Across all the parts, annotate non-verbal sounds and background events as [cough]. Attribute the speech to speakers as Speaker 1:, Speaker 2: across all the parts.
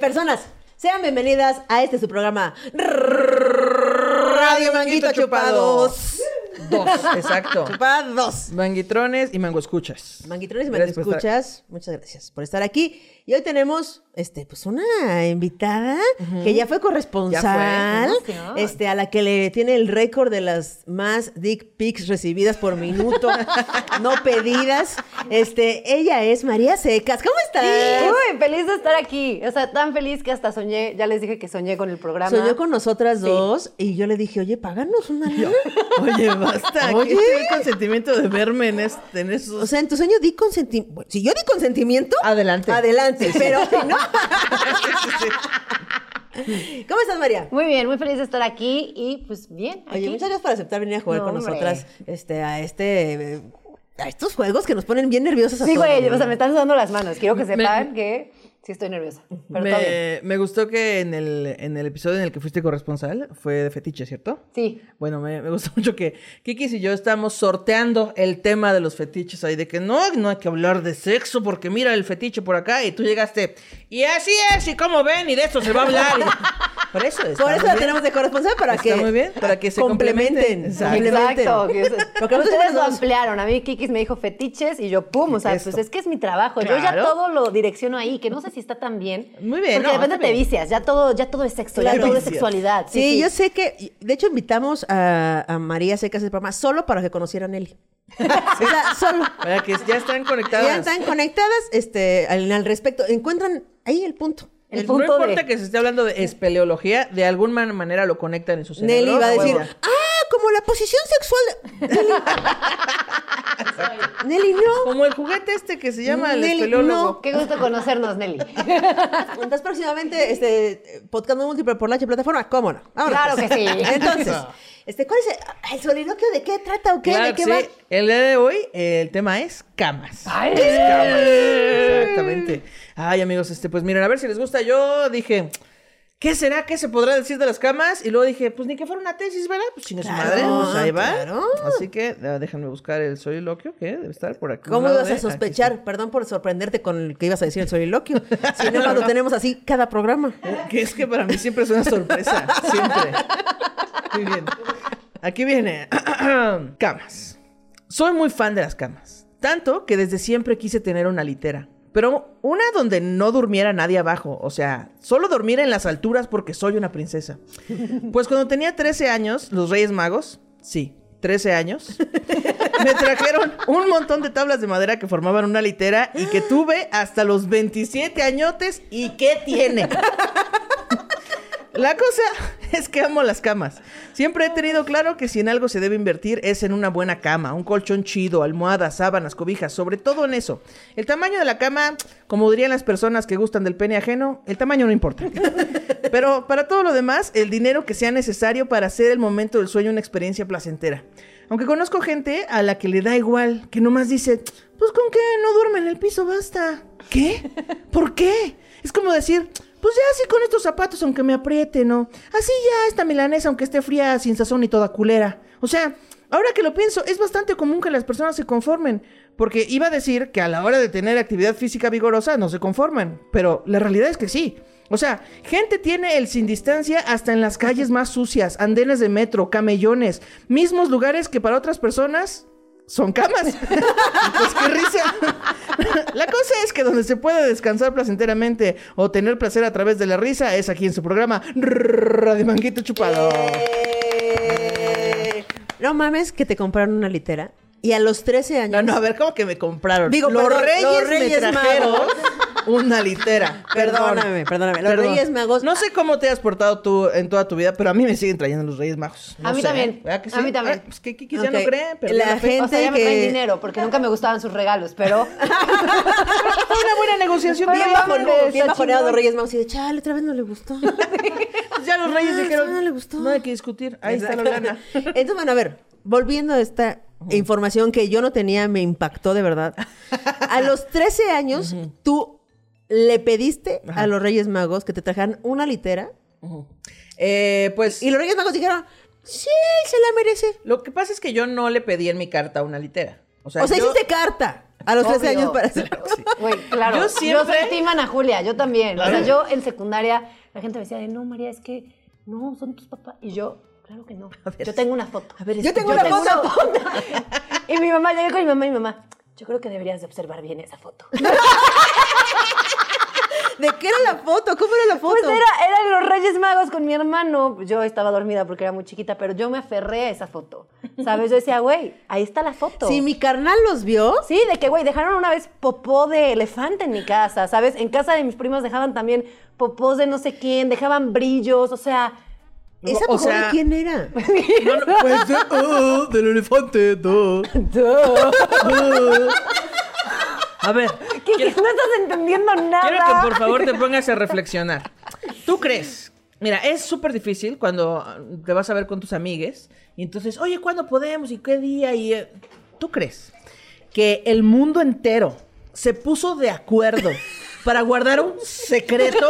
Speaker 1: personas, sean bienvenidas a este su programa Radio Manguito Chupados.
Speaker 2: Dos, [laughs] exacto.
Speaker 1: Chupados.
Speaker 2: Manguitrones y manguescuchas.
Speaker 1: Manguitrones y
Speaker 2: Gracias por
Speaker 1: Manguescuchas, muchas gracias por estar aquí. Y hoy tenemos este, pues una invitada que ya fue corresponsal,
Speaker 3: Ya fue, qué emoción.
Speaker 1: este, a la que le tiene el récord de las más dick pics recibidas por minuto, [laughs] no pedidas. Este, ella es María Secas. ¿Cómo estás?
Speaker 3: Uy, feliz de estar aquí. O sea, tan feliz que hasta soñé, ya les dije que soñé con el programa.
Speaker 1: Soñó con nosotras
Speaker 3: Sí.
Speaker 1: dos y yo le dije, oye, páganos una lana.
Speaker 2: pues, [laughs] Oye, basta.
Speaker 1: Oye.
Speaker 2: Oye. Estoy consentimiento de verme en, este, en esos.
Speaker 1: O sea, en tu sueño di consentimiento. si yo di consentimiento,
Speaker 2: Adelante.
Speaker 1: adelante. Pero si no. ¿Cómo estás, María?
Speaker 3: Muy bien, muy feliz de estar aquí y pues bien.
Speaker 1: Oye,
Speaker 3: aquí.
Speaker 1: muchas gracias por aceptar venir a jugar
Speaker 3: No,
Speaker 1: con
Speaker 3: hombre.
Speaker 1: nosotras este, a este. eh, A estos juegos que nos ponen bien nerviosos a
Speaker 3: Sí,
Speaker 1: todos.
Speaker 3: güey, o sea, me están sudando las manos. Quiero que
Speaker 2: Me-
Speaker 3: sepan que sí estoy nerviosa. Pero todo bien.
Speaker 2: Me, me gustó que en el, en el episodio en el que fuiste corresponsal fue de fetiche, ¿cierto?
Speaker 3: Sí.
Speaker 2: Bueno, me, me gustó [laughs] mucho que Kikis y yo estamos sorteando el tema de los fetiches ahí, de que no, no hay que hablar de sexo, porque mira el fetiche por acá, y tú llegaste, y así es, y como ven, y de esto se va a
Speaker 1: [laughs]
Speaker 2: hablar. y- Por eso está
Speaker 1: Por eso
Speaker 2: muy
Speaker 1: la
Speaker 2: bien.
Speaker 1: tenemos de corresponsal para que.
Speaker 2: Está muy bien, para que se complementen. Exacto.
Speaker 1: complementen.
Speaker 3: Exacto. que es-
Speaker 1: Porque
Speaker 3: [laughs]
Speaker 1: nosotros
Speaker 3: ustedes lo
Speaker 1: tenemos-
Speaker 3: ampliaron. A mí Kikis me dijo fetiches y yo, pum, o sea,
Speaker 2: Esto.
Speaker 3: pues es que es mi trabajo. Yo ya
Speaker 2: Claro.
Speaker 3: todo lo direcciono ahí, que no sé si está tan bien.
Speaker 2: Muy bien,
Speaker 3: Porque
Speaker 2: no,
Speaker 3: de repente
Speaker 2: está
Speaker 3: te
Speaker 2: bien.
Speaker 3: vicias, ya todo, ya todo es sexo,
Speaker 1: Claro.
Speaker 3: ya todo es
Speaker 2: Vicias.
Speaker 3: sexualidad.
Speaker 1: Sí, yo sé que. De hecho, invitamos a, a María Secas del programa solo para que conocieran a
Speaker 2: [laughs]
Speaker 1: Nelly. O sea, solo.
Speaker 2: Para que ya están conectadas.
Speaker 1: Ya están conectadas este, al, al respecto. Encuentran ahí el punto.
Speaker 3: El
Speaker 2: El-
Speaker 3: punto
Speaker 2: no importa
Speaker 3: de-
Speaker 2: que se esté hablando de espeleología, de alguna manera lo conectan Pues en su cerebro.
Speaker 1: Nelly va a decir,
Speaker 2: huevo.
Speaker 1: ah, como la posición sexual de... Nelly, Nelly, no.
Speaker 2: Como el juguete este que se llama el
Speaker 1: Nelly,
Speaker 2: espeleólogo.
Speaker 3: Qué gusto conocernos, Nelly.
Speaker 1: Entonces, próximamente, este, eh, podcast no múltiple por la H plataforma, ¿cómo no? Vámonos,
Speaker 3: Claro
Speaker 1: pues.
Speaker 3: que sí.
Speaker 1: Entonces, este, ¿cuál es el, el soliloquio? ¿De qué trata o qué?
Speaker 2: Claro
Speaker 1: ¿De qué
Speaker 2: que
Speaker 1: va?
Speaker 2: sí. El día de hoy, eh, el tema es camas.
Speaker 3: Ay.
Speaker 2: Es camas. Exactamente. Ay, amigos, este, pues miren, a ver si les gusta. Yo dije, ¿qué será? ¿Qué se podrá decir de las camas? Y luego dije, pues ni que fuera una tesis, ¿verdad? Pues chinga
Speaker 1: Claro,
Speaker 2: su madre. Pues ahí va.
Speaker 1: claro.
Speaker 2: Así que ah, déjenme buscar el soliloquio que debe estar por aquí.
Speaker 1: ¿Cómo
Speaker 2: Al lado
Speaker 1: ibas
Speaker 2: de-
Speaker 1: a
Speaker 2: eh, aquí está.
Speaker 1: sospechar? Perdón por sorprenderte con el que ibas a decir el soliloquio.
Speaker 2: [laughs]
Speaker 1: Si no, lo tenemos así cada programa.
Speaker 2: Que es que para mí siempre es una sorpresa. Siempre. Muy bien. Aquí viene. [clears throat] Camas. Soy muy fan de las camas. Tanto que desde siempre quise tener una litera. Pero una donde no durmiera nadie abajo. O sea, solo dormir en las alturas porque soy una princesa. Pues cuando tenía 13 años, los Reyes Magos, sí, 13 años, [laughs] me trajeron un montón de tablas de madera que formaban una litera y que tuve hasta los 27 añotes. ¿Y qué tiene? La cosa [laughs] es que amo las camas. Siempre he tenido claro que si en algo se debe invertir es en una buena cama, un colchón chido, almohadas, sábanas, cobijas, sobre todo en eso. El tamaño de la cama, como dirían las personas que gustan del pene ajeno, el tamaño no importa. Pero para todo lo demás, el dinero que sea necesario para hacer el momento del sueño una experiencia placentera. Aunque conozco gente a la que le da igual, que nomás dice, pues con que no duerme en el piso, basta. ¿Qué? ¿Por qué? Es como decir, pues ya así con estos zapatos, aunque me apriete, ¿no? Así ya esta milanesa, aunque esté fría, sin sazón y toda culera. O sea, ahora que lo pienso, es bastante común que las personas se conformen. Porque iba a decir que a la hora de tener actividad física vigorosa no se conforman. Pero la realidad es que sí. O sea, gente tiene el sin distancia hasta en las calles más sucias, andenes de metro, camellones, mismos lugares que para otras personas son camas. [laughs] pues qué risa. la cosa es que donde se puede descansar placenteramente o tener placer a través de la risa es aquí en su programa Radio Manguito Chupado.
Speaker 1: Eh, No mames que te compraron una litera y a los 13 años.
Speaker 2: No, no, a ver, ¿cómo que me compraron?
Speaker 1: Digo,
Speaker 2: los,
Speaker 1: perdón,
Speaker 2: reyes
Speaker 1: los Reyes
Speaker 2: me trajeron
Speaker 1: Magos.
Speaker 2: una litera. Perdón.
Speaker 1: Perdóname, perdóname. Los Reyes Magos- ah.
Speaker 2: No sé cómo te has portado tú en toda tu vida, pero a mí me siguen trayendo los Reyes Magos. No
Speaker 3: A mí
Speaker 2: sé,
Speaker 3: también.
Speaker 2: ¿verdad que sí?
Speaker 3: A mí también.
Speaker 2: Ah, pues que Kiki ya no
Speaker 1: Ok.
Speaker 2: cree, pero
Speaker 1: La
Speaker 2: la, fe.
Speaker 1: gente-
Speaker 3: O sea, ya me
Speaker 1: que-
Speaker 3: traen dinero porque nunca me gustaban sus regalos, pero
Speaker 2: pues, Fue una buena negociación.
Speaker 3: Pero
Speaker 2: bien
Speaker 1: Bien
Speaker 3: vamos,
Speaker 2: bajo,
Speaker 1: bajoneado,
Speaker 3: está
Speaker 1: bien bajoneado
Speaker 3: chingón.
Speaker 1: los Reyes Magos y de chale, otra vez no le gustó.
Speaker 2: Ya los Reyes
Speaker 1: Ah,
Speaker 2: dijeron.
Speaker 1: esa no le gustó.
Speaker 2: No hay que discutir. [laughs] Ahí está la lana.
Speaker 1: Entonces, bueno, a ver, volviendo a esta información que yo no tenía, me impactó de verdad. A los 13 años, tú le pediste a los Reyes Magos que te trajeran una litera
Speaker 2: Eh, pues
Speaker 1: y los Reyes Magos dijeron, sí, se la merece.
Speaker 2: lo que pasa es que yo no le pedí en mi carta una litera. O sea,
Speaker 1: O sea,
Speaker 2: yo-
Speaker 1: hiciste carta. A [laughs] los 13
Speaker 3: Obvio.
Speaker 1: años para
Speaker 2: [laughs]
Speaker 3: [laughs]
Speaker 1: hacer.
Speaker 3: Güey, claro.
Speaker 2: Yo
Speaker 3: Yo
Speaker 2: siempre-
Speaker 3: soy team Ana Julia, yo también. O
Speaker 2: Claro.
Speaker 3: sea, yo en secundaria, la gente me decía de, no, María, es que no, son tus papás. Y yo, claro que no.
Speaker 2: ver.
Speaker 3: Yo tengo una foto. A ver,
Speaker 1: Yo tengo una foto.
Speaker 3: [laughs] y mi mamá, llegué con mi mamá y mi mamá, yo creo que deberías de observar bien esa foto. [laughs]
Speaker 1: ¿De qué era la foto? ¿Cómo era la foto?
Speaker 3: Pues era, eran los Reyes Magos con mi hermano. Yo estaba dormida porque era muy chiquita, pero yo me aferré a esa foto. ¿Sabes? Yo decía, güey, ahí está la foto.
Speaker 1: Si mi carnal los vio,
Speaker 3: Sí, de que, güey, dejaron una vez popó de elefante en mi casa, ¿sabes? En casa de mis primos dejaban también popós de no sé quién, dejaban brillos, o sea,
Speaker 1: ¿esa
Speaker 2: O
Speaker 1: mujer de
Speaker 2: sea-
Speaker 1: quién era?
Speaker 2: No, no, pues, eh, oh, del elefante,
Speaker 1: [laughs]
Speaker 2: no. A ver,
Speaker 3: que [laughs] no estás entendiendo nada.
Speaker 2: Quiero que por favor te pongas a reflexionar. ¿Tú crees? Mira, es súper difícil cuando ah, te vas a ver con tus amigues y entonces, oye, ¿cuándo podemos? ¿Y qué día? Y, eh, ¿Tú crees que el mundo entero se puso de acuerdo para guardar un
Speaker 1: [laughs]
Speaker 2: secreto?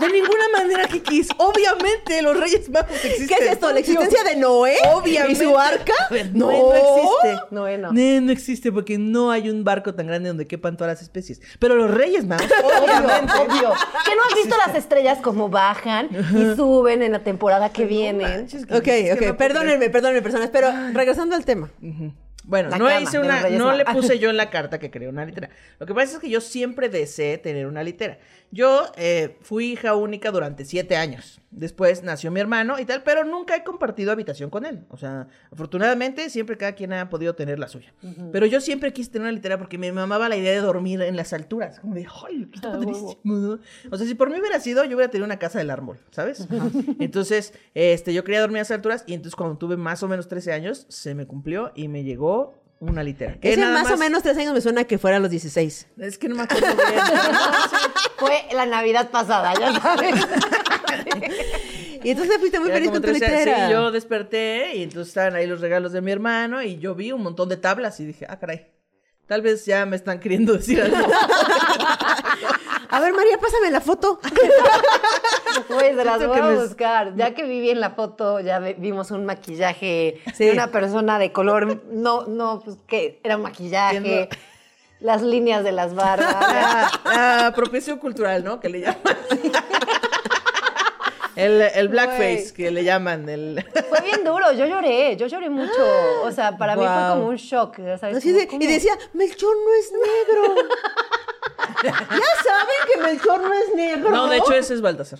Speaker 2: De ninguna manera, Kikis. Obviamente los Reyes Magos
Speaker 1: ¿Qué
Speaker 2: existen.
Speaker 1: es esto? ¿La existencia de Noé?
Speaker 2: Obviamente.
Speaker 1: ¿Y su
Speaker 2: [laughs]
Speaker 1: arca?
Speaker 2: A ver, no, no existe.
Speaker 3: Noé no.
Speaker 2: Ne- no existe porque no hay un barco tan grande donde quepan todas las especies. Pero los Reyes Magos, obviamente.
Speaker 3: Obvio. Que no has visto las estrellas como bajan y suben en la temporada que vienen.
Speaker 2: manches, que-
Speaker 1: Ok,
Speaker 2: es
Speaker 1: ok,
Speaker 2: que no puedo creer.
Speaker 1: perdónenme, perdónenme, personas, pero regresando al tema.
Speaker 2: Bueno,
Speaker 3: La
Speaker 2: no
Speaker 3: cama
Speaker 2: hice
Speaker 3: de los
Speaker 2: una,
Speaker 3: Reyes
Speaker 2: no le
Speaker 3: Magos.
Speaker 2: puse yo en la carta que quería una litera. Lo que pasa es que yo siempre deseé tener una litera. Yo eh, fui hija única durante siete años. Después nació mi hermano y tal, pero nunca he compartido habitación con él. O sea, afortunadamente siempre cada quien ha podido tener la suya. Pero yo siempre quise tener una litera porque me mamaba la idea de dormir en las alturas. Como de, ¡ay, qué padrísimo! ¿no? O sea, si por mí hubiera sido, yo hubiera tenido una casa del árbol, ¿sabes? Entonces, este, yo quería dormir a esas alturas y entonces cuando tuve más o menos 13 años, se me cumplió y me llegó una litera. Que
Speaker 1: Ese
Speaker 2: nada
Speaker 1: más, o menos tres años me suena que fuera a los 16.
Speaker 2: Es que no me acuerdo bien.
Speaker 3: Fue la Navidad pasada,
Speaker 2: [laughs]
Speaker 3: ya sabes.
Speaker 1: Y entonces fuiste [laughs] muy
Speaker 2: Era
Speaker 1: feliz
Speaker 2: como
Speaker 1: con tu
Speaker 2: 13 años.
Speaker 1: litera.
Speaker 2: Sí, yo desperté y entonces estaban ahí los regalos de mi hermano y yo vi un montón de tablas y dije, ah, caray, tal vez ya me están queriendo
Speaker 1: [laughs]
Speaker 2: decir algo.
Speaker 1: A ver, María, pásame la
Speaker 2: [laughs]
Speaker 1: foto.
Speaker 3: Güey, se las
Speaker 2: Siento
Speaker 3: voy
Speaker 2: que
Speaker 3: a
Speaker 2: me-
Speaker 3: buscar. Ya que vi bien la foto, ya ve- vimos un maquillaje
Speaker 1: Sí.
Speaker 3: de una persona de color. No, no, pues que era un maquillaje.
Speaker 2: Entiendo.
Speaker 3: Las líneas de
Speaker 2: [laughs]
Speaker 3: las barbas.
Speaker 2: la, la Ah, apropiación cultural, ¿no? Que
Speaker 1: [laughs]
Speaker 2: le llaman. El, el blackface
Speaker 3: Güey.
Speaker 2: que le llaman. El...
Speaker 3: fue bien duro, yo lloré, yo lloré mucho. O sea, para mí fue
Speaker 1: Guau.
Speaker 3: como un shock. ¿sabes?
Speaker 1: Así de-
Speaker 3: Como,
Speaker 1: y
Speaker 3: ¿cómo?
Speaker 1: decía, Melchor no es negro. [laughs] ya saben que Melchor no es negro.
Speaker 2: No, de hecho ese es Baltasar.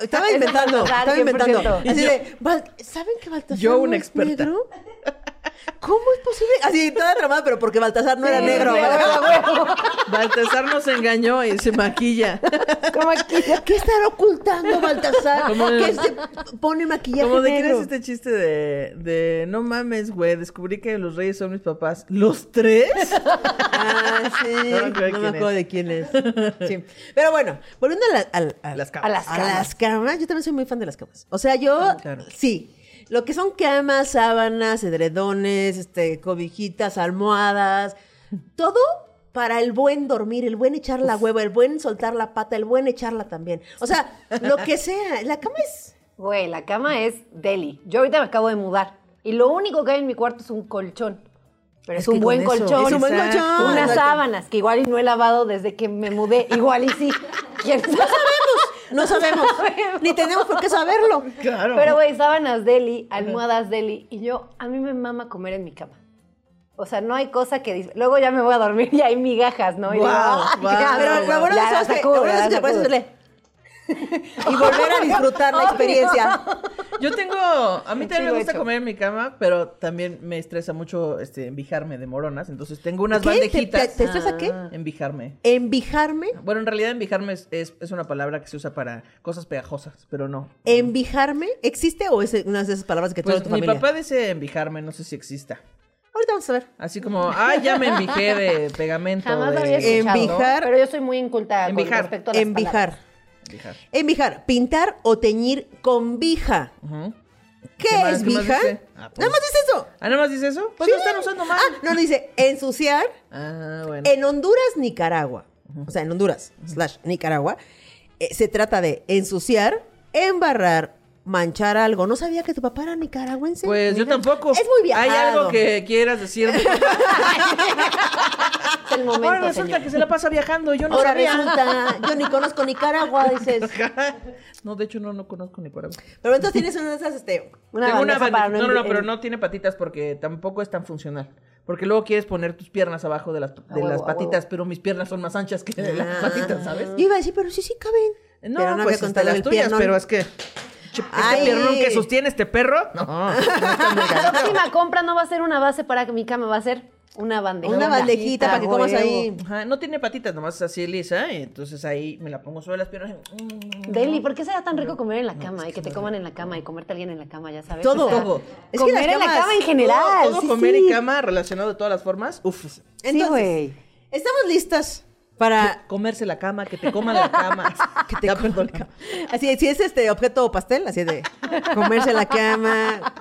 Speaker 1: Estaba inventando,
Speaker 3: Baltasar,
Speaker 1: estaba inventando.
Speaker 3: 100%.
Speaker 1: Así de, Bal- ¿saben que Baltasar
Speaker 2: Yo,
Speaker 1: no
Speaker 2: una
Speaker 1: es
Speaker 2: experta.
Speaker 1: negro? ¿Cómo es posible? Así toda tramada, pero porque Baltasar no era
Speaker 2: [laughs]
Speaker 3: Sí,
Speaker 1: negro.
Speaker 3: güey, güey, güey.
Speaker 2: Baltasar nos engañó y se maquilla.
Speaker 3: Como aquí.
Speaker 1: ¿Qué estará ocultando Baltasar?
Speaker 2: Como el-
Speaker 1: ¿Qué se pone maquillaje
Speaker 2: Como de quién es
Speaker 1: negro?
Speaker 2: este chiste de, de no mames, güey, descubrí que los reyes son mis papás. ¿Los
Speaker 1: [laughs]
Speaker 2: tres?
Speaker 1: Ah, sí.
Speaker 2: No me acuerdo de
Speaker 1: No
Speaker 2: quién
Speaker 1: me acuerdo
Speaker 2: es.
Speaker 1: de quién es. Sí. Pero bueno, volviendo a, la- al-
Speaker 2: A las
Speaker 3: A
Speaker 2: camas.
Speaker 3: las
Speaker 1: a
Speaker 3: camas.
Speaker 1: las camas, yo también soy muy fan de las camas. O sea, yo
Speaker 2: Ah, claro.
Speaker 1: sí. Lo que son camas, sábanas, edredones, este, cobijitas, almohadas, todo para el buen dormir, el buen echar la hueva, el buen soltar la pata, el buen echarla también. O sea, lo que sea, la cama es
Speaker 3: Güey, la cama es deli. Yo ahorita me acabo de mudar. Y lo único que hay en mi cuarto es un colchón. Pero es,
Speaker 2: Es
Speaker 3: un
Speaker 2: que
Speaker 3: buen
Speaker 2: con eso-
Speaker 3: colchón.
Speaker 1: Es un buen
Speaker 2: Exacto.
Speaker 1: colchón.
Speaker 3: Unas
Speaker 1: Exacto.
Speaker 3: sábanas, que igual y no he lavado desde que me mudé. Igual y sí. [laughs] ¿Quién sabe?
Speaker 1: no
Speaker 2: [laughs]
Speaker 1: sabemos,
Speaker 3: sabemos.
Speaker 1: ni tenemos por qué saberlo.
Speaker 2: Claro.
Speaker 3: Pero, güey, sábanas deli, almohadas deli. Y yo, a mí me mama comer en mi cama. O sea, no hay cosa que... dis- Luego ya me voy a dormir y hay migajas, ¿no? Y digo,
Speaker 2: Guau,
Speaker 3: "Ah,
Speaker 2: guau.
Speaker 3: ya,
Speaker 1: Pero lo bueno de
Speaker 3: ya
Speaker 1: eso
Speaker 3: la
Speaker 1: es que,
Speaker 3: sacudo,
Speaker 1: lo bueno
Speaker 3: ya
Speaker 1: es
Speaker 3: la
Speaker 1: que puedes
Speaker 3: sacudo".
Speaker 1: hacerle y volver a disfrutar la
Speaker 3: Obvio.
Speaker 1: experiencia.
Speaker 2: Yo tengo, a mí
Speaker 3: Sí,
Speaker 2: también
Speaker 3: lo he
Speaker 2: me gusta
Speaker 3: hecho.
Speaker 2: comer en mi cama, pero también me estresa mucho este envijarme de moronas, entonces tengo unas
Speaker 1: ¿Qué? ¿Te-
Speaker 2: bandejitas. Ah.
Speaker 1: te- te estresa qué?
Speaker 2: Envijarme.
Speaker 1: Envijarme,
Speaker 2: Bueno, en realidad envijarme es, es- es una palabra que se usa para cosas pegajosas, pero no.
Speaker 1: envijarme, ¿existe o es una de esas palabras que tú en
Speaker 2: Pues
Speaker 1: tu
Speaker 2: mi
Speaker 1: familia?
Speaker 2: papá dice envijarme, no sé si exista.
Speaker 1: Ahorita vamos a ver.
Speaker 2: Así como, ah, ya me
Speaker 1: [laughs]
Speaker 2: envijé de pegamento.
Speaker 3: Jamás
Speaker 2: de...
Speaker 3: lo había escuchado.
Speaker 1: Envijar.
Speaker 3: Pero yo soy muy inculta con
Speaker 2: Envijar.
Speaker 3: respecto a las palabras.
Speaker 1: Envijar.
Speaker 2: Envijar.
Speaker 1: Envijar, pintar o teñir con vija.
Speaker 2: Ujú.
Speaker 1: ¿Qué,
Speaker 2: ¿Qué más-
Speaker 1: es
Speaker 2: qué más
Speaker 1: vija?
Speaker 2: dice? Ah, pues.
Speaker 1: Nada más dice eso.
Speaker 2: ¿Ah, nada más dice eso? Pues
Speaker 1: Sí.
Speaker 2: lo están usando mal.
Speaker 1: Ah, no, no dice ensuciar
Speaker 2: Ah, bueno.
Speaker 1: en Honduras, Nicaragua. O sea, en Honduras, slash Nicaragua, eh, se trata de ensuciar, embarrar, manchar algo. No sabía que tu papá era nicaragüense.
Speaker 2: Pues yo
Speaker 1: Mira.
Speaker 2: tampoco.
Speaker 1: Es muy viajado.
Speaker 2: ¿Hay algo que quieras decirme?
Speaker 3: Es el momento,
Speaker 2: Ahora resulta
Speaker 3: señor.
Speaker 2: que se la pasa viajando. Yo no
Speaker 1: Ahora
Speaker 2: sabía.
Speaker 1: resulta, yo ni conozco Nicaragua,
Speaker 2: [laughs]
Speaker 1: dices.
Speaker 2: No, de hecho, no, no conozco Nicaragua.
Speaker 1: Pero entonces tienes una de esas, este,
Speaker 2: Tengo una
Speaker 3: bandeja para
Speaker 2: bandi- No, no, no,
Speaker 3: envi-
Speaker 2: pero no tiene patitas porque tampoco es tan funcional. Porque luego quieres poner tus piernas abajo de las, de
Speaker 3: A huevo,
Speaker 2: las
Speaker 3: a
Speaker 2: patitas, pero mis piernas son más anchas que las patitas, ¿sabes?
Speaker 1: Ah. Yo iba a decir, pero sí, sí caben. Pero
Speaker 2: No, pues
Speaker 1: había
Speaker 2: hasta
Speaker 1: contado
Speaker 2: las
Speaker 1: el
Speaker 2: tuyas,
Speaker 1: piernón.
Speaker 2: pero es que... Che,
Speaker 1: Ay.
Speaker 2: Este piernón que sostiene este perro, no.
Speaker 3: La próxima compra no va a ser una base para mi cama, va a ser una bandejita.
Speaker 1: Una bandejita para que comas
Speaker 3: huevo.
Speaker 1: ahí.
Speaker 2: Ajá, no tiene patitas, nomás es así lisa, y entonces ahí me la pongo sobre las piernas. y- mm,
Speaker 3: Deli, ¿por qué será tan rico comer en la cama y que te coman en la cama y comerte a alguien en la cama, ya sabes?
Speaker 1: Todo.
Speaker 3: O sea,
Speaker 2: Todo.
Speaker 1: Es que
Speaker 3: comer
Speaker 1: las
Speaker 3: en la
Speaker 1: camas-
Speaker 3: cama en general.
Speaker 2: Todo, todo
Speaker 3: sí,
Speaker 2: comer
Speaker 3: sí.
Speaker 2: y cama relacionado de todas las formas. Uf,
Speaker 1: Entonces,
Speaker 3: güey.
Speaker 1: estamos listas para...
Speaker 2: [laughs] comerse la cama, que te coman la cama. que te perdón, cama.
Speaker 1: Así, si es este objeto o pastel, así de comerse la cama.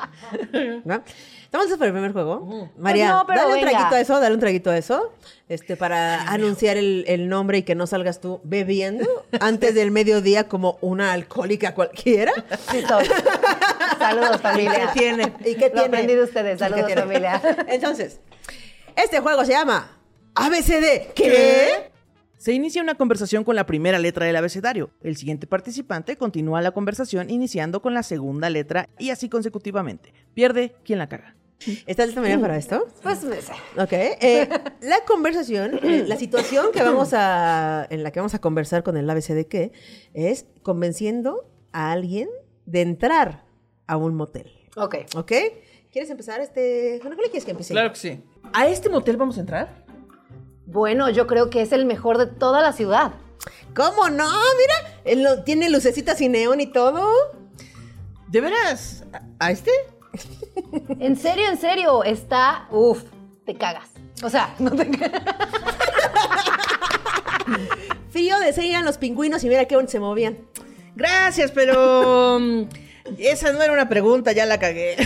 Speaker 1: ¿no? Estamos listos para el primer juego. María,
Speaker 3: Pues no, pero
Speaker 1: dale un
Speaker 3: venga.
Speaker 1: traguito a eso, dale un traguito a eso. Este, para anunciar el, el nombre y que no salgas tú bebiendo antes del mediodía como una alcohólica cualquiera.
Speaker 3: Sí, soy. [laughs] Saludos, [laughs] familia.
Speaker 2: ¿Qué tiene?
Speaker 1: ¿Y qué tiene?
Speaker 3: Lo aprendí de ustedes.
Speaker 1: ¿Y
Speaker 3: Saludos,
Speaker 1: qué tiene?
Speaker 3: familia.
Speaker 1: [laughs] Entonces, este juego se llama ABCD. ¿Qué?
Speaker 2: Se inicia una conversación con la primera letra del abecedario. El siguiente participante continúa la conversación iniciando con la segunda letra y así consecutivamente. Pierde quien la caga.
Speaker 1: ¿Estás lista, María, para esto?
Speaker 3: Pues me sé.
Speaker 1: Ok. eh, la conversación, eh, la situación que vamos a, en la que vamos a conversar con el ABCD que es convenciendo a alguien de entrar a un motel.
Speaker 3: Ok.
Speaker 1: ¿Ok? ¿Quieres empezar este? Bueno, ¿cuál quieres que empiece?
Speaker 2: que sí. ¿A este motel vamos a entrar?
Speaker 3: Bueno, yo creo que es el mejor de toda la ciudad.
Speaker 1: ¿Cómo no? Mira, él lo- tiene lucecitas y neón y todo.
Speaker 2: ¿De veras? ¿A- ¿A este?
Speaker 3: En serio, en serio, está. Uf, te cagas. O sea, [laughs] no te cagas.
Speaker 1: Frío de seguir los pingüinos y mira qué bonito se movían.
Speaker 2: Gracias, pero... mm, Esa no era una pregunta, ya la cagué.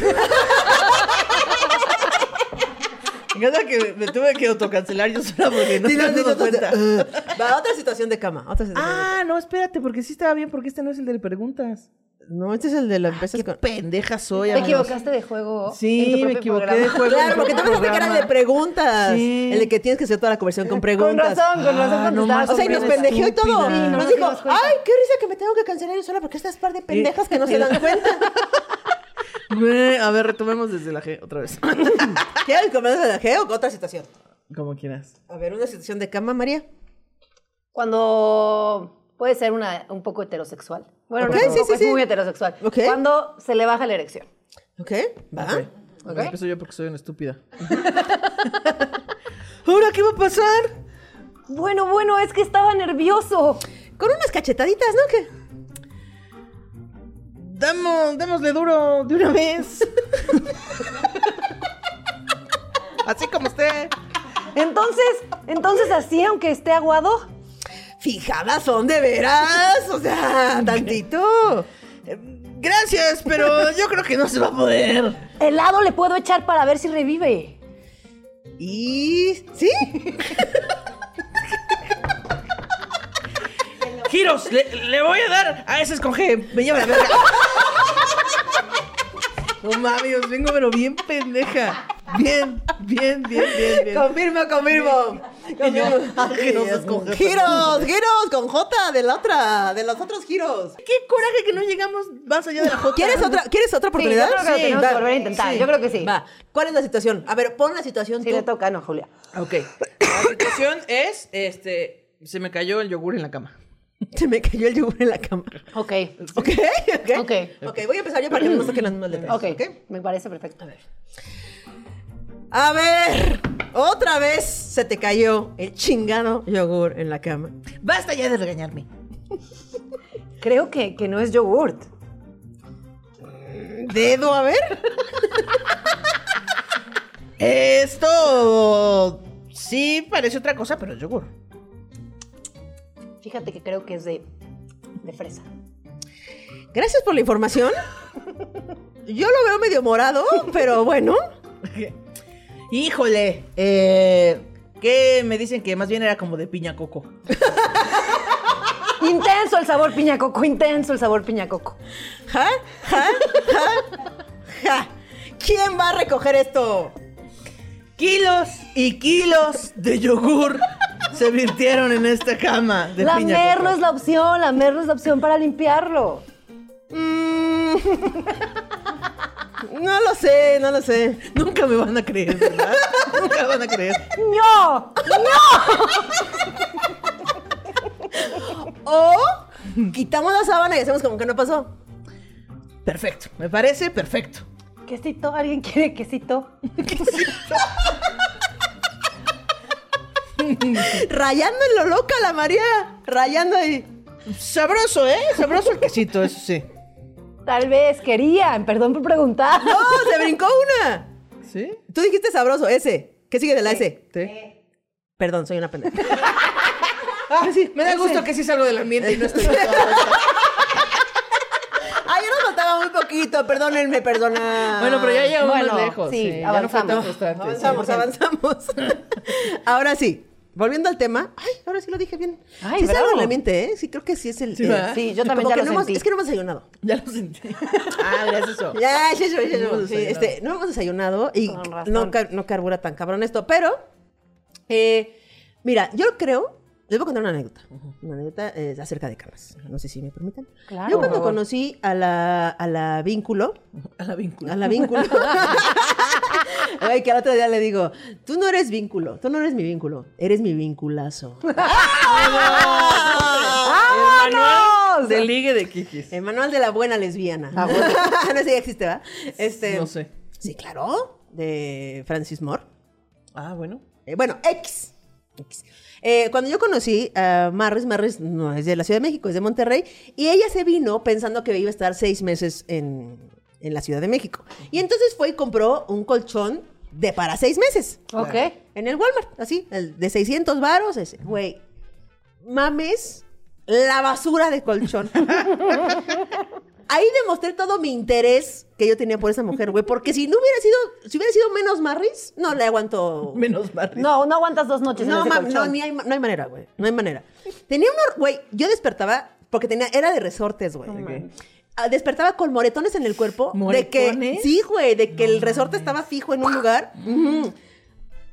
Speaker 2: Me encanta que me tuve que autocancelar yo sola porque no
Speaker 1: [laughs] Sí,
Speaker 2: me
Speaker 1: no,
Speaker 2: había
Speaker 1: sí,
Speaker 2: dado
Speaker 1: no, sí,
Speaker 2: cuenta.
Speaker 1: no. [laughs] Va, otra situación de cama. Otra situación de
Speaker 2: Ah, no, espérate, porque sí estaba bien, porque este no es el de preguntas.
Speaker 1: cama. No, este es el de la empresa
Speaker 2: Qué
Speaker 1: con...
Speaker 2: pendeja soy,
Speaker 3: Te
Speaker 2: amigos.
Speaker 3: equivocaste de juego. en tu
Speaker 2: Sí, me
Speaker 3: propio
Speaker 2: equivoqué de
Speaker 3: programa.
Speaker 2: juego.
Speaker 1: Claro, porque tú pensaste que era el de preguntas.
Speaker 2: Sí.
Speaker 1: El de que tienes que hacer toda la conversión con
Speaker 3: [laughs] Con
Speaker 1: preguntas.
Speaker 3: razón, con razón
Speaker 2: Ah,
Speaker 3: cuando
Speaker 2: no
Speaker 3: estabas
Speaker 2: más.
Speaker 1: O sea, y nos
Speaker 2: Estúpida.
Speaker 1: pendejeó y todo.
Speaker 3: Sí, no
Speaker 1: nos
Speaker 3: nos
Speaker 1: dijo,
Speaker 3: dimos cuenta.
Speaker 1: ay, qué risa que me tengo que cancelar yo sola porque estas par de pendejas que no se dan cuenta.
Speaker 2: Güey, A ver, retomemos desde la G otra vez.
Speaker 1: ¿Quieres comenzar de geo o otra situación?
Speaker 2: Como quieras.
Speaker 1: A ver, una situación de cama, María.
Speaker 3: Cuando puede ser una un poco heterosexual. Bueno,
Speaker 1: Ok,
Speaker 3: no, es
Speaker 1: sí,
Speaker 3: un poco,
Speaker 1: sí,
Speaker 3: es
Speaker 1: sí.
Speaker 3: muy heterosexual.
Speaker 1: Ok.
Speaker 3: Cuando se le baja la erección.
Speaker 1: ¿Ok? ¿Va?
Speaker 2: Ah, Ok.
Speaker 3: Ok.
Speaker 2: Empiezo yo porque soy una estúpida. [laughs] ¿Ahora qué va a pasar?
Speaker 3: Bueno, bueno, es que estaba nervioso.
Speaker 1: Con unas cachetaditas, ¿no? ¿Qué?
Speaker 2: Damos, démosle duro de una vez. Así como usted.
Speaker 3: Entonces, entonces así, aunque esté aguado.
Speaker 1: Fijadas son de veras. O sea, tantito.
Speaker 2: Eh, Gracias, pero yo creo que no se va a poder.
Speaker 3: Helado le puedo echar para ver si revive.
Speaker 1: Y. ¿Sí?
Speaker 2: Giros, le, le voy a dar a ese escoge. Me lleva la verga. No mames, vengo pero bien pendeja. Bien, bien, bien, bien, bien.
Speaker 1: Confirmo,
Speaker 3: [laughs]
Speaker 1: confirmo.
Speaker 2: Ah, giros, escoge.
Speaker 1: Giros, giros, con J de la otra, de los otros giros.
Speaker 2: Qué coraje que no llegamos más allá de la jota.
Speaker 1: ¿Quieres otra, ¿quieres otra
Speaker 3: Sí, yo
Speaker 1: oportunidad?
Speaker 3: creo que lo
Speaker 1: Sí,
Speaker 3: tenemos
Speaker 1: va.
Speaker 3: que volver a intentar. Yo creo que sí.
Speaker 1: Va. ¿Cuál es la situación? A ver, pon la situación
Speaker 3: Sí
Speaker 1: tú.
Speaker 3: le toca, no, Julia.
Speaker 2: Ok. La situación es, este, se me cayó el yogur en la cama.
Speaker 1: [laughs] Se me cayó el yogur en la cama.
Speaker 3: Ok.
Speaker 1: [laughs] ¿Ok? ¿Ok?
Speaker 3: Ok.
Speaker 1: Ok, voy a empezar yo para que no nos toquen las mismas letras.
Speaker 3: Ok. Me parece perfecto.
Speaker 1: A ver, otra vez se te cayó el chingado yogur en la cama.
Speaker 2: Basta ya de regañarme.
Speaker 3: Creo que, que no es yogurt.
Speaker 1: Dedo, a ver.
Speaker 2: Esto sí parece otra cosa, pero es yogur.
Speaker 3: Fíjate que creo que es de, de fresa.
Speaker 1: Gracias por la información. Yo lo veo medio morado, pero bueno.
Speaker 2: Híjole, eh, que me dicen que más bien era como de piña coco.
Speaker 3: Intenso el sabor piña coco, intenso el sabor piña coco.
Speaker 1: ¿Ja? ¿Ja? ¿Ja? ¿Ja? ¿Quién va a recoger esto?
Speaker 2: Kilos y kilos de
Speaker 3: [laughs]
Speaker 2: yogur se virtieron en esta cama de
Speaker 3: La
Speaker 2: piña
Speaker 3: mer
Speaker 2: coco.
Speaker 3: no es la opción, la mer no es la opción para limpiarlo.
Speaker 1: Mm. No lo sé, no lo sé.
Speaker 2: Nunca me van a creer, ¿verdad? [laughs] Nunca van a creer.
Speaker 3: ¡No!
Speaker 1: O quitamos la sábana y hacemos como que no pasó.
Speaker 2: Perfecto, me parece perfecto.
Speaker 3: ¿Quesito? ¿Alguien quiere quesito?
Speaker 1: Rayando en lo loca la María. Rayando ahí.
Speaker 2: Sabroso, ¿eh? Sabroso el quesito, eso sí.
Speaker 3: Tal vez querían, perdón por preguntar.
Speaker 1: ¡No! ¡Se brincó una!
Speaker 2: ¿Sí?
Speaker 1: Tú dijiste sabroso, ese. ¿Qué sigue de la S?
Speaker 2: ¿Sí?
Speaker 3: Eh,
Speaker 1: Perdón, soy una pendeja.
Speaker 2: Ah, sí, me da gusto que sí salgo del ambiente y no
Speaker 3: [laughs]
Speaker 2: estoy...
Speaker 1: Ay, yo nos faltaba muy poquito, perdónenme, perdona.
Speaker 2: Bueno, pero ya llegamos
Speaker 3: Bueno,
Speaker 2: más lejos.
Speaker 3: sí,
Speaker 2: ya no fue tan
Speaker 3: avanzamos.
Speaker 2: frustrante,
Speaker 1: Avanzamos,
Speaker 2: sí.
Speaker 1: avanzamos. [laughs] ahora sí, volviendo al tema. Ay, ahora sí lo dije bien.
Speaker 3: Ay,
Speaker 1: sí, es algo
Speaker 3: bravo.
Speaker 1: realmente, ¿eh? Sí, creo que sí es el.
Speaker 2: Sí,
Speaker 1: eh,
Speaker 2: ¿verdad?
Speaker 3: Sí, yo también
Speaker 1: como
Speaker 3: ya
Speaker 1: que
Speaker 3: lo
Speaker 1: no hemos-
Speaker 3: sentí.
Speaker 1: es que no hemos desayunado.
Speaker 2: Ya lo sentí. Ah, gracias. eso.
Speaker 1: Ya, ya, ya, ya,
Speaker 2: No hemos
Speaker 1: sí,
Speaker 2: desayunado.
Speaker 1: este, no hemos desayunado y
Speaker 3: Con razón.
Speaker 1: no, car- no carbura tan cabrón esto, pero eh, mira, yo creo, les voy a contar una anécdota, una anécdota eh, acerca de camas, no sé si me permiten.
Speaker 3: Claro,
Speaker 1: yo
Speaker 3: por
Speaker 1: cuando
Speaker 3: favor.
Speaker 1: conocí a la, a la vínculo,
Speaker 2: A la víncula.
Speaker 1: a la vínculo, ay, que al otro día le digo, tú no eres vínculo, tú no eres mi vínculo, eres mi vinculazo.
Speaker 2: El manual de ligue de Kikis.
Speaker 1: El manual de la buena lesbiana.
Speaker 3: Ah, bueno.
Speaker 1: [laughs] no sé, ya existe, ¿verdad? Este,
Speaker 2: No sé.
Speaker 1: Sí, claro, de Francis Moore.
Speaker 2: Ah, bueno.
Speaker 1: Eh, bueno, X. X. Eh, cuando yo conocí a Marris, Marris no es de la Ciudad de México, es de Monterrey, y ella se vino pensando que iba a estar seis meses en, en la Ciudad de México. Y entonces fue y compró un colchón de para seis meses.
Speaker 3: Ok.
Speaker 1: En el Walmart, así, el de 600 varos, ese. Güey, mames la basura de colchón. Ahí demostré todo mi interés que yo tenía por esa mujer, güey. Porque si no hubiera sido, si hubiera sido menos Marris, no le aguanto.
Speaker 2: Menos mal.
Speaker 3: [laughs] No, no aguantas dos noches en
Speaker 1: No,
Speaker 3: ese
Speaker 1: ma-
Speaker 3: colchón.
Speaker 1: no, ni hay, ma- no hay manera, güey. No hay manera. Tenía un... hor- Güey, yo despertaba porque tenía... Era de resortes, güey. Ah, Despertaba con moretones en el cuerpo. De que,
Speaker 2: ¿Moretones?
Speaker 1: sí, güey. De que el resorte estaba fijo en un lugar. Ujú.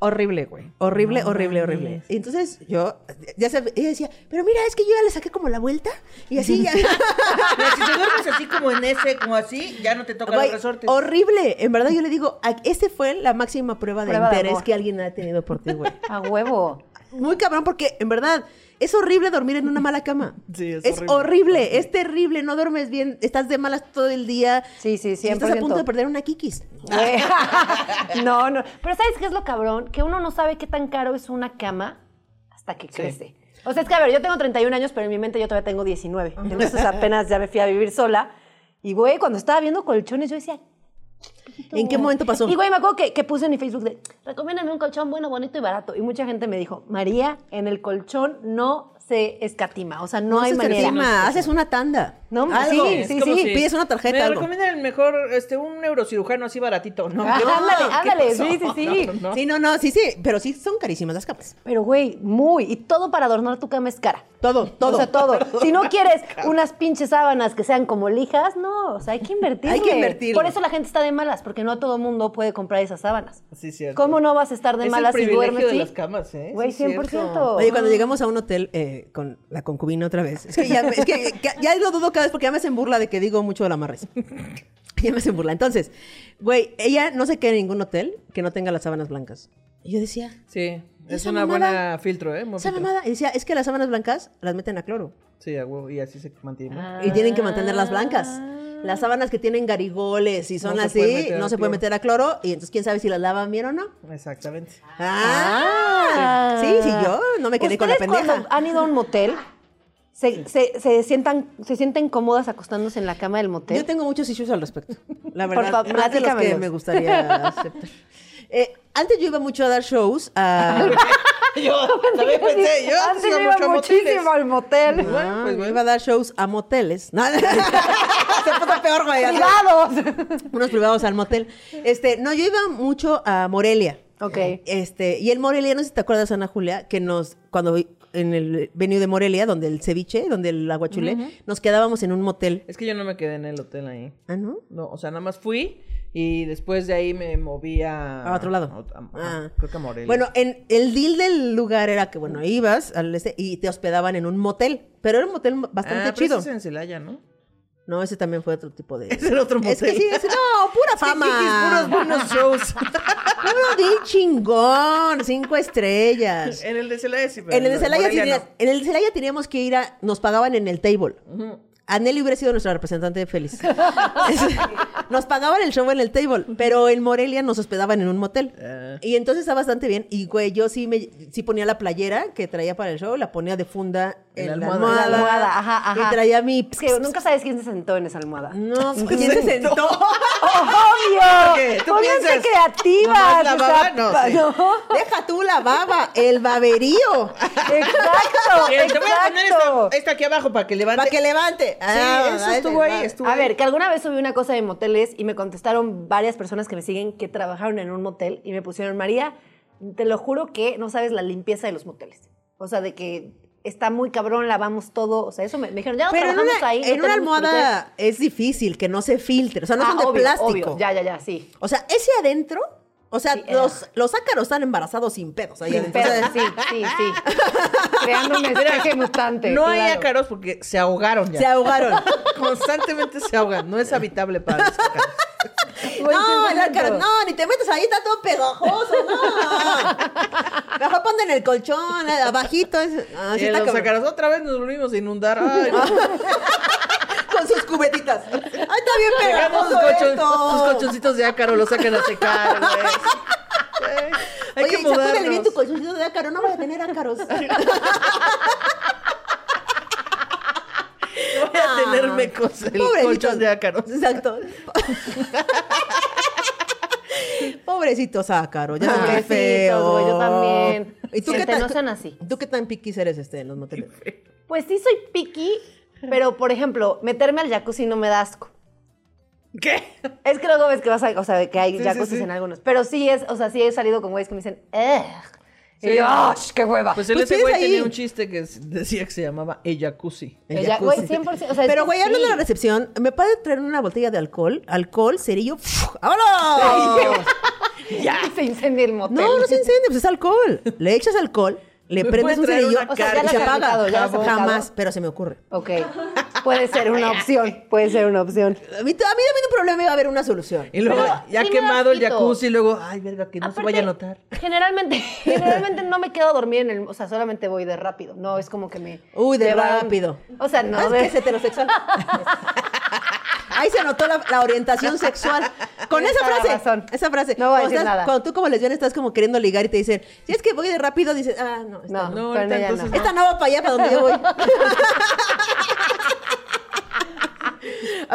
Speaker 1: Horrible, güey. Horrible, horrible, horrible. Y Entonces yo, ya sabía, ella decía, pero mira, es que yo ya le saqué como la vuelta y así ya.
Speaker 2: Pero si te duermes así como en ese, como así, ya no te toca
Speaker 1: Güey,
Speaker 2: los resortes.
Speaker 1: horrible. En verdad yo le digo, a- este fue la máxima prueba de
Speaker 3: Prueba de
Speaker 1: interés
Speaker 3: amor.
Speaker 1: que alguien ha tenido por ti, güey.
Speaker 3: A huevo.
Speaker 1: Muy cabrón, porque en verdad es horrible dormir en una mala cama.
Speaker 2: Sí, es
Speaker 1: horrible.
Speaker 2: horrible.
Speaker 1: es terrible, no duermes bien, estás de malas todo el día.
Speaker 3: Sí, sí,
Speaker 1: Si Estás a
Speaker 3: 100%.
Speaker 1: punto de perder una kikis.
Speaker 3: Güey. [laughs] no, no. Pero ¿sabes qué es lo cabrón? Que uno no sabe qué tan caro es una cama hasta que crece. O sea, es que, a ver, yo tengo 31 años, pero en mi mente yo todavía tengo 19. Entonces apenas ya me fui a vivir sola. Y, güey, cuando estaba viendo colchones, yo decía...
Speaker 1: ¿En qué momento pasó?
Speaker 3: Y, güey, me acuerdo que, que puse en mi Facebook de, recomiéndame un colchón bueno, bonito y barato. Y mucha gente me dijo, María, en el colchón no se escatima. O sea, no,
Speaker 1: No
Speaker 3: hay
Speaker 1: se te
Speaker 3: manera.
Speaker 1: encima, haces una tanda.
Speaker 3: No,
Speaker 1: Algo.
Speaker 3: sí,
Speaker 2: Es
Speaker 3: sí,
Speaker 2: como
Speaker 3: sí.
Speaker 2: si-
Speaker 1: Pides una tarjeta,
Speaker 2: Me
Speaker 1: algo.
Speaker 2: recomiendan el mejor, este, un neurocirujano así baratito, ¿no?
Speaker 3: Ah,
Speaker 2: Yo-
Speaker 3: ándale,
Speaker 2: ¿qué
Speaker 3: ándale,
Speaker 2: pasó?
Speaker 3: sí, sí,
Speaker 2: [laughs]
Speaker 3: sí.
Speaker 2: No, no, no.
Speaker 1: Sí, no, no, sí, sí, pero sí son carísimas las camas.
Speaker 3: Pero, güey, muy. Y todo para adornar tu cama es cara.
Speaker 1: Todo, todo.
Speaker 3: O sea,
Speaker 1: [laughs]
Speaker 3: todo. Si no quieres unas pinches sábanas que sean como lijas, no, o sea, hay que invertir.
Speaker 1: Hay que invertirle.
Speaker 3: Por eso la gente está de malas, porque no todo mundo puede comprar esas sábanas.
Speaker 2: Sí, cierto.
Speaker 3: ¿Cómo no vas a estar de
Speaker 2: Es el
Speaker 3: malas si
Speaker 2: privilegio
Speaker 3: duermes?
Speaker 2: de
Speaker 3: sí?
Speaker 2: las camas, ¿eh?
Speaker 3: Güey,
Speaker 2: Sí, es cierto.
Speaker 3: 100%.
Speaker 1: Oye, cuando llegamos a un hotel eh, con la concubina otra vez, es que, ya, es que- que ya lo dudo cada vez porque ya me hacen burla de que digo mucho de la Marres. [laughs] ya me hacen burla. Entonces, güey, ella no se queda en ningún hotel que no tenga las sábanas blancas. Y yo decía,
Speaker 2: Sí, es
Speaker 1: Esa
Speaker 2: una
Speaker 1: mamada-
Speaker 2: buena filtro, ¿eh? Buen
Speaker 1: Esa
Speaker 2: filtro.
Speaker 1: mamada. Y decía, es que las sábanas blancas las meten a cloro.
Speaker 2: Sí, a huevo, y así se mantiene.
Speaker 1: Y tienen que mantenerlas blancas. Las sábanas que tienen garigoles y son
Speaker 2: Ah. No se pueden
Speaker 1: así,
Speaker 2: meter a
Speaker 1: no se puede
Speaker 2: cloro.
Speaker 1: meter a cloro. Y entonces, ¿quién sabe si las lavan bien o no?
Speaker 2: Exactamente.
Speaker 1: ¡Ah! Sí, sí, yo no me quedé con la
Speaker 3: ¿Ustedes
Speaker 1: pendeja.
Speaker 3: cuando han ido a un motel, se, se- se sientan, se sienten cómodas acostándose en la cama del motel?
Speaker 1: Yo tengo muchos issues al respecto. La
Speaker 3: Por
Speaker 1: verdad,
Speaker 3: favor,
Speaker 1: más de los que
Speaker 3: platícamelos.
Speaker 1: me gustaría aceptar. Eh, antes yo iba mucho a dar shows
Speaker 3: Ah,
Speaker 1: a...
Speaker 2: [laughs]
Speaker 3: [laughs]
Speaker 2: Yo también pensé, yo
Speaker 3: Antes yo iba
Speaker 2: mucho a moteles.
Speaker 3: muchísimo al motel.
Speaker 2: pues,
Speaker 1: Ah, yo iba a dar shows a moteles. No, [laughs] se puso peor, güey. así. [laughs]
Speaker 3: ¡Privados!
Speaker 1: Unos privados al motel. Este, no, yo iba mucho a Morelia.
Speaker 3: Ok.
Speaker 1: Este, y el Morelia, no sé si te acuerdas, Ana Julia, que nos, cuando eh, en el venue de Morelia, donde el ceviche, donde el aguachulé, nos quedábamos en un motel.
Speaker 2: Es que yo no me quedé en el hotel ahí.
Speaker 1: Ah, ¿no?
Speaker 2: No, o sea, nada más fui y después de ahí me moví a...
Speaker 1: A otro lado.
Speaker 2: a- a-
Speaker 1: Ah.
Speaker 2: Creo que a Morelia.
Speaker 1: Bueno, en el deal del lugar era que, bueno, ibas al este y te hospedaban en un motel, pero era un motel bastante
Speaker 2: Ah, pero
Speaker 1: chido.
Speaker 2: ese es en Celaya, ¿no?
Speaker 1: No, ese también fue otro tipo
Speaker 2: [laughs]
Speaker 1: de...
Speaker 2: Es el otro motel.
Speaker 1: Es que sí, ese- no,
Speaker 2: [laughs]
Speaker 1: pura fama.
Speaker 2: puros buenos
Speaker 1: [laughs]
Speaker 2: shows. [laughs]
Speaker 1: No, no, di chingón, cinco estrellas.
Speaker 2: en el de Celaya sí, pero
Speaker 1: En el de Celaya, sí
Speaker 2: Morelia
Speaker 1: tenías- en el de Celaya teníamos que ir a, nos pagaban en el table. Aneli hubiera sido nuestra representante de feliz. [laughs] nos pagaban el show en el table, pero en Morelia nos hospedaban en un motel.
Speaker 2: Ah.
Speaker 1: Y entonces está bastante bien. Y güey, yo sí me sí ponía la playera que traía para el show, la ponía de funda en la almohada.
Speaker 2: almohada.
Speaker 3: En la almohada, ajá, ajá.
Speaker 1: Y traía mi.
Speaker 3: Es que nunca sabes quién se sentó en esa almohada.
Speaker 1: No, ¿quién se sentó?
Speaker 2: Porque tú
Speaker 3: ¡Obvio! ¡Pónganse
Speaker 2: piensas, ¿nomás
Speaker 3: creativas!
Speaker 2: la
Speaker 3: o sea,
Speaker 2: baba? No,
Speaker 3: pa-
Speaker 2: sí.
Speaker 1: Deja tú la baba, el baberío.
Speaker 3: Exacto,
Speaker 2: [laughs] Bien, te voy a poner
Speaker 3: exacto.
Speaker 2: esta, esta aquí abajo para que levante.
Speaker 1: Para que levante. Ah,
Speaker 2: Sí, eso estuvo ahí, estuvo
Speaker 3: A
Speaker 2: ahí.
Speaker 3: ver, que alguna vez subí una cosa de moteles y me contestaron varias personas que me siguen que trabajaron en un motel y me pusieron, María, te lo juro que no sabes la limpieza de los moteles. O sea, de que está muy cabrón, lavamos todo. O sea, eso me, me dijeron, ya no
Speaker 1: Pero en
Speaker 3: trabajamos
Speaker 1: una,
Speaker 3: ahí. no
Speaker 1: en una
Speaker 3: tenemos moteles".
Speaker 1: almohada es difícil que no se filtre. O sea, no
Speaker 3: Ah,
Speaker 1: son de
Speaker 3: obvio,
Speaker 1: plástico.
Speaker 3: obvio. Ya, ya, ya, sí.
Speaker 1: O sea, ese adentro. O sea,
Speaker 3: Sí, era.
Speaker 1: los, los ácaros están embarazados sin pedos ahí adentro.
Speaker 3: Pero
Speaker 1: O sea,
Speaker 3: sí, sí, sí.
Speaker 2: [laughs]
Speaker 3: Creando una especie mutante.
Speaker 2: no hay
Speaker 3: claro.
Speaker 2: ácaros porque se ahogaron ya.
Speaker 1: Se
Speaker 3: [laughs]
Speaker 1: ahogaron.
Speaker 2: Constantemente se ahogan. No es habitable
Speaker 1: [laughs]
Speaker 2: para los ácaros.
Speaker 3: Buen
Speaker 1: No, el
Speaker 3: pensamiento.
Speaker 1: ácaro, no, ni te metas ahí, está todo pegajoso, no.
Speaker 3: [laughs]
Speaker 1: Mejor ponte en el colchón, eh, abajito. es- ah, sí
Speaker 2: Eh,
Speaker 1: está
Speaker 2: los
Speaker 1: cabrón.
Speaker 2: ácaros otra vez nos volvimos a
Speaker 1: [laughs]
Speaker 2: inundar. Ay, no.
Speaker 1: Con sus
Speaker 3: [laughs]
Speaker 1: cubetitas. Ahí está bien
Speaker 2: [laughs] Sacamos
Speaker 1: pegajoso
Speaker 2: sus, colchon- sus
Speaker 1: esto.
Speaker 2: colchoncitos de ácaro, los sacan a
Speaker 1: [laughs]
Speaker 2: secar, güey. Ay, Hay
Speaker 1: Oye,
Speaker 2: que
Speaker 1: sacúdale bien tu
Speaker 2: mudarnos.
Speaker 1: colchoncito de ácaro, no vas a tener ácaros.
Speaker 2: Voy a tener mecos el colchón de ácaros.
Speaker 1: Ah. Exacto. Pobrecitos ácaros, ya son
Speaker 3: Pobrecitos,
Speaker 1: qué feo.
Speaker 3: güey, yo también.
Speaker 1: ¿Y tú qué
Speaker 3: Gente,
Speaker 1: tan,
Speaker 3: no sean así.
Speaker 1: ¿Tú qué tan piquis eres este en los moteles?
Speaker 3: Pues sí soy picky, pero por ejemplo, meterme al jacuzzi no me da asco.
Speaker 2: ¿Qué?
Speaker 3: Es que luego ves que vas a, o sea, que hay
Speaker 2: Sí, sí,
Speaker 3: jacuzzis
Speaker 2: sí.
Speaker 3: en algunos. Pero sí es, o sea, sí he salido con güeyes que me dicen, ¡Ugh!
Speaker 2: Sí.
Speaker 3: Y yo, ¡ah, qué hueva!
Speaker 2: Pues el
Speaker 1: Pues
Speaker 2: ese
Speaker 1: es
Speaker 2: güey
Speaker 1: ahí.
Speaker 2: tenía un chiste que s- decía que se llamaba El Jacuzzi.
Speaker 1: El
Speaker 3: El [laughs] ya-
Speaker 1: jacuzzi.
Speaker 3: güey, 100%, o sea, es
Speaker 1: Pero,
Speaker 3: que
Speaker 1: güey, hablando
Speaker 3: sí.
Speaker 1: de la recepción, ¿me puede traer una botella de alcohol? Alcohol, cerillo. ¡fuf! ¡Vámonos!
Speaker 3: [laughs] ya. Se incendia el motel.
Speaker 1: no, no se incendia, pues es alcohol. Le echas alcohol, le
Speaker 2: ¿Me
Speaker 1: prendes
Speaker 2: puede
Speaker 1: un
Speaker 2: traer
Speaker 1: cerillo
Speaker 2: una
Speaker 1: y
Speaker 2: carta?
Speaker 1: se
Speaker 2: Ya las he
Speaker 1: apaga.
Speaker 3: aplicado, ya las he aplicado.
Speaker 1: Jamás, pero se me ocurre.
Speaker 3: Ok. Puede ser una opción, puede ser una opción.
Speaker 1: A mí, a mí también un problema iba a haber una solución.
Speaker 2: Y luego,
Speaker 3: Pero
Speaker 2: ya
Speaker 3: sí me da
Speaker 2: quemado el
Speaker 3: asquito.
Speaker 2: jacuzzi, luego, ay, verga, que no se
Speaker 3: Aparte,
Speaker 2: vaya a notar.
Speaker 3: Generalmente, [laughs] generalmente no me quedo a dormir en el, o sea, solamente voy de rápido. No, es como que me.
Speaker 1: Uy, de
Speaker 3: llevaron-
Speaker 1: rápido.
Speaker 3: O sea,
Speaker 1: Ah,
Speaker 3: no.
Speaker 1: es
Speaker 3: de-
Speaker 1: que es heterosexual. Ahí se notó la, la orientación sexual. Con
Speaker 3: Tienes
Speaker 1: esa
Speaker 3: toda la
Speaker 1: frase.
Speaker 3: razón.
Speaker 1: Esa frase.
Speaker 3: No voy a
Speaker 1: cuando,
Speaker 3: decir
Speaker 1: estás-
Speaker 3: nada.
Speaker 1: cuando tú como lesbiana estás como queriendo ligar y te dicen, si es que voy de rápido, dices, ah, no. Esta no,
Speaker 3: [laughs] No,
Speaker 2: No,
Speaker 3: con
Speaker 2: ahorita
Speaker 3: ella no.
Speaker 2: entonces
Speaker 1: Esta no va para allá, para donde yo
Speaker 3: [laughs]
Speaker 1: voy.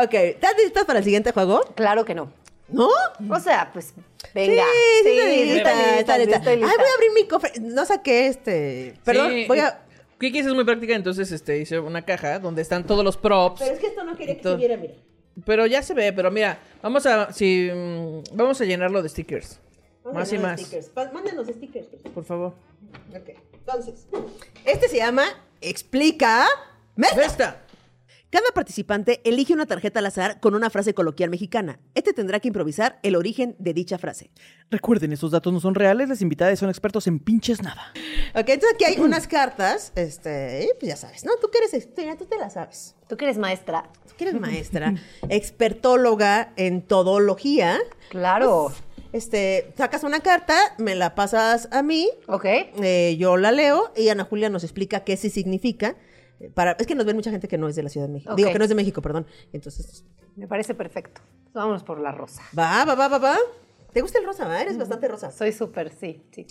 Speaker 1: ok, ¿estás listas para el siguiente juego?
Speaker 3: Claro que no.
Speaker 1: ¿No?
Speaker 3: O sea, pues, venga.
Speaker 1: Sí, sí, estoy lista,
Speaker 3: estoy
Speaker 1: está lista.
Speaker 3: estoy lista.
Speaker 1: Ay, voy a abrir mi cofre. No saqué este. Perdón,
Speaker 2: Sí,
Speaker 1: voy a.
Speaker 2: Kiki es muy práctica, entonces este, hice una caja donde están todos los props.
Speaker 1: Pero es que esto no quería que
Speaker 2: Entonces-
Speaker 1: se viera, mira.
Speaker 2: Pero ya se ve, pero mira, vamos a si mm, vamos a llenarlo de stickers.
Speaker 1: Vamos a
Speaker 2: más y
Speaker 1: poner
Speaker 2: más,
Speaker 1: stickers. Pa- Mándenos stickers. por favor.
Speaker 2: por favor.
Speaker 1: Ok, entonces, este se llama Explica. Mesta.
Speaker 2: Festa.
Speaker 1: Cada participante elige una tarjeta al azar con una frase coloquial mexicana. Este tendrá que improvisar el origen de dicha frase.
Speaker 4: Recuerden, estos datos no son reales, las invitadas son expertos en pinches nada.
Speaker 1: Ok, entonces aquí
Speaker 2: [clears throat]
Speaker 1: hay unas cartas, este, pues ya sabes, ¿no? Tú que eres, ex- mira, tú te la sabes.
Speaker 3: Tú que eres maestra.
Speaker 1: Tú que eres
Speaker 2: [laughs]
Speaker 1: maestra, expertóloga en todología.
Speaker 3: Claro.
Speaker 1: Este, sacas una carta, me la pasas a mí,
Speaker 3: Ok.
Speaker 1: Eh, yo la leo y Ana Julia nos explica qué sí significa. eh, Para, es que nos ven mucha gente que no es de la Ciudad de México.
Speaker 3: Ok.
Speaker 1: Digo, que no es de México, perdón. Entonces,
Speaker 3: Me parece perfecto. Vámonos por la rosa.
Speaker 1: va, va, va, va, va. ¿Te gusta el rosa? va? Eres bastante rosa.
Speaker 3: Soy súper, sí, sí.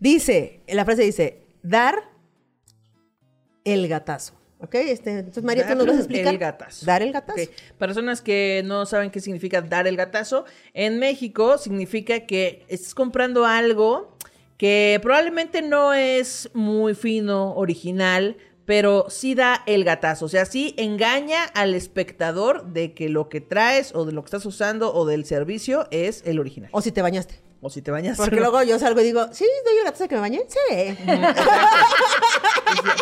Speaker 1: Dice, la frase dice, dar el gatazo. ¿Ok? Este, entonces, María, tú
Speaker 2: Dar
Speaker 1: nos vas a explicar.
Speaker 2: El gatazo.
Speaker 1: Dar el gatazo.
Speaker 2: Ok. Personas que no saben qué significa dar el gatazo, en México significa que estás comprando algo que probablemente no es muy fino, original, pero sí da el gatazo. O sea, sí engaña al espectador de que lo que traes o de lo que estás usando o del servicio es el original. [laughs]
Speaker 1: O si te bañaste.
Speaker 2: O, O si te bañas.
Speaker 1: Porque
Speaker 2: ¿no?
Speaker 1: luego yo salgo y digo, sí, doy la taza que me bañé. Sí.
Speaker 2: [laughs]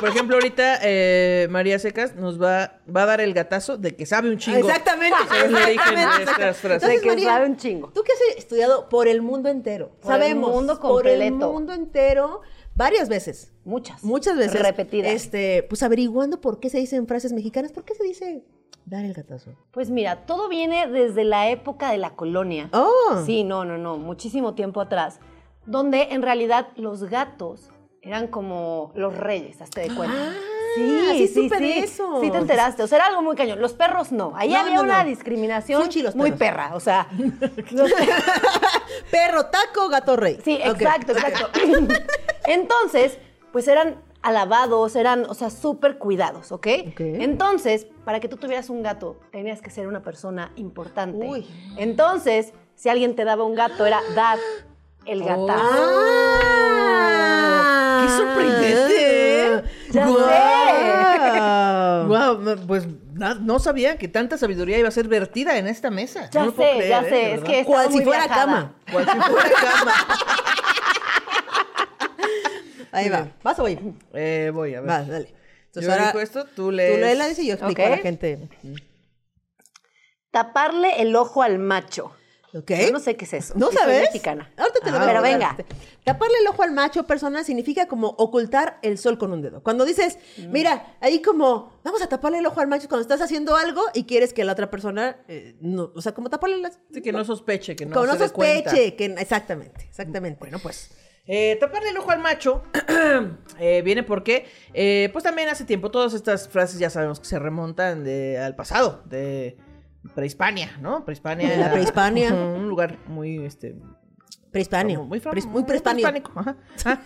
Speaker 2: Por ejemplo, ahorita eh, María Secas nos va, va a dar el gatazo de que sabe un chingo.
Speaker 1: Exactamente.
Speaker 2: [laughs] Es el origen de estas frases.
Speaker 1: Entonces,
Speaker 3: De que
Speaker 1: María,
Speaker 3: sabe un chingo.
Speaker 1: Tú que has estudiado por el mundo entero.
Speaker 3: Por el
Speaker 1: Sabemos.
Speaker 3: mundo
Speaker 1: Por el
Speaker 3: completo.
Speaker 1: mundo entero, varias veces.
Speaker 3: Muchas.
Speaker 1: Muchas veces.
Speaker 3: Repetidas.
Speaker 1: Este, pues averiguando por qué se dicen frases mexicanas, ¿por qué se dice dar el
Speaker 3: [laughs]
Speaker 1: gatazo?
Speaker 3: Pues mira, todo viene desde la época de la colonia.
Speaker 1: Oh.
Speaker 3: Sí, no, no, no, muchísimo tiempo atrás. Donde en realidad los gatos eran como los reyes, hasta de cuenta.
Speaker 1: sí supe de Ah, eso.
Speaker 3: Sí te enteraste, o sea, era algo muy cañón. Los perros no. Ahí
Speaker 1: No,
Speaker 3: había
Speaker 1: no,
Speaker 3: una
Speaker 1: no.
Speaker 3: discriminación
Speaker 1: Fuchi los
Speaker 3: muy
Speaker 1: perros.
Speaker 3: perra,
Speaker 1: [laughs]
Speaker 3: o sea.
Speaker 1: Perro, taco, gato rey.
Speaker 3: Sí,
Speaker 1: Ok. [laughs]
Speaker 3: exacto, exacto. Entonces, pues eran alabados, eran, o sea, súper cuidados, ¿ok?
Speaker 1: Ok.
Speaker 3: Entonces, para que tú tuvieras un gato, tenías que ser una persona importante.
Speaker 1: Uy.
Speaker 3: Entonces, si alguien te daba un gato, era dar el gatazo.
Speaker 1: Oh. Ah.
Speaker 2: ¡Qué sorprendente, eh!
Speaker 3: Ya
Speaker 1: Guau.
Speaker 2: Guau, no, pues na- no sabía que tanta sabiduría iba a ser vertida en esta mesa.
Speaker 3: Ya
Speaker 2: No lo
Speaker 3: sé,
Speaker 2: puedo creer,
Speaker 3: ya
Speaker 2: ¿eh?
Speaker 3: sé,
Speaker 2: De
Speaker 3: es
Speaker 2: verdad.
Speaker 3: que
Speaker 1: Cual
Speaker 3: estaba muy
Speaker 1: si fuera
Speaker 3: viajada.
Speaker 1: cama.
Speaker 2: Cual si fuera [laughs] cama.
Speaker 1: Ahí va. ¿Vas o voy?
Speaker 2: Eh, voy a ver.
Speaker 1: Vas, dale. Entonces
Speaker 2: yo
Speaker 1: ahora
Speaker 2: digo esto, tú
Speaker 1: tú
Speaker 2: lees.
Speaker 1: lees la dice y yo explico
Speaker 3: Ok.
Speaker 1: a la gente.
Speaker 3: Taparle el ojo al macho.
Speaker 1: ¿Ok?
Speaker 3: Yo no sé qué es eso.
Speaker 1: ¿No
Speaker 3: sí soy
Speaker 1: sabes?
Speaker 3: mexicana. Ah,
Speaker 1: Ahorita te lo voy a
Speaker 3: Pero venga.
Speaker 1: contar. Taparle el ojo al macho persona significa como ocultar el sol con un dedo. Cuando dices,
Speaker 2: Mm.
Speaker 1: mira, ahí como, vamos a taparle el ojo al macho es cuando estás haciendo algo y quieres que la otra persona, eh, no, o sea, como taparle las...
Speaker 2: Sí, que no sospeche, que no
Speaker 1: como
Speaker 2: se
Speaker 1: no
Speaker 2: dé cuenta.
Speaker 1: sospeche, que exactamente, exactamente. Bueno, pues.
Speaker 2: Eh, taparle el ojo al macho [clears throat] eh, viene porque, eh, pues también hace tiempo, todas estas frases ya sabemos que se remontan de, al pasado, de prehispania, ¿no? Prehispania.
Speaker 1: De la
Speaker 2: era
Speaker 1: prehispania.
Speaker 2: [laughs] Un lugar muy, este,
Speaker 1: Prehispania.
Speaker 2: como muy, fam-
Speaker 1: Pres- muy prehispania. [laughs]
Speaker 2: Ajá. Ah.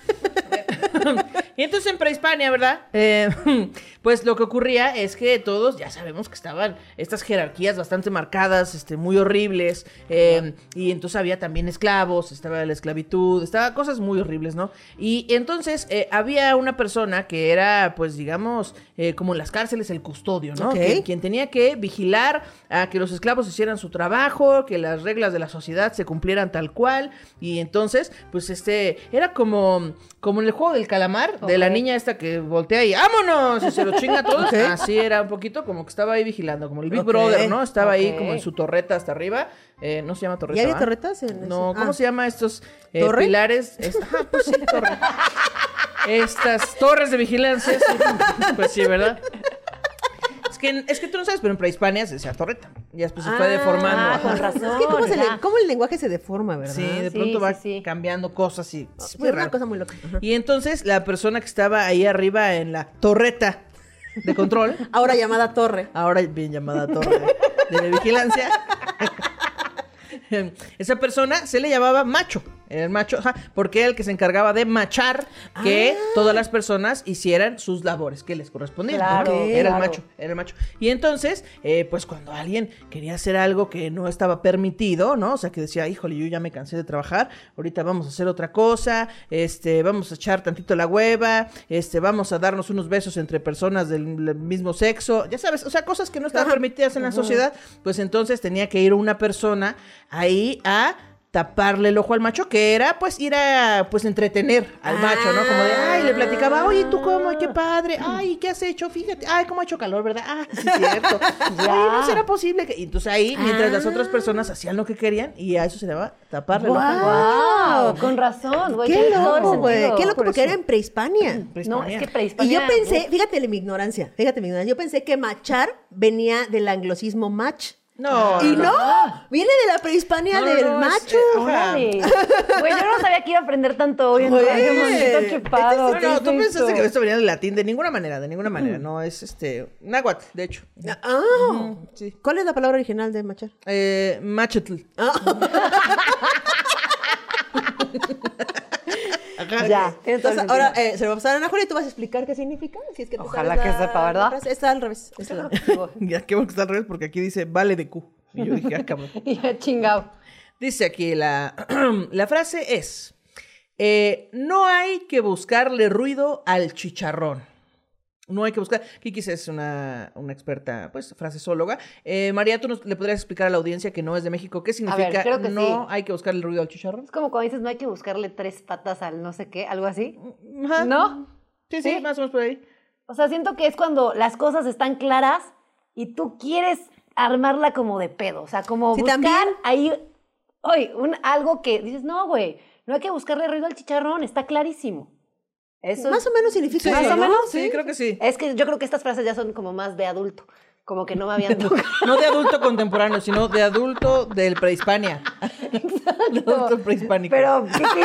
Speaker 2: y entonces en prehispania, ¿verdad? Eh, [laughs] pues lo que ocurría es que todos ya sabemos que estaban estas jerarquías bastante marcadas, este, muy horribles. eh, y entonces había también esclavos, estaba la esclavitud, estaba cosas muy horribles, ¿no? Y entonces eh, había una persona que era, pues digamos, eh, como en las cárceles, el custodio, ¿no?
Speaker 1: Ok.
Speaker 2: Que- quien tenía que vigilar a que los esclavos hicieran su trabajo, que las reglas de la sociedad se cumplieran tal cual. Y entonces, pues este, era como, como en el juego del calamar, de la
Speaker 3: Ok.
Speaker 2: niña esta que voltea y ¡vámonos! Y se lo chinga a todos.
Speaker 1: Ok.
Speaker 2: Así era un poquito como que estaba ahí vigilando, como el Big
Speaker 1: Ok.
Speaker 2: Brother, ¿no? Estaba ahí
Speaker 3: Ok.
Speaker 2: como en su torreta hasta arriba. Eh, no se llama torreta.
Speaker 1: ¿Y había
Speaker 2: ¿va?
Speaker 1: torretas en
Speaker 2: No,
Speaker 1: ese?
Speaker 2: ¿cómo
Speaker 1: Ah.
Speaker 2: se llama estos eh,
Speaker 1: ¿Torre?
Speaker 2: pilares? Es- ajá, pues sí,
Speaker 1: [laughs]
Speaker 2: torre. Estas torres de vigilancia. sí. Pues sí, ¿verdad? Es que, es que tú no sabes, pero en prehispania se decía torreta. Ya después se fue
Speaker 1: Ah,
Speaker 2: deformando.
Speaker 3: ah,
Speaker 2: ajá.
Speaker 3: con razón.
Speaker 1: Es que cómo, se le-
Speaker 3: ya.
Speaker 1: cómo el lenguaje se deforma, ¿verdad?
Speaker 2: Sí, de
Speaker 3: Sí,
Speaker 2: pronto va
Speaker 3: sí, sí.
Speaker 2: cambiando cosas y
Speaker 1: Es
Speaker 2: es muy
Speaker 1: una
Speaker 2: raro.
Speaker 1: cosa muy loca. Ajá.
Speaker 2: Y entonces la persona que estaba ahí arriba en la torreta de
Speaker 3: [laughs]
Speaker 2: control,
Speaker 1: Ahora llamada torre.
Speaker 2: ahora bien llamada torre de
Speaker 3: [laughs]
Speaker 2: vigilancia, esa persona se le llamaba macho, el macho, ajá, porque era el que se encargaba de machar que
Speaker 3: Ah.
Speaker 2: todas las personas hicieran sus labores que les correspondían. ¿no?
Speaker 3: Claro,
Speaker 2: era el
Speaker 3: claro.
Speaker 2: macho, era el macho. Y entonces, eh, pues cuando alguien quería hacer algo que no estaba permitido, ¿no? O sea, que decía, híjole, yo ya me cansé de trabajar, ahorita vamos a hacer otra cosa, este, vamos a echar tantito la hueva, este, vamos a darnos unos besos entre personas del, del mismo sexo, ya sabes, o sea, cosas que no estaban permitidas en la sociedad, pues entonces tenía que ir una persona ahí a taparle el ojo al macho, que era pues ir a pues entretener al macho, ¿no? Como de, ay, le platicaba, oye, ¿tú cómo? Ay, Qué padre, ay, ¿qué has hecho? Fíjate, ay, cómo ha hecho calor, ¿verdad? Ah, sí, es cierto.
Speaker 3: Ya.
Speaker 2: Ay, no será posible que... Y entonces ahí, mientras las otras personas hacían lo que querían, y a eso se le va a taparle el ojo al macho.
Speaker 3: ¡Wow! Con razón, güey.
Speaker 1: Qué
Speaker 3: tiene todo el
Speaker 1: loco, güey.
Speaker 3: sentido.
Speaker 1: Qué loco,
Speaker 2: por
Speaker 1: porque
Speaker 2: eso.
Speaker 1: era en prehispania.
Speaker 3: No,
Speaker 1: Y
Speaker 3: es que
Speaker 1: yo
Speaker 3: prehispania.
Speaker 1: pensé, fíjate mi ignorancia, fíjate mi ignorancia, yo pensé que machar venía del anglosismo match.
Speaker 2: No,
Speaker 1: y
Speaker 2: no,
Speaker 1: no, viene de la prehispania
Speaker 2: No, no,
Speaker 1: del
Speaker 2: no, es-
Speaker 1: macho.
Speaker 2: eh, ajá.
Speaker 3: Órale. Güey, yo no sabía que iba a aprender tanto hoy en
Speaker 1: Güey.
Speaker 3: día. Qué maldito chupado.
Speaker 2: No,
Speaker 3: ¿qué
Speaker 2: no,
Speaker 3: es
Speaker 2: tú pensaste
Speaker 3: esto?
Speaker 2: que esto venía del latín, de ninguna manera, de ninguna manera, no, es este, náhuatl, de hecho.
Speaker 1: Ah. ¿Cuál es la palabra original de machar?
Speaker 2: Eh, machetl. [laughs] Ajá.
Speaker 3: Ya, tiene todo
Speaker 1: Entonces,
Speaker 3: el sentido.
Speaker 1: ahora eh, se lo vas a dar a Ana Julia y tú vas a explicar qué significa. Si es que tú
Speaker 3: Ojalá
Speaker 1: sabes
Speaker 3: que sepa, ¿verdad?
Speaker 1: la frase. Está al revés. está al revés.
Speaker 3: [laughs]
Speaker 2: Ya, qué bueno que está al revés, porque aquí dice vale de Q. Y yo dije, ah, cabrón.
Speaker 3: Ya chingado.
Speaker 2: Dice aquí la, [clears throat] la frase es: eh, No hay que buscarle ruido al chicharrón. No hay que buscar. Kikis es una, una experta, pues, frasesóloga. Eh, María, ¿tú nos- le podrías explicar a la audiencia que no es de México qué significa
Speaker 3: creo que
Speaker 2: no
Speaker 3: sí.
Speaker 2: hay que buscar el ruido al chicharrón?
Speaker 3: Es como cuando dices, no hay que buscarle tres patas al no sé qué, algo así.
Speaker 2: Ajá.
Speaker 3: ¿No?
Speaker 2: Sí, sí,
Speaker 3: ¿Sí?
Speaker 2: más o menos por ahí.
Speaker 3: O sea, siento que es cuando las cosas están claras y tú quieres armarla como de pedo. O sea, como
Speaker 1: Sí,
Speaker 3: buscar
Speaker 1: también.
Speaker 3: ahí oye, un, algo que dices, no, güey, no hay que buscarle ruido al chicharrón, está clarísimo. Eso
Speaker 1: Más o menos significa
Speaker 3: Más
Speaker 1: eso,
Speaker 3: o
Speaker 1: ¿no?
Speaker 3: menos,
Speaker 2: Sí, creo que sí.
Speaker 3: es que yo creo que estas frases ya son como más de adulto, como que no me habían tocado.
Speaker 2: No de adulto contemporáneo, sino de adulto del prehispania. [laughs] Adulto prehispánico.
Speaker 3: Pero, Kiki,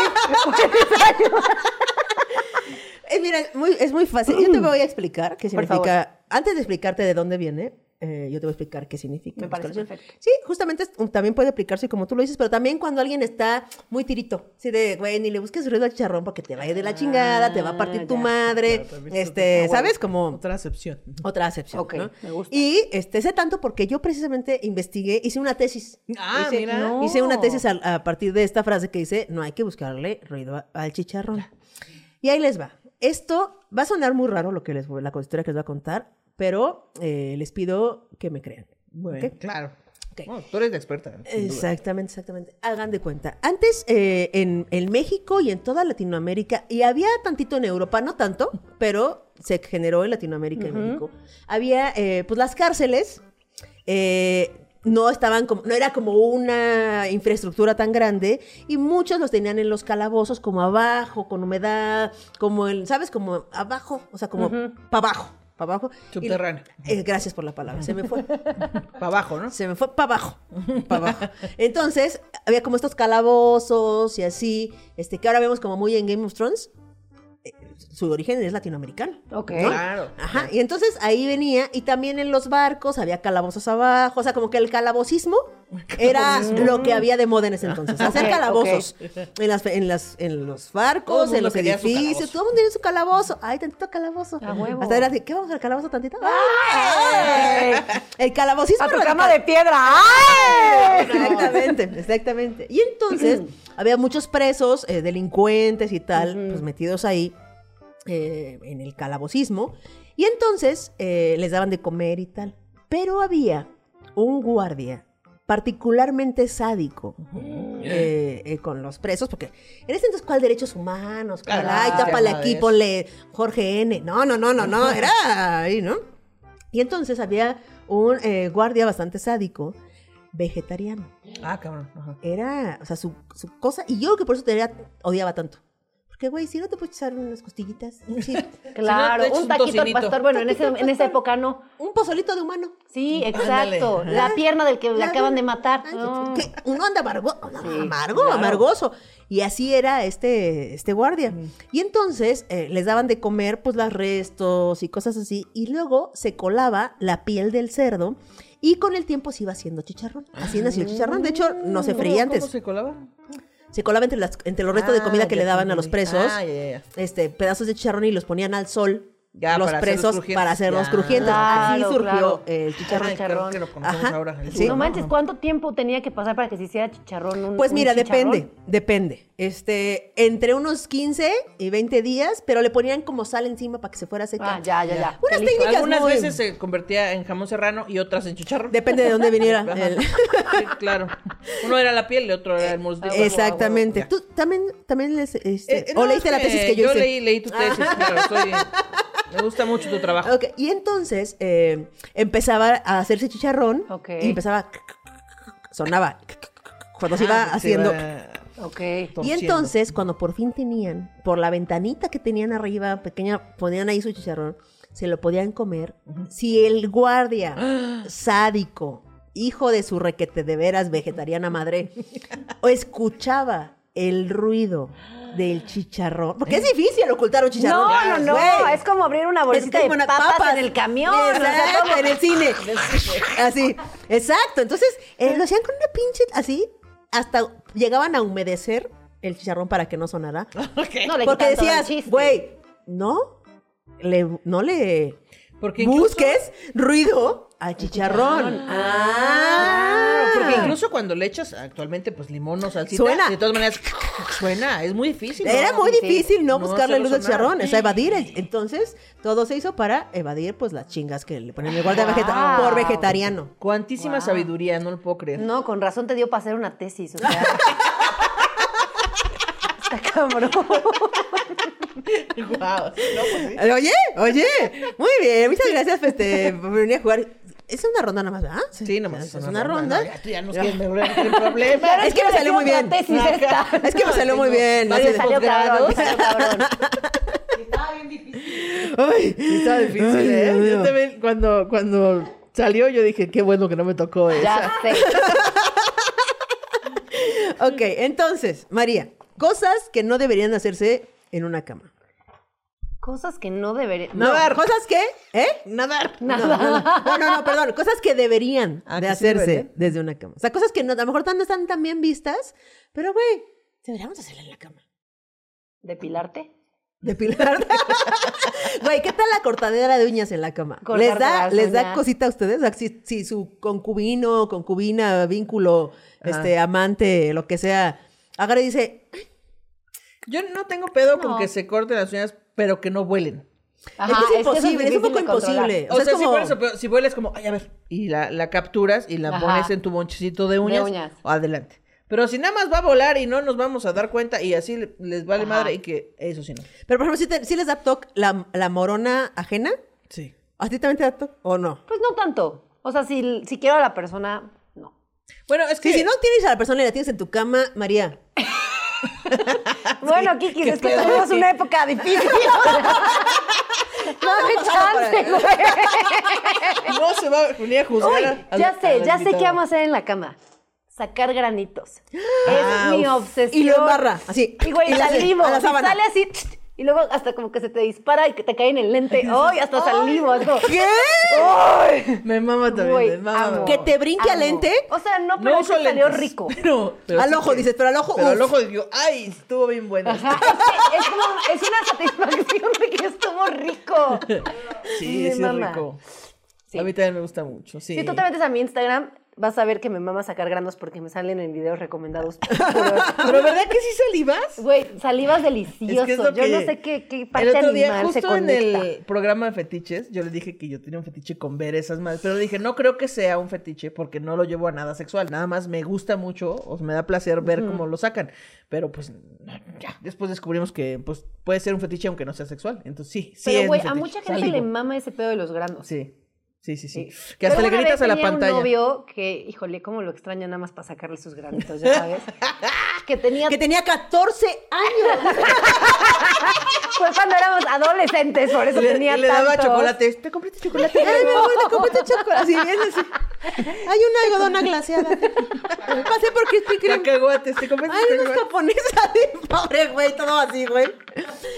Speaker 1: Eh, mira, muy- es muy fácil. Yo te voy a explicar qué
Speaker 3: Por
Speaker 1: significa. Antes de explicarte de dónde viene, eh, yo te voy a explicar qué significa.
Speaker 3: Me parece
Speaker 1: buscarlo.
Speaker 3: perfecto.
Speaker 1: Sí, justamente es- um, también puede aplicarse como tú lo dices, pero también cuando alguien está muy tirito, así de, güey, ni le busques ruido al charrón porque te va a ir de la chingada, te va a partir tu
Speaker 3: Ah, ya. ah,
Speaker 1: madre, este, ¿sabes? Como
Speaker 2: Otra acepción.
Speaker 1: otra acepción.
Speaker 3: Ok,
Speaker 1: ¿no?
Speaker 3: me gusta.
Speaker 1: Y este, sé tanto porque yo precisamente investigué, hice una tesis.
Speaker 2: Ah,
Speaker 1: hice,
Speaker 2: mira.
Speaker 3: No.
Speaker 1: hice una tesis al- a, partir de esta frase que dice, no hay que buscarle ruido a- al chicharrón. Y ahí les va. Esto va a sonar muy raro lo que les voy- la historia que les voy a contar, pero eh, les pido que me crean.
Speaker 2: Bueno,
Speaker 1: ¿ok?
Speaker 2: claro.
Speaker 1: Ok.
Speaker 2: No, tú eres la experta. sin duda.
Speaker 1: Exactamente, exactamente. Hagan de cuenta. Antes eh, en, en México y en toda Latinoamérica, y había tantito en Europa, no tanto, pero se generó en Latinoamérica y México, había eh, pues las cárceles. eh, no estaban como, no era como una infraestructura tan grande y muchos los tenían en los calabozos como abajo, con humedad, como el, ¿sabes? Como abajo, o sea, como para abajo, para abajo. Y-
Speaker 2: Subterráneo.
Speaker 1: Eh, gracias por la palabra, se me
Speaker 2: [laughs]
Speaker 1: fue.
Speaker 2: Para abajo, ¿no?
Speaker 1: Se me fue para abajo, para abajo. Entonces, había como estos calabozos y así, este, que ahora vemos como muy en Game of Thrones. Eh, Su origen es latinoamericano.
Speaker 3: ok.
Speaker 2: Claro.
Speaker 1: Ajá, y entonces ahí venía, y también en los barcos había calabozos abajo, o sea, como que el calabocismo era lo
Speaker 2: Mm.
Speaker 1: que había de moda en ese
Speaker 2: [laughs]
Speaker 1: entonces, hacer
Speaker 3: Ok,
Speaker 1: calabozos en, las, en, las, en los
Speaker 2: Todo el
Speaker 1: barcos,
Speaker 2: mundo
Speaker 1: en los
Speaker 2: quería su
Speaker 1: edificios,
Speaker 2: calabozo.
Speaker 1: todo el mundo tenía su calabozo, ay, tantito calabozo.
Speaker 3: A huevo.
Speaker 1: Hasta era de, ¿qué vamos al calabozo tantito?
Speaker 3: ¡Ay!
Speaker 1: El calabocismo
Speaker 3: A tu
Speaker 1: radical.
Speaker 3: cama de piedra. ¡Ay!
Speaker 1: [laughs] Exactamente, exactamente. Y
Speaker 2: [clears throat]
Speaker 1: entonces había muchos presos, eh, delincuentes y tal, pues metidos ahí eh, en el calabocismo. Y entonces eh, les daban de comer y tal. Pero había un guardia particularmente sádico eh, eh, con los presos, porque en ese entonces, ¿cuál derechos humanos? ¿Cuál?
Speaker 2: Ah,
Speaker 1: Ay, tápale
Speaker 2: tema de
Speaker 1: aquí,
Speaker 2: eso.
Speaker 1: ponle Jorge N. No, no, no, no, no, era ahí, ¿no? Y entonces había un eh, guardia bastante sádico, vegetariano.
Speaker 2: Ah, cabrón. Ajá.
Speaker 1: Era, o sea, su, su cosa. Y yo creo que por eso te era- odiaba tanto. Porque, güey, si no te puedes echar unas costillitas, sí,
Speaker 3: Claro,
Speaker 2: Si no, te echas
Speaker 3: un
Speaker 2: un
Speaker 3: taquito al
Speaker 2: tocinito.
Speaker 3: pastor. Bueno, en, ese- en esa época no.
Speaker 1: un pozolito de humano.
Speaker 3: Sí, exacto.
Speaker 2: Ándale.
Speaker 3: La pierna del que le
Speaker 1: La-
Speaker 3: acaban de matar.
Speaker 1: Ay,
Speaker 3: No.
Speaker 1: que uno anda amargo, amargo,
Speaker 2: claro.
Speaker 1: amargoso. Y así era este, este guardia. Y entonces eh, les daban de comer pues las restos y cosas así. Y luego se colaba la piel del cerdo y con el tiempo se iba haciendo chicharrón. Así nació el chicharrón. De hecho, no se
Speaker 2: Ah. Mm, ¿Cómo-
Speaker 1: freía antes.
Speaker 2: ¿Cómo se colaba?
Speaker 1: Se colaba entre, las, entre los restos de
Speaker 2: Ah,
Speaker 1: comida que
Speaker 2: ya
Speaker 1: le daban a los
Speaker 2: entendí.
Speaker 1: presos.
Speaker 2: Ah, ya, ya, ya.
Speaker 1: este, pedazos de chicharrón y los ponían al sol.
Speaker 2: Ya,
Speaker 1: los
Speaker 2: para hacerlos
Speaker 1: presos
Speaker 2: crujientes.
Speaker 1: para hacerlos
Speaker 2: Ya.
Speaker 1: crujientes.
Speaker 3: Claro,
Speaker 1: Así surgió
Speaker 3: claro.
Speaker 1: eh, el chicharrón.
Speaker 2: Ay, creo que lo conocemos
Speaker 1: Ajá.
Speaker 2: ahora. el
Speaker 1: Sí.
Speaker 3: No
Speaker 2: chicharrón.
Speaker 3: manches, ¿cuánto tiempo tenía que pasar para que se hiciera chicharrón? un-
Speaker 1: Pues
Speaker 3: un
Speaker 1: mira,
Speaker 3: chicharrón?
Speaker 1: depende, depende. Este, entre unos 15 y 20 días, pero le ponían como sal encima para que se fuera seca.
Speaker 3: Ah, ya, ya, ya.
Speaker 1: Unas técnicas
Speaker 2: Algunas
Speaker 1: muy-
Speaker 2: veces se convertía en jamón serrano y otras en chicharrón.
Speaker 1: Depende de dónde viniera
Speaker 2: Ajá. Ah,
Speaker 1: el-
Speaker 2: [laughs] Sí, claro. Uno era la piel y otro era el muslo.
Speaker 1: Exactamente.
Speaker 2: Ya.
Speaker 1: Tú también, también les, este,
Speaker 2: Ah, Eh, eh,
Speaker 1: o
Speaker 2: no,
Speaker 1: leíste
Speaker 2: es
Speaker 1: la tesis que yo, hice. Ah.
Speaker 2: leí, leí tu tesis, claro. soy- me gusta mucho tu trabajo.
Speaker 1: Ok, Y entonces eh, empezaba a hacerse chicharrón
Speaker 3: Ok.
Speaker 1: y empezaba, [laughs] sonaba [laughs] cuando se pues iba
Speaker 2: Ah, se
Speaker 1: haciendo.
Speaker 2: iba [laughs]
Speaker 3: Ok.
Speaker 1: Y
Speaker 2: torciendo.
Speaker 1: entonces, cuando por fin tenían, por la ventanita que tenían arriba, pequeña, ponían ahí su chicharrón, se lo podían comer. Si el guardia sádico, hijo de su requete de veras vegetariana
Speaker 3: [laughs]
Speaker 1: madre, o escuchaba el ruido del chicharrón, porque es difícil ocultar un chicharrón.
Speaker 3: ¿Eh? No, no, no.
Speaker 1: Güey.
Speaker 3: Es como abrir una
Speaker 1: Es
Speaker 3: bolsita
Speaker 1: como
Speaker 3: de
Speaker 1: una
Speaker 3: papas,
Speaker 1: papa.
Speaker 3: en el camión. o sea,
Speaker 1: Exacto,
Speaker 3: todo-
Speaker 1: en el cine. Así, exacto. Entonces, eh, lo hacían con una pinche, así, hasta llegaban a humedecer el chicharrón para que no sonara.
Speaker 3: No le
Speaker 1: Porque
Speaker 3: quitan todo el
Speaker 1: decías,
Speaker 3: chiste.
Speaker 1: güey, no, le, no le
Speaker 2: Porque incluso-
Speaker 1: busques ruido al chicharrón.
Speaker 2: Claro,
Speaker 1: Ah,
Speaker 2: porque incluso cuando le echas actualmente pues limón o salsita,
Speaker 1: Suena.
Speaker 2: de todas maneras suena, es muy difícil.
Speaker 1: Era
Speaker 2: ¿no?
Speaker 1: muy
Speaker 2: Sí.
Speaker 1: difícil no,
Speaker 2: No
Speaker 1: buscarle
Speaker 2: solo
Speaker 1: luz al
Speaker 2: sonar.
Speaker 1: chicharrón, o sea, evadir. el- Entonces, todo se hizo para evadir pues las chingas que le ponen el guarda vegeta-
Speaker 3: Wow.
Speaker 1: por vegetariano.
Speaker 2: Cuantísima sabiduría, no lo puedo creer.
Speaker 3: No, con razón te dio para hacer una tesis, o sea. Está cabrón.
Speaker 2: [laughs] Guau. pues
Speaker 1: [laughs] Oye, oye, muy bien, muchas gracias pues, este, por venir a jugar. Es una ronda nada más, ¿verdad?
Speaker 2: Sí, nomás
Speaker 1: es una, ronda.
Speaker 2: No, ya, tú ya nos quieres meter en problemas.
Speaker 1: [laughs] Es que me salió muy bien.
Speaker 3: Una tesis esta.
Speaker 1: Es que me salió muy
Speaker 2: tengo
Speaker 1: bien.
Speaker 2: varios
Speaker 1: así de-
Speaker 3: Salió
Speaker 1: [laughs]
Speaker 3: cabrón,
Speaker 2: posgrados.
Speaker 3: salió cabrón.
Speaker 1: Ay,
Speaker 2: Está difícil,
Speaker 1: ay,
Speaker 2: ¿eh?
Speaker 1: Dios mío.
Speaker 2: Yo también, cuando, cuando salió, yo dije, qué bueno que no me tocó esa.
Speaker 3: Ya sé.
Speaker 1: Ok, entonces, María, cosas que no deberían hacerse en una cama.
Speaker 3: Cosas que no deberían.
Speaker 1: No, cosas que, ¿eh?
Speaker 2: Nadar.
Speaker 1: No, no, no, no, no, perdón, cosas que deberían
Speaker 2: Ah,
Speaker 1: de
Speaker 2: que sí
Speaker 1: hacerse
Speaker 2: deberían.
Speaker 1: desde una cama. O sea, cosas que no, a lo mejor tan- no están tan bien vistas, pero güey, deberíamos hacerla en la cama.
Speaker 3: ¿Depilarte?
Speaker 1: Depilar. [laughs] Güey, ¿qué tal la cortadera de uñas en la cama?
Speaker 3: Cortarte
Speaker 1: ¿Les da,
Speaker 3: las
Speaker 1: ¿Les da
Speaker 3: uñas.
Speaker 1: cosita a ustedes? O sea, si, si su concubino, concubina, vínculo, este, amante, lo que sea, agarra y dice,
Speaker 2: Yo no tengo pedo con
Speaker 3: No.
Speaker 2: que se corten las uñas, pero que no vuelen.
Speaker 3: Ajá,
Speaker 1: es que es
Speaker 3: que eso
Speaker 1: imposible, es,
Speaker 3: difícil
Speaker 1: un poco
Speaker 3: de controlar.
Speaker 1: imposible.
Speaker 2: O sea,
Speaker 1: es
Speaker 2: sí,
Speaker 1: como-
Speaker 2: por eso, pero si vueles como, ay, a ver, y la, la capturas y la
Speaker 3: Ajá.
Speaker 2: pones en tu bonchecito de uñas,
Speaker 3: uñas.
Speaker 2: adelante. Pero si nada más va a volar y no nos vamos a dar cuenta y así le- les vale
Speaker 3: Ajá.
Speaker 2: madre y que eso sí no.
Speaker 1: Pero por ejemplo, si, te- si les da toc la, la morona ajena,
Speaker 2: Sí.
Speaker 1: ¿a ti también te da toc o no?
Speaker 3: Pues no tanto. O sea, si, si quiero a la persona, no.
Speaker 2: Bueno, es que
Speaker 1: Sí, si no tienes a la persona y la tienes en tu cama, María. Ah,
Speaker 3: Bueno, Kiki, es que
Speaker 2: pedo,
Speaker 3: tenemos
Speaker 2: Kiki?
Speaker 3: una época
Speaker 1: [laughs]
Speaker 3: difícil. Dame chance, güey.
Speaker 2: no se va a venir a juzgar.
Speaker 3: Uy,
Speaker 2: a- a-
Speaker 3: ya
Speaker 2: a
Speaker 3: sé,
Speaker 2: la
Speaker 3: ya sé qué
Speaker 2: invitada.
Speaker 3: vamos a hacer en la cama. Sacar granitos.
Speaker 2: Ah,
Speaker 3: es mi
Speaker 2: uf.
Speaker 3: obsesión.
Speaker 1: Y lo embarra, así.
Speaker 3: Y güey,
Speaker 1: Y la-
Speaker 3: salimos.
Speaker 1: a la
Speaker 3: y
Speaker 1: sábana.
Speaker 3: sale así. tss, Y luego hasta como que se te dispara y que te cae en el
Speaker 1: [laughs]
Speaker 3: lente. ¡Ay, hasta salimos! es como,
Speaker 1: ¿Qué?
Speaker 3: ¡Ay!
Speaker 2: Me mama también,
Speaker 3: Güey,
Speaker 2: me mama.
Speaker 3: amo.
Speaker 1: ¿Que te brinque al
Speaker 3: Amo.
Speaker 1: lente?
Speaker 3: O sea, no, pero eso
Speaker 2: uso
Speaker 3: salió
Speaker 2: lentes, [laughs]
Speaker 3: rico.
Speaker 2: pero- pero
Speaker 1: Al
Speaker 2: sí
Speaker 1: ojo,
Speaker 2: que-
Speaker 1: dices, pero al ojo,
Speaker 2: Pero al
Speaker 1: uf.
Speaker 2: ojo digo, ay, estuvo bien bueno. este".
Speaker 3: [laughs] Ajá, es, que es como, es una satisfacción de que estuvo rico.
Speaker 2: Sí,
Speaker 3: Me
Speaker 2: sí, es
Speaker 3: mama.
Speaker 2: rico.
Speaker 3: Sí.
Speaker 2: A mí también me gusta mucho. Sí.
Speaker 3: Si tú
Speaker 2: [laughs]
Speaker 3: te metes a mi Instagram, vas a ver que me mamas sacar granos porque me salen en
Speaker 2: [laughs]
Speaker 3: videos recomendados. puros.
Speaker 2: Pero ¿verdad que sí salivas?
Speaker 3: Güey, salivas delicioso.
Speaker 2: Es que es lo
Speaker 3: Yo no
Speaker 2: que-
Speaker 3: sé qué, qué
Speaker 2: El
Speaker 3: parte
Speaker 2: otro día,
Speaker 3: animal
Speaker 2: justo
Speaker 3: se conecta.
Speaker 2: en el programa de fetiches, yo le dije que yo tenía un fetiche con ver esas madres, pero le dije, no creo que sea un fetiche porque no lo llevo a nada sexual, nada más me gusta mucho, o sea, me da placer ver cómo lo sacan, pero pues no, ya, después descubrimos que pues puede ser un fetiche aunque no sea sexual, entonces sí, sí es
Speaker 3: Pero,
Speaker 2: mi
Speaker 3: güey, a
Speaker 2: fetiche.
Speaker 3: mucha gente
Speaker 2: Salivo.
Speaker 3: le mama ese pedo de los granos.
Speaker 2: Sí, sí, sí, sí.
Speaker 3: Sí.
Speaker 2: Que hasta
Speaker 3: Yo
Speaker 2: le
Speaker 3: una vez
Speaker 2: gritas a la
Speaker 3: tenía
Speaker 2: pantalla.
Speaker 3: un novio que, híjole, cómo lo extraña nada más para sacarle sus granitos,
Speaker 2: [laughs]
Speaker 3: ya sabes. que tenía...
Speaker 1: Que tenía 14 años.
Speaker 3: Fue cuando éramos adolescentes, por eso
Speaker 2: le,
Speaker 3: tenía
Speaker 2: y le daba
Speaker 3: tantos.
Speaker 2: chocolate, te
Speaker 3: [laughs]
Speaker 2: compraste chocolate.
Speaker 1: Ay, mi amor, te compré tu chocolate. Así bien, así. Hay una algodona glaseada. Pasé por Krispy Kreme.
Speaker 2: Cacahuates, te compraste
Speaker 1: Ay, unos
Speaker 2: cacahuates.
Speaker 1: japoneses así, pobre güey, todo así, güey.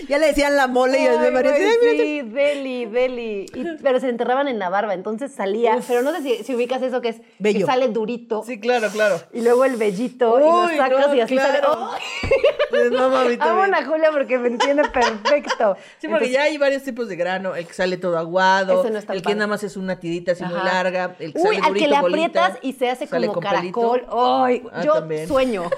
Speaker 1: Ya le decían la mole y
Speaker 3: Ay,
Speaker 1: el María. así,
Speaker 3: güey,
Speaker 1: Ay, mira,
Speaker 3: sí, deli, deli. Y- pero se enterraban en la barba, entonces salía. Pero no sé si, si ubicas eso que es
Speaker 1: Vello.
Speaker 3: que sale durito.
Speaker 2: Sí, claro,
Speaker 3: [laughs]
Speaker 2: claro.
Speaker 3: Y luego el vellito
Speaker 2: Uy,
Speaker 3: y lo sacas
Speaker 2: no,
Speaker 3: y así
Speaker 2: claro.
Speaker 3: sale.
Speaker 2: Les mama a mí
Speaker 3: ¡Ay! Amo
Speaker 2: también.
Speaker 3: a Julia porque me entiende perfecto.
Speaker 2: [laughs] Sí, porque
Speaker 3: Entonces,
Speaker 2: ya hay varios tipos de grano, el que sale todo aguado,
Speaker 3: Ese no está
Speaker 2: el que
Speaker 3: padre.
Speaker 2: nada más es una tirita así muy
Speaker 3: Ajá.
Speaker 2: larga, el que
Speaker 3: Uy,
Speaker 2: sale
Speaker 3: al que
Speaker 2: durito,
Speaker 3: le
Speaker 2: bolita,
Speaker 3: aprietas y se hace
Speaker 2: sale
Speaker 3: como
Speaker 2: con pelito.
Speaker 3: caracol. Ay,
Speaker 2: Ah,
Speaker 3: yo
Speaker 2: también. [laughs]
Speaker 3: sueño. [laughs]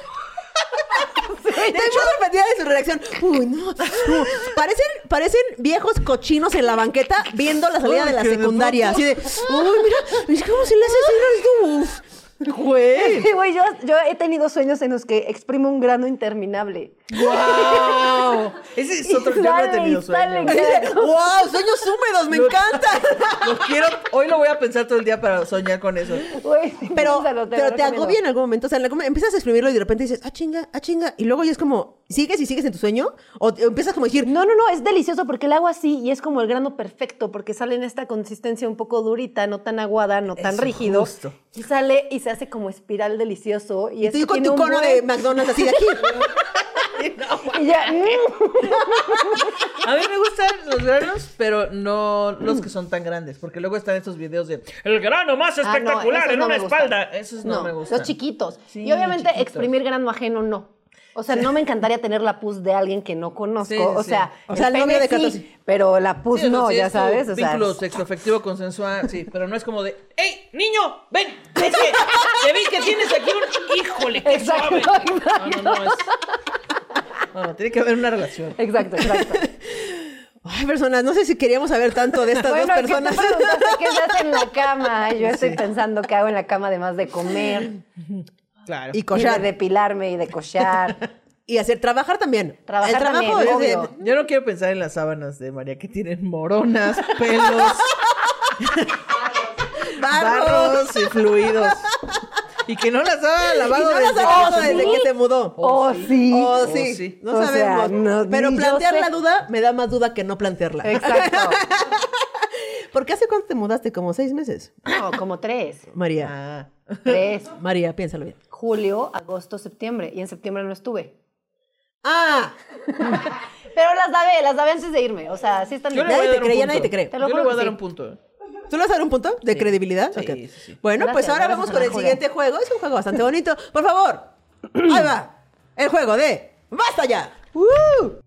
Speaker 1: Estoy muy sorprendida de su reacción. Uy, no. no. Parecen, parecen viejos cochinos en la banqueta viendo la salida
Speaker 2: Ay,
Speaker 1: de la
Speaker 2: que de
Speaker 1: secundaria. Así
Speaker 2: pronto.
Speaker 1: de, uy, mira, mira cómo se le hace así, mira, esto, uf. Güey.
Speaker 3: Sí, güey, yo, yo he tenido sueños en los que exprimo un grano interminable.
Speaker 2: ¡Wow! Ese es otro que yo no he
Speaker 3: Sale y
Speaker 2: tenido
Speaker 3: sale,
Speaker 2: sueño.
Speaker 1: Así [laughs] de, wow, sueños húmedos, me encanta. [laughs]
Speaker 2: Lo quiero, hoy lo voy a pensar todo el día para soñar con eso.
Speaker 3: Güey, [laughs]
Speaker 1: Pero,
Speaker 3: piénsalo,
Speaker 1: pero
Speaker 3: lo
Speaker 1: te
Speaker 3: recomiendo.
Speaker 1: agobia en algún momento. O sea, en algún- empiezas a escribirlo y de repente dices, ah, chinga, ah, chinga. Y luego ya es como, ¿sigues y sigues en tu sueño? O te- empiezas como a decir,
Speaker 3: No, no, no, es delicioso porque el hago así y es como el grano perfecto porque sale en esta consistencia un poco durita, no tan aguada, no tan
Speaker 2: Eso,
Speaker 3: rígido.
Speaker 2: justo.
Speaker 3: Y sale y se hace como espiral delicioso. Y,
Speaker 1: y
Speaker 3: esto
Speaker 1: tú con
Speaker 3: tiene
Speaker 1: tu
Speaker 3: un
Speaker 1: cono
Speaker 3: buen-
Speaker 1: de McDonald's así de aquí.
Speaker 3: [laughs] Y ya, mm.
Speaker 2: A mí me gustan los granos, pero no los que son tan grandes, porque luego están estos videos de el grano más
Speaker 3: Ah, no,
Speaker 2: espectacular
Speaker 3: esos
Speaker 2: en
Speaker 3: no
Speaker 2: una
Speaker 3: me gustan.
Speaker 2: espalda. Esos no, me gustan.
Speaker 3: Los chiquitos.
Speaker 2: Sí,
Speaker 3: y obviamente
Speaker 2: chiquitos.
Speaker 3: exprimir grano ajeno no. O sea, no me encantaría tener la pus de alguien que no conozco.
Speaker 2: Sí, sí,
Speaker 3: o
Speaker 2: sí.
Speaker 3: sea,
Speaker 1: O sea, el
Speaker 3: pene
Speaker 1: novio de
Speaker 3: sí,
Speaker 1: Cato sí.
Speaker 3: pero la pus
Speaker 2: Sí, o sea,
Speaker 3: Pues no,
Speaker 2: sí
Speaker 3: ya
Speaker 2: es tu
Speaker 3: sabes. O sea,
Speaker 2: Vínculo sexoafectivo consensual, sí, pero no es como de, ¡Ey, niño! ¡Ven! Es que te vi que tienes aquí un. ¡Híjole! Qué
Speaker 3: [laughs] Exacto,
Speaker 2: suave".
Speaker 3: [laughs]
Speaker 2: No,
Speaker 3: exacto.
Speaker 2: no, no. Es... No, no, tiene que haber una relación.
Speaker 3: Exacto, exacto.
Speaker 1: Ay, personas, no sé si queríamos saber tanto de estas
Speaker 3: bueno,
Speaker 1: dos
Speaker 3: es que tú
Speaker 1: personas.
Speaker 3: preguntaste qué se hace en la cama. Yo estoy pensando qué hago en la cama además de comer,
Speaker 2: Claro.
Speaker 1: [laughs] y
Speaker 3: y
Speaker 1: cochar.
Speaker 3: de depilarme y de cochar.
Speaker 1: Y hacer trabajar también.
Speaker 3: Trabajar
Speaker 1: el trabajo
Speaker 3: también,
Speaker 1: es de-
Speaker 3: obvio.
Speaker 2: Yo no quiero pensar en las sábanas de María que tienen moronas, pelos,
Speaker 1: barros.
Speaker 2: barros y fluidos. Y que no las ha
Speaker 1: Y
Speaker 2: lavado
Speaker 1: no las
Speaker 2: desde
Speaker 1: ha
Speaker 2: que
Speaker 1: lavado
Speaker 2: se
Speaker 1: desde
Speaker 2: mudó.
Speaker 1: que se mudó.
Speaker 3: Oh, sí.
Speaker 1: Oh,
Speaker 2: Oh,
Speaker 1: sí.
Speaker 2: sí.
Speaker 1: No
Speaker 3: O sea,
Speaker 1: sabemos.
Speaker 3: no-
Speaker 1: Pero
Speaker 3: ni yo
Speaker 1: plantear
Speaker 3: sé.
Speaker 1: la duda me da más duda que no plantearla. [laughs]
Speaker 3: Exacto.
Speaker 1: Porque hace cuánto te mudaste, como seis meses.
Speaker 3: No, como tres.
Speaker 1: María.
Speaker 2: Ah.
Speaker 3: Tres.
Speaker 1: María, piénsalo bien.
Speaker 3: Julio, agosto, septiembre. Y en septiembre no estuve.
Speaker 1: Ah,
Speaker 3: Pero las dabé, las dabé antes de irme. O sea, sí están
Speaker 2: Yo le
Speaker 1: Nadie
Speaker 2: voy
Speaker 1: te
Speaker 2: a dar un
Speaker 1: creía,
Speaker 2: punto.
Speaker 1: nadie te cree.
Speaker 3: Te lo
Speaker 2: Yo le
Speaker 3: juro
Speaker 2: voy a
Speaker 3: que
Speaker 2: dar
Speaker 3: sí.
Speaker 2: un punto.
Speaker 1: ¿Tú le vas a dar un punto de credibilidad?
Speaker 2: Sí,
Speaker 1: Ok.
Speaker 2: sí, sí.
Speaker 1: Bueno,
Speaker 3: Gracias,
Speaker 1: pues ahora
Speaker 3: gracias
Speaker 1: vamos
Speaker 3: a
Speaker 1: con
Speaker 3: la
Speaker 1: el
Speaker 3: Julia.
Speaker 1: siguiente juego. Es un juego bastante bonito. Por favor, ahí va. El juego de ¡Basta ya!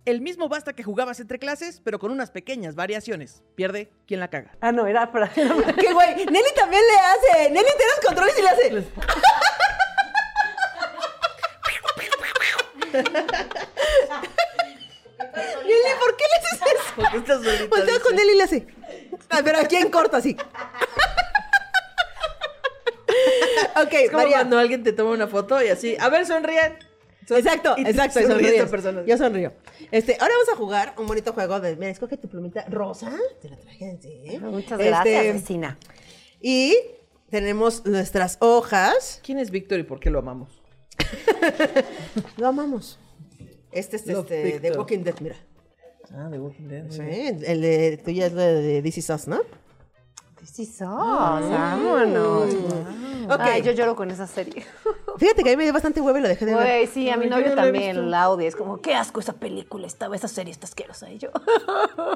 Speaker 2: El mismo basta que jugabas entre clases, pero con unas pequeñas variaciones. Pierde quien la caga.
Speaker 3: Ah, no, era para.
Speaker 1: ¡Qué güey! Nelly también le hace. Nelly tiene los controles y le hace. Nelly, ¿por qué le haces eso?
Speaker 2: Porque estás solita,
Speaker 1: Voltea Pues
Speaker 2: dice.
Speaker 1: con Nelly y le hace. Ah, pero ¿a quién corta así? ok,
Speaker 2: Es como
Speaker 1: María.
Speaker 2: cuando alguien te toma una foto y así, a ver, sonrían. Son-
Speaker 1: Exacto,
Speaker 2: y te
Speaker 1: exacto. y
Speaker 2: sonríe
Speaker 1: sonríes.
Speaker 2: esta persona.
Speaker 1: Yo sonrío. Este, ahora vamos a jugar un bonito juego de. Mira, escoge tu plumita rosa. Te la traje así. ¿eh?
Speaker 3: Muchas
Speaker 1: Este,
Speaker 3: gracias, vecina.
Speaker 1: Y tenemos nuestras hojas.
Speaker 2: ¿Quién es Víctor y por qué lo amamos?
Speaker 1: Lo amamos. Este es
Speaker 2: Love
Speaker 1: este, de
Speaker 2: Victor.
Speaker 1: Walking Dead, mira.
Speaker 2: Ah, de Walking Dead.
Speaker 1: Sí, el de tuya es la de This Is Us, ¿no?
Speaker 3: Sí, sos. Vámonos.
Speaker 1: Ok.
Speaker 3: Mm. Ay, yo lloro con esa serie.
Speaker 1: Fíjate que a mí me dio bastante huevo y lo dejé de ver.
Speaker 3: Güey, sí, a mi
Speaker 2: Ay, yo
Speaker 3: novio
Speaker 2: no la he
Speaker 3: también
Speaker 2: visto.
Speaker 3: la odia. Es como, qué asco esa película, estaba esa serie está asquerosa. Y yo,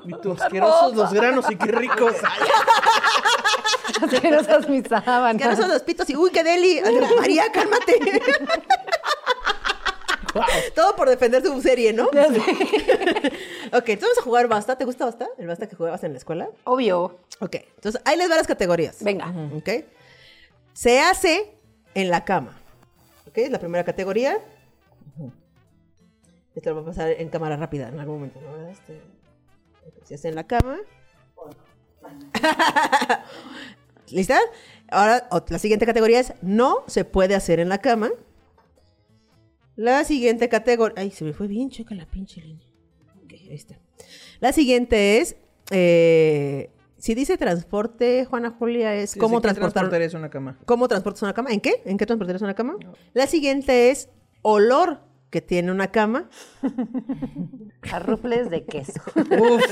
Speaker 2: Y tú, asquerosos los granos y qué ricos.
Speaker 3: asquerosas mis
Speaker 1: Que ahora [laughs]
Speaker 3: sábanas. [laughs]
Speaker 1: son los pitos y uy, qué deli. Andrea, María, cálmate. Todo por defender tu serie, ¿no? ok, entonces vamos a jugar basta. ¿Te gusta basta? ¿El basta que jugabas en la escuela?
Speaker 3: Obvio.
Speaker 1: Ok, entonces ahí les van las categorías.
Speaker 3: Venga.
Speaker 1: Ok. Se hace en la cama. Ok, es la primera categoría. Esto lo voy a pasar en cámara rápida en algún momento, ¿no? ¿Verdad? Este, ok, se hace en la cama. [laughs] ¿Lista? Ahora, ot- la siguiente categoría es no se puede hacer en la cama. La siguiente categoría... Ay, se me fue bien, checa la pinche línea. Ok, ahí está. La siguiente es... eh, si dice transporte, Juana Julia, es cómo transportar...
Speaker 2: transportarías una cama?
Speaker 1: ¿Cómo transportas una cama? ¿En qué? ¿En qué transportarías una cama? La siguiente es olor que tiene una cama.
Speaker 3: Arruples de queso. [laughs]
Speaker 2: Uf,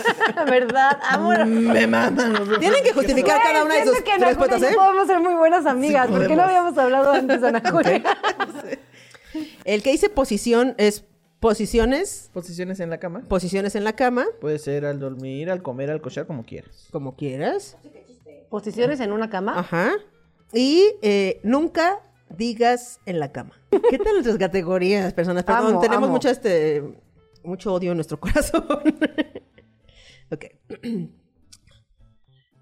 Speaker 2: [laughs]
Speaker 3: ¿Verdad? Amor.
Speaker 2: me maman los
Speaker 1: Tienen que justificar cada una de sus
Speaker 3: Siento que Ana
Speaker 1: respuestas,
Speaker 3: Julia y
Speaker 1: ¿eh?
Speaker 3: yo podemos ser muy buenas amigas.
Speaker 2: Sí,
Speaker 3: ¿Por qué no
Speaker 2: podemos.
Speaker 3: habíamos hablado antes, Ana Julia?
Speaker 1: El que dice posición es posiciones,
Speaker 2: Posiciones en la cama.
Speaker 1: posiciones en la cama,
Speaker 2: Puede ser al dormir, al comer, al cochar, como quieras.
Speaker 1: como quieras.
Speaker 3: Posiciones en una cama.
Speaker 1: Ajá. Y eh, nunca digas en la cama. ¿Qué tal nuestras categorías, personas? Perdón,
Speaker 3: Amo,
Speaker 1: tenemos
Speaker 3: amo.
Speaker 1: mucho este mucho odio en nuestro corazón. [laughs] ok.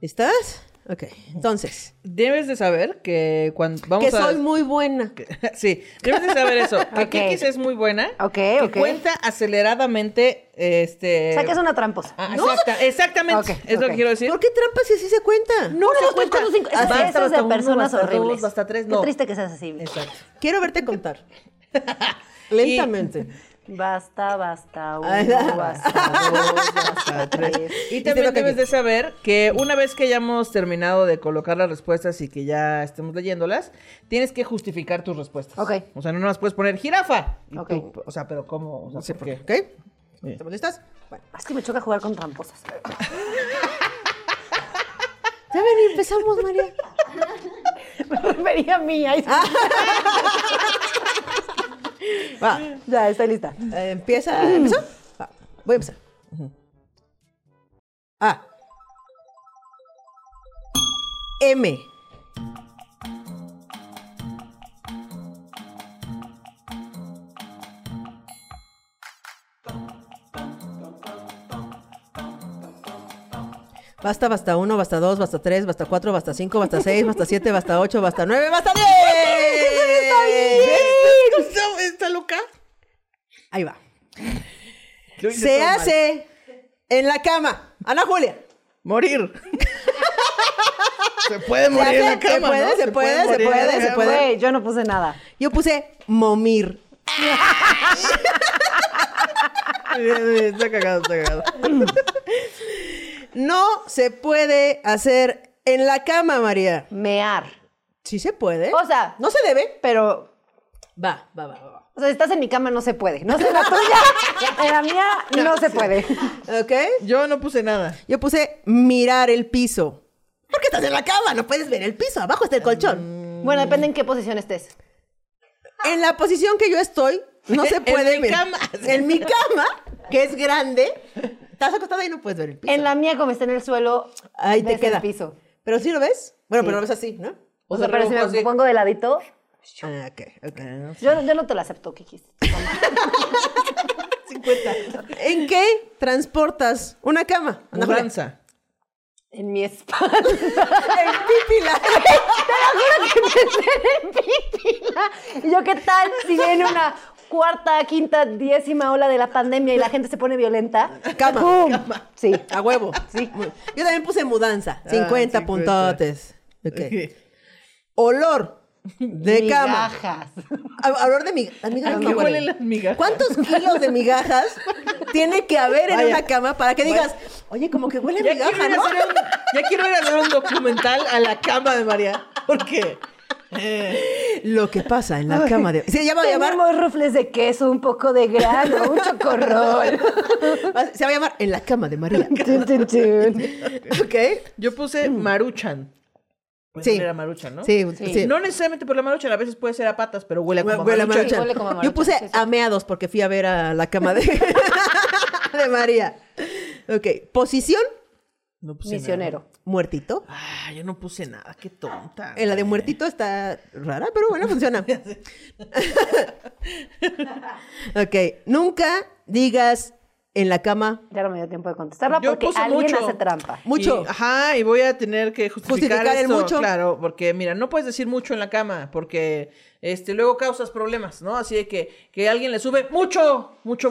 Speaker 1: ¿Estás? Ok. Entonces,
Speaker 2: Debes de saber que cuando vamos
Speaker 1: que
Speaker 2: a...
Speaker 1: soy muy buena.
Speaker 2: [laughs] que- sí, debes de saber eso. Que
Speaker 3: Ok.
Speaker 2: Kikis es muy buena.
Speaker 3: Ok,
Speaker 2: que
Speaker 3: ok.
Speaker 2: cuenta aceleradamente, este...
Speaker 3: O sea, que es una tramposa.
Speaker 2: Ah, exacta- exactamente.
Speaker 3: Ok,
Speaker 2: es lo
Speaker 3: ok.
Speaker 2: que quiero decir.
Speaker 1: ¿Por qué trampas si así se cuenta?
Speaker 3: Uno, dos, tres, cuatro, cinco. Eso-
Speaker 2: Basta
Speaker 3: eso es
Speaker 2: hasta
Speaker 3: de
Speaker 2: uno,
Speaker 3: personas
Speaker 2: basta dos,
Speaker 3: horribles.
Speaker 2: basta tres,
Speaker 3: Qué
Speaker 2: no.
Speaker 3: triste que seas así.
Speaker 2: Exacto.
Speaker 1: Quiero verte contar. [laughs] Lentamente.
Speaker 3: Basta, basta, uno,
Speaker 1: Ay, da-
Speaker 3: basta, dos, basta, tres.
Speaker 2: Y
Speaker 1: te
Speaker 2: también
Speaker 1: toca,
Speaker 2: debes
Speaker 1: Kiki.
Speaker 2: de saber que una vez que hayamos terminado de colocar las respuestas y que ya estemos leyéndolas, tienes que justificar tus respuestas.
Speaker 3: Ok.
Speaker 2: O sea, no nos puedes poner jirafa. [laughs] Y
Speaker 3: Ok.
Speaker 2: tú, o sea, pero ¿cómo? O sea, ¿por
Speaker 1: [laughs]
Speaker 2: qué?
Speaker 1: ¿Ok? ¿Estamos listas? Bueno.
Speaker 3: Es que me choca jugar con tramposas. [laughs]
Speaker 1: Ya ven, empezamos, María.
Speaker 3: Me refería a mí. ay, sí.
Speaker 1: Va.
Speaker 3: Ya, estoy lista.
Speaker 1: eh, empieza. ¿Empezó? Va. Voy a empezar. A. M. Basta, basta uno, basta dos, basta tres, basta cuatro, basta cinco, basta seis, basta siete, basta ocho, basta nueve, basta
Speaker 2: [laughs]
Speaker 1: diez.
Speaker 2: ¿Está, está loca?
Speaker 1: Ahí va.
Speaker 2: Lo hice
Speaker 1: Se
Speaker 2: todo mal.
Speaker 1: hace en la cama. Ana Julia.
Speaker 2: Morir. se puede
Speaker 1: Se
Speaker 2: morir en la
Speaker 1: hace,
Speaker 2: cama,
Speaker 1: se puede,
Speaker 2: ¿no?
Speaker 1: se puede, se
Speaker 2: morir en
Speaker 1: puede,
Speaker 2: la
Speaker 1: se
Speaker 2: cama.
Speaker 1: puede.
Speaker 3: Güey, yo no puse nada.
Speaker 1: Yo puse momir.
Speaker 2: Está cagado, está cagado.
Speaker 1: No se puede hacer en la cama, María.
Speaker 3: Mear.
Speaker 1: Sí se puede.
Speaker 3: O sea-
Speaker 1: no se debe.
Speaker 3: Pero,
Speaker 1: Va, va, va, va.
Speaker 3: o sea, si estás en mi cama, no se puede. No sé en la
Speaker 1: [laughs]
Speaker 3: tuya, en la mía, no se puede.
Speaker 1: va. ¿Ok?
Speaker 2: Yo no puse nada.
Speaker 1: Yo puse mirar el piso. Porque estás en la cama, no puedes ver el piso. Abajo está el colchón.
Speaker 3: Bueno, depende en qué posición estés.
Speaker 1: En la posición que yo estoy, no se
Speaker 2: En
Speaker 1: puede
Speaker 2: mi
Speaker 1: ver.
Speaker 2: cama.
Speaker 1: En mi cama, que es grande, estás acostada y no puedes ver el piso.
Speaker 3: En la mía, como está en el suelo,
Speaker 1: Ahí te
Speaker 3: ves el
Speaker 1: queda.
Speaker 3: piso.
Speaker 1: Pero sí lo ves. Bueno,
Speaker 3: Sí.
Speaker 1: pero lo ves así, ¿no?
Speaker 3: O, sea, pero si me
Speaker 2: pues,
Speaker 3: pongo de ladito,
Speaker 1: Ah, ok, ok.
Speaker 3: yo, yo no te lo acepto, Kikis.
Speaker 2: 50.
Speaker 1: ¿En qué transportas una cama? Ana Julia?
Speaker 2: Mudanza.
Speaker 3: En mi espalda.
Speaker 1: [laughs]
Speaker 3: [laughs]
Speaker 1: En pípila.
Speaker 3: Y yo, ¿qué tal si viene una cuarta, quinta, décima ola de la pandemia y la gente se pone violenta?
Speaker 1: [laughs] Cama.
Speaker 3: ¡Pum! Sí.
Speaker 1: A huevo.
Speaker 3: Sí.
Speaker 1: Yo también puse
Speaker 2: Ah,
Speaker 1: mudanza. 50,
Speaker 2: 50.
Speaker 1: puntotes. Ok.
Speaker 2: pues, Ok.
Speaker 1: Olor de cama.
Speaker 3: Migajas.
Speaker 1: A- Olor de mi- a migajas.
Speaker 2: ¿A
Speaker 1: no
Speaker 2: qué
Speaker 1: huele.
Speaker 2: huelen las migajas?
Speaker 1: ¿Cuántos kilos de
Speaker 2: [laughs]
Speaker 1: migajas tiene que haber en
Speaker 2: Vaya.
Speaker 1: una cama para que digas, oye, como que huele
Speaker 2: Ya quiero,
Speaker 1: migaja,
Speaker 2: ir a
Speaker 1: ¿no?
Speaker 2: hacer un, [laughs] ya quiero ir a hacer un documental a la cama de María. Porque eh,
Speaker 1: [laughs] Lo que pasa en la cama de. Se llama a llamar.
Speaker 3: Tenemos rufles de queso, un poco de grano, un chocorrol.
Speaker 1: [laughs] Se va a llamar en la cama de
Speaker 2: [laughs]
Speaker 1: María.
Speaker 3: Tun, tun, tun.
Speaker 1: ¿Ok?
Speaker 2: yo puse Maruchan. Puede
Speaker 1: Mm. Sí.
Speaker 2: oler a Maruchan, ¿no?
Speaker 1: Sí, sí.
Speaker 3: Sí.
Speaker 2: No necesariamente por la Maruchan, a veces puede ser a patas, pero huele a como a
Speaker 1: Huele a
Speaker 2: Maruchan.
Speaker 1: Maruchan.
Speaker 3: Sí, huele como a
Speaker 1: Yo
Speaker 3: Maruchan,
Speaker 1: puse
Speaker 3: sí, sí.
Speaker 1: ameados porque fui a ver a la cama de, [laughs] de María. Ok, posición,
Speaker 2: No puse
Speaker 3: Misionero.
Speaker 1: muertito.
Speaker 2: nada. Ah, yo no puse nada, qué tonta.
Speaker 1: En la de muertito está rara, pero bueno, funciona. [laughs] ok, nunca digas en la cama.
Speaker 3: Ya no me dio tiempo de contestarla
Speaker 2: Yo
Speaker 3: porque
Speaker 2: puse
Speaker 3: alguien
Speaker 2: mucho.
Speaker 3: hace trampa.
Speaker 1: Mucho.
Speaker 2: Y- ajá, y voy a tener que justificar,
Speaker 1: Justificar el
Speaker 2: esto,
Speaker 1: mucho.
Speaker 2: Claro, porque mira, no puedes decir mucho en la cama, porque este, luego causas problemas, ¿no? Así de que, que alguien le sube mucho, mucho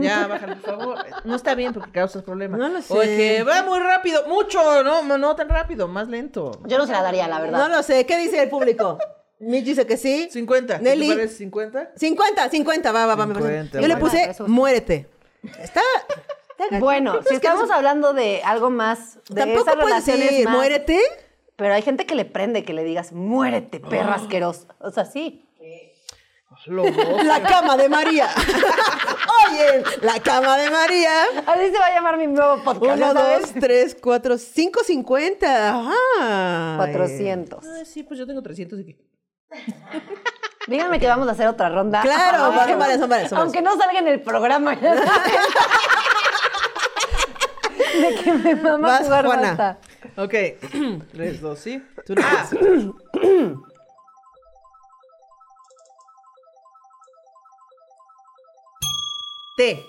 Speaker 1: [laughs]
Speaker 2: ya, bájale, por favor. No está bien porque causas problemas.
Speaker 1: No lo
Speaker 2: O de
Speaker 1: sé.
Speaker 2: que va muy rápido, mucho, no, no, no tan rápido, más lento.
Speaker 3: Yo no se la daría, la verdad.
Speaker 1: No lo sé, ¿qué dice el público? Mitch dice que sí.
Speaker 2: 50, ¿qué
Speaker 1: Nelly.
Speaker 2: te parece 50?
Speaker 1: 50, 50, va, va, va. me parece.
Speaker 2: 50,
Speaker 1: Yo le
Speaker 2: bueno.
Speaker 1: puse
Speaker 3: Bueno, eso-
Speaker 1: muérete. Está.
Speaker 3: Bueno, si
Speaker 1: pues, Es que no-
Speaker 3: estamos hablando de algo más, de
Speaker 1: Tampoco
Speaker 3: esas
Speaker 1: puedes
Speaker 3: relaciones
Speaker 1: decir
Speaker 3: más-
Speaker 1: muérete.
Speaker 3: Pero hay gente que le prende que le digas, muérete, perro asqueroso. O sea, sí.
Speaker 2: Ah,
Speaker 1: [laughs]
Speaker 2: Lo gozo.
Speaker 1: La cama de
Speaker 3: [laughs]
Speaker 1: María. Oye, la cama de María.
Speaker 3: Así se va a llamar mi nuevo podcast. ¿ya
Speaker 1: Uno, dos,
Speaker 3: sabes?
Speaker 1: tres, cuatro, cinco, cincuenta. Ajá.
Speaker 3: 400.
Speaker 2: Ah, sí, pues yo tengo 300 y que...
Speaker 3: Díganme que vamos a hacer otra ronda.
Speaker 1: Claro,
Speaker 3: Aunque
Speaker 1: son
Speaker 3: no-
Speaker 1: varias, son varias, son
Speaker 3: Aunque no salga en el programa. ya sabes. [laughs] De que me mama
Speaker 1: Vas,
Speaker 3: jugar
Speaker 1: Juana.
Speaker 3: basta.
Speaker 2: Ok, [clears throat] 3, 2, sí. Tú no
Speaker 1: Ah.
Speaker 2: puedes. [laughs] T.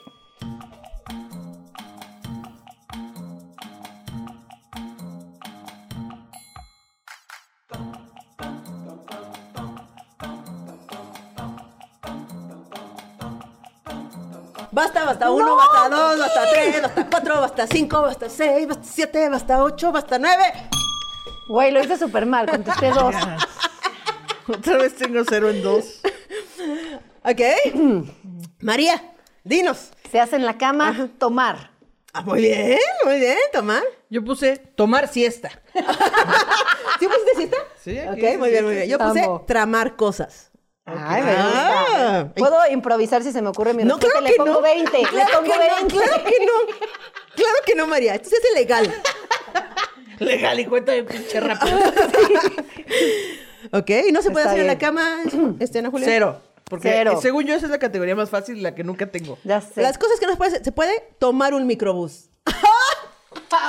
Speaker 1: Basta, basta uno,
Speaker 3: No,
Speaker 1: basta dos, basta tres, basta cuatro, basta cinco, basta seis, basta siete, basta ocho, basta nueve.
Speaker 3: Güey, lo hice súper mal. Contesté dos.
Speaker 2: Otra vez tengo 0 en 2.
Speaker 1: Ok. María, dinos.
Speaker 3: Se hace en la cama, tomar.
Speaker 1: Ah, muy bien, muy bien, Tomás.
Speaker 2: Yo puse tomar siesta.
Speaker 1: ¿Sí pusiste cita?
Speaker 2: Sí, aquí dice
Speaker 1: Ok, muy bien, muy
Speaker 2: siesta.
Speaker 1: bien. Yo puse
Speaker 3: Amo.
Speaker 1: tramar cosas.
Speaker 3: Ay, me gusta.
Speaker 1: Ah.
Speaker 3: Puedo improvisar si se me ocurre mi
Speaker 1: No,
Speaker 3: respuesta.
Speaker 1: claro
Speaker 3: Le
Speaker 1: que
Speaker 3: pongo
Speaker 1: no.
Speaker 3: 20.
Speaker 1: Claro
Speaker 3: le pongo
Speaker 1: que no,
Speaker 3: 20.
Speaker 1: claro que no. Claro que no, María. Esto se hace
Speaker 3: [laughs]
Speaker 1: legal.
Speaker 2: [laughs] Legal y cuenta de pinche [laughs] rápido.
Speaker 1: Ok, ¿y no se puede
Speaker 3: Está
Speaker 1: hacer en la
Speaker 3: bien.
Speaker 1: cama, este, Ana Julia?
Speaker 2: Cero. Porque
Speaker 3: Cero.
Speaker 2: eh, según yo esa es la categoría más fácil, la que nunca tengo.
Speaker 3: [laughs] Ya sé.
Speaker 1: Las cosas que no se puede hacer, se puede tomar un microbús.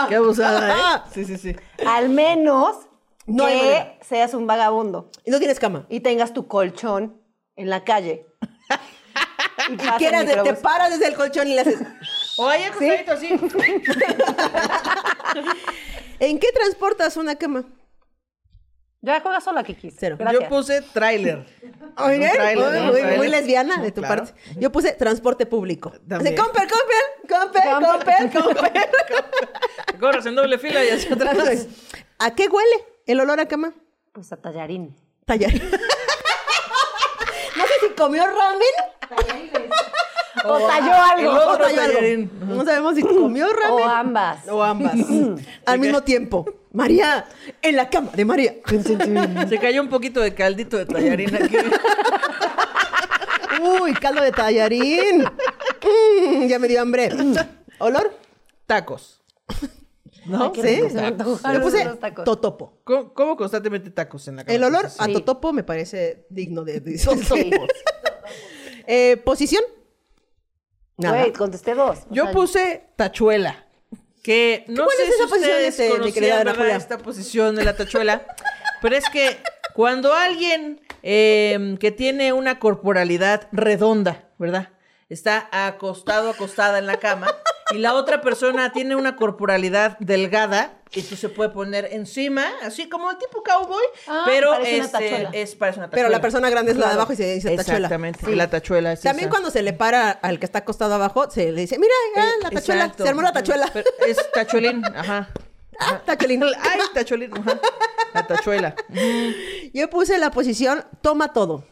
Speaker 2: Qué abusada, ¿eh? Sí, sí, sí.
Speaker 3: Al menos
Speaker 1: No hay
Speaker 3: que
Speaker 1: manera.
Speaker 3: seas un vagabundo
Speaker 1: Y no tienes cama.
Speaker 3: y tengas tu colchón
Speaker 1: [laughs]
Speaker 3: en la calle. Y,
Speaker 1: Quieras, te, te paras desde el colchón y le haces.
Speaker 2: O ahí acostadito así.
Speaker 1: ¿En qué transportas una cama?
Speaker 3: Ya juega sola, Kiki.
Speaker 1: Cero.
Speaker 3: Gracias.
Speaker 2: Yo puse tráiler.
Speaker 1: Oye,
Speaker 2: Un tráiler,
Speaker 1: muy-
Speaker 2: ¿no? Un
Speaker 1: muy,
Speaker 2: tráiler.
Speaker 1: muy lesbiana de tu
Speaker 2: Claro.
Speaker 1: parte. Yo puse transporte público.
Speaker 2: También.
Speaker 1: Así, Comper, comper, comper, comper, comper.
Speaker 2: [laughs] Corres en doble fila y hacia atrás.
Speaker 1: ¿A qué huele el olor a cama?
Speaker 3: Pues a tallarín.
Speaker 1: Tallar.
Speaker 3: [laughs]
Speaker 1: no sé si comió ramen
Speaker 3: O talló
Speaker 2: El
Speaker 3: algo.
Speaker 1: o
Speaker 2: otro
Speaker 1: talló algo.
Speaker 2: tallarín.
Speaker 1: No sabemos si comió
Speaker 3: O
Speaker 1: ramen
Speaker 3: ambas.
Speaker 1: o ambas. Al mismo tiempo. María, en la cama de María.
Speaker 2: Se cayó un poquito de caldito de tallarín aquí.
Speaker 1: Uy, caldo de tallarín. Mm, ya me dio hambre. ¿Olor?
Speaker 2: [laughs] Tacos.
Speaker 1: ¿No?
Speaker 3: qué
Speaker 1: ¿Sí?
Speaker 3: rico, se me antojaron
Speaker 1: Yo puse
Speaker 3: unos tacos.
Speaker 1: totopo.
Speaker 2: ¿Cómo, cómo constantemente tacos en la cama?
Speaker 1: El olor a
Speaker 3: Sí.
Speaker 1: totopo me parece digno de... de-
Speaker 3: [laughs] Sí.
Speaker 1: Eh, ¿Posición? Nada.
Speaker 3: Güey, contesté dos. O
Speaker 2: Yo
Speaker 3: sea,
Speaker 2: puse tachuela. Que no
Speaker 1: ¿Cuál
Speaker 2: sé
Speaker 1: es esa
Speaker 2: si
Speaker 1: posición,
Speaker 2: ustedes
Speaker 1: este, mi
Speaker 2: conocían,
Speaker 1: querida Ana
Speaker 2: ¿verdad?
Speaker 1: Julia?
Speaker 2: esta posición de la tachuela, pero es que cuando alguien eh, que tiene una corporalidad redonda, ¿verdad? Está acostado, acostada en la cama y la otra persona tiene una corporalidad delgada y tú se puede poner encima, así como el tipo cowboy,
Speaker 3: Ah,
Speaker 2: pero
Speaker 3: parece una
Speaker 2: este,
Speaker 3: tachuela.
Speaker 2: es parece una tachuela.
Speaker 1: Pero la persona grande es la de abajo y se dice tachuela.
Speaker 2: Exactamente, la tachuela. es
Speaker 1: También
Speaker 2: esa.
Speaker 1: cuando se le para al que está acostado abajo, se le dice, mira, ah, la tachuela,
Speaker 2: Eh, Exacto.
Speaker 1: se armó la tachuela.
Speaker 2: Pero Es tachuelín, ajá.
Speaker 1: [laughs] Ah, tachuelín.
Speaker 2: [laughs] Ay, tacholín. ajá. La tachuela.
Speaker 1: Yo puse la posición toma todo.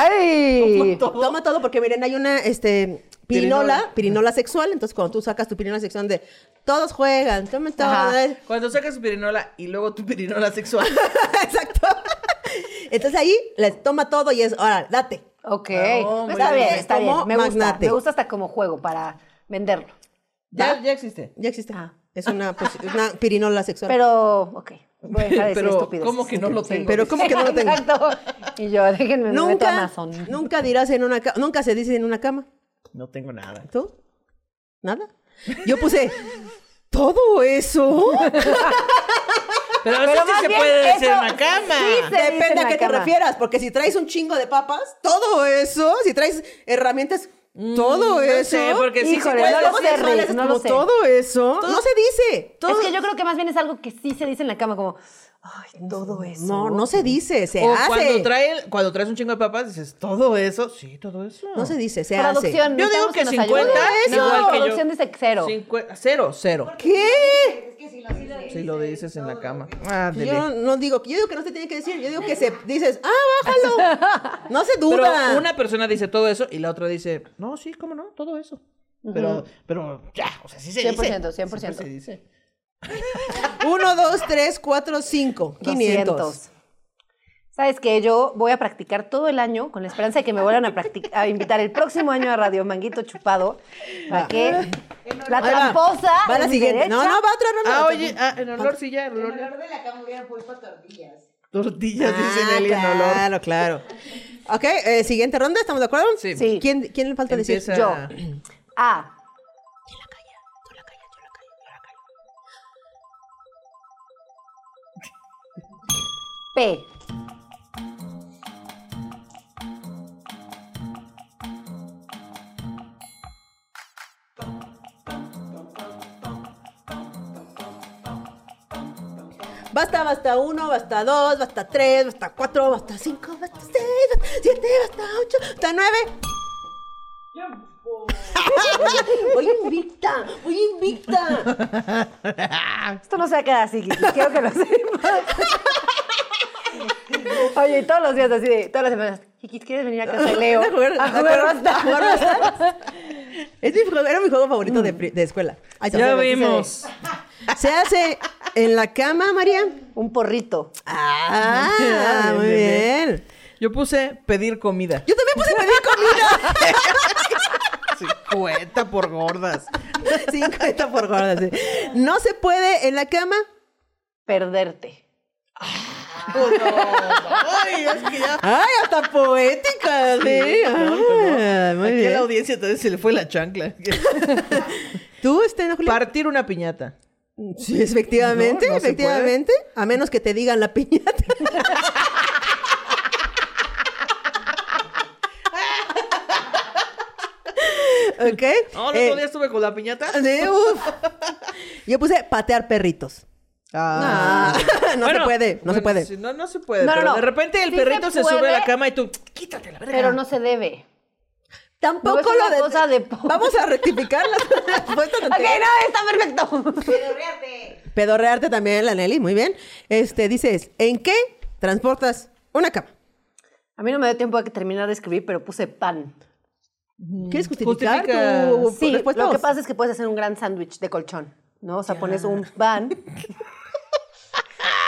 Speaker 3: ¡Ay!
Speaker 1: Toma todo porque miren, hay una este pirinola,
Speaker 2: Pirinola.
Speaker 1: pirinola sexual, entonces cuando tú sacas tu pirinola sexual de todos juegan, tomen todo.
Speaker 3: Ajá.
Speaker 2: Cuando sacas tu pirinola y luego tu pirinola sexual.
Speaker 1: [laughs] Exacto. Entonces ahí les toma todo y es, ahora, date.
Speaker 3: Ok.
Speaker 2: No,
Speaker 3: está
Speaker 2: muy
Speaker 3: bien,
Speaker 2: bien.
Speaker 3: está bien.
Speaker 1: Como
Speaker 3: Me gusta.
Speaker 1: magnate.
Speaker 3: Me gusta hasta como juego para venderlo.
Speaker 2: Ya, ya existe.
Speaker 1: Ya existe.
Speaker 3: Ah.
Speaker 1: Es una, posi- una pirinola sexual.
Speaker 3: Pero, ok. Voy a dejar de decir
Speaker 2: Pero,
Speaker 3: estupideces.
Speaker 2: ¿cómo que no lo tengo?
Speaker 1: Pero, ¿cómo que
Speaker 3: [laughs]
Speaker 1: no lo tengo?
Speaker 3: Exacto. Y yo, déjenme, me meto a
Speaker 1: nunca,
Speaker 3: Amazon.
Speaker 1: nunca dirás en una cama, nunca se dice en una cama.
Speaker 2: No tengo nada.
Speaker 1: ¿Tú? ¿Nada? Yo puse todo eso.
Speaker 2: Pero,
Speaker 3: Pero
Speaker 2: eso
Speaker 3: más
Speaker 2: sí se
Speaker 3: bien
Speaker 2: puede
Speaker 3: eso
Speaker 2: decir en la cama.
Speaker 3: sí se- dice en
Speaker 1: Depende a
Speaker 3: la
Speaker 1: qué te
Speaker 3: cama.
Speaker 1: refieras, porque si traes un chingo de papas, todo eso, si traes herramientas, todo
Speaker 2: no
Speaker 1: eso.
Speaker 2: sé, porque sí, sí
Speaker 3: Híjole,
Speaker 2: puede-
Speaker 1: Pues
Speaker 3: no lo
Speaker 1: luego
Speaker 3: sé,
Speaker 1: te sales
Speaker 3: Rick, no
Speaker 1: como
Speaker 3: lo sé.
Speaker 1: Todo eso. No se dice.
Speaker 3: Es que yo creo que más bien es algo que sí se dice en la cama, como, ay, todo eso.
Speaker 1: No, no se dice, se
Speaker 2: O
Speaker 1: hace.
Speaker 2: cuando, trae, cuando traes un chingo de papas, dices, ¿todo eso? Sí, todo eso.
Speaker 1: No se dice, se hace.
Speaker 3: Producción,
Speaker 2: Yo digo
Speaker 3: necesitamos
Speaker 2: que
Speaker 3: nos
Speaker 2: 50,
Speaker 3: ayuden.
Speaker 1: Todo eso.
Speaker 2: igual que yo.
Speaker 3: Producción dice cero.
Speaker 2: Cincue- cero, cero.
Speaker 1: ¿Qué?
Speaker 2: Si lo dices en la cama. Ah,
Speaker 1: Yo no, no digo, yo digo que no se tiene que decir, yo digo que se dices, ah, bájalo. No se
Speaker 2: Pero
Speaker 1: duda.
Speaker 2: una persona dice todo eso y la otra dice, no, sí, cómo no, todo eso. Pero, pero ya, o sea, sí se
Speaker 3: 100%,
Speaker 2: dice.
Speaker 3: 100%.
Speaker 2: Siempre se dice.
Speaker 1: 1, 2, 3, 4, 5. 500.
Speaker 3: 200. ¿Sabes qué? Yo voy a practicar todo el año con la esperanza de que me vuelvan a, practic- a invitar el próximo año a Radio Manguito Chupado para que la
Speaker 1: Ahí va.
Speaker 3: tramposa
Speaker 1: Va la
Speaker 3: de mi
Speaker 1: siguiente. No,
Speaker 3: derecha-
Speaker 1: no, va otra ronda.
Speaker 2: Ah,
Speaker 1: otra
Speaker 2: oye,
Speaker 1: ronda.
Speaker 2: ah, en olor sí ya, en olor. ya.
Speaker 5: de la cama hubiera puesto tortillas.
Speaker 2: Tortillas, dicen
Speaker 1: Ah,
Speaker 2: Eli, en olor.
Speaker 1: Claro, claro. Ok, eh, siguiente ronda, ¿estamos de acuerdo?
Speaker 2: Sí.
Speaker 3: Sí.
Speaker 1: ¿Quién, quién le falta decir?
Speaker 2: Empieza.
Speaker 3: [clears throat] Yo. Ah. A. [laughs] P.
Speaker 1: Basta, basta uno, basta dos, basta tres, basta cuatro, basta cinco, basta seis, basta siete, basta ocho, basta nueve. voy invicta, voy invicta.
Speaker 3: Esto no se va a quedar así, Kiki. Quiero que lo sepas. [laughs] Oye, y todos los días así de, todas las semanas, Kiki, ¿quieres venir a casa [laughs] de Leo?
Speaker 1: A jugar-
Speaker 3: a jugar
Speaker 1: a
Speaker 3: basta.
Speaker 1: jugar basta. Es mi juego- era mi juego favorito de, pri- de escuela. Ay, se
Speaker 2: Ya
Speaker 1: me-
Speaker 2: vimos.
Speaker 1: ¿Se hace en la cama, María?
Speaker 3: Un porrito.
Speaker 1: Ah, muy
Speaker 2: [laughs] Bien, bien,
Speaker 1: bien.
Speaker 2: Yo puse pedir comida.
Speaker 1: Yo también puse pedir comida. [laughs]
Speaker 2: 50 por gordas.
Speaker 1: 50 por gorda, sí. No se puede en la cama.
Speaker 3: Perderte.
Speaker 2: Pues Ay, es que ya.
Speaker 1: Ay, hasta poética, sí. Ah, muy
Speaker 2: Aquí a la
Speaker 1: bien.
Speaker 2: audiencia entonces se le fue
Speaker 1: [laughs]
Speaker 2: la chancla.
Speaker 1: ¿Tú, Estela Julia?
Speaker 2: Partir una piñata.
Speaker 1: Sí, efectivamente,
Speaker 2: No, no se
Speaker 1: efectivamente. A menos que te digan la piñata. [laughs] ¿Ok?
Speaker 2: No, el
Speaker 1: Eh,
Speaker 2: otro día estuve con la piñata.
Speaker 1: sí, uf. Yo puse patear perritos.
Speaker 2: Ah.
Speaker 1: Ah, [laughs] No, no
Speaker 2: Bueno,
Speaker 1: se puede, no se
Speaker 2: bueno,
Speaker 1: puede.
Speaker 2: sí, no, no se puede.
Speaker 3: No, no,
Speaker 2: pero
Speaker 3: no.
Speaker 2: De repente el
Speaker 3: Sí se
Speaker 2: perrito se,
Speaker 3: puede.
Speaker 2: sube a la cama y tú, quítate la verga.
Speaker 3: Pero no se debe.
Speaker 1: Tampoco
Speaker 3: No, Pues es
Speaker 1: lo
Speaker 3: una
Speaker 1: de...
Speaker 3: cosa de po-
Speaker 1: Vamos a rectificar la
Speaker 3: [laughs]
Speaker 1: respuesta
Speaker 3: Ok,
Speaker 1: anterior.
Speaker 3: no, está perfecto.
Speaker 5: Pedorreate.
Speaker 1: Pedorrearte también, la Nelly, muy bien. Este, dices, ¿en qué transportas una cama?
Speaker 3: [laughs] A mí no me dio tiempo de que terminar de escribir, pero puse pan.
Speaker 1: ¿Quieres justificar
Speaker 2: Justifica.
Speaker 1: tu
Speaker 3: Sí,
Speaker 1: respuesta?
Speaker 3: lo que pasa es que puedes hacer un gran sándwich de colchón, ¿no? O sea, pones un pan,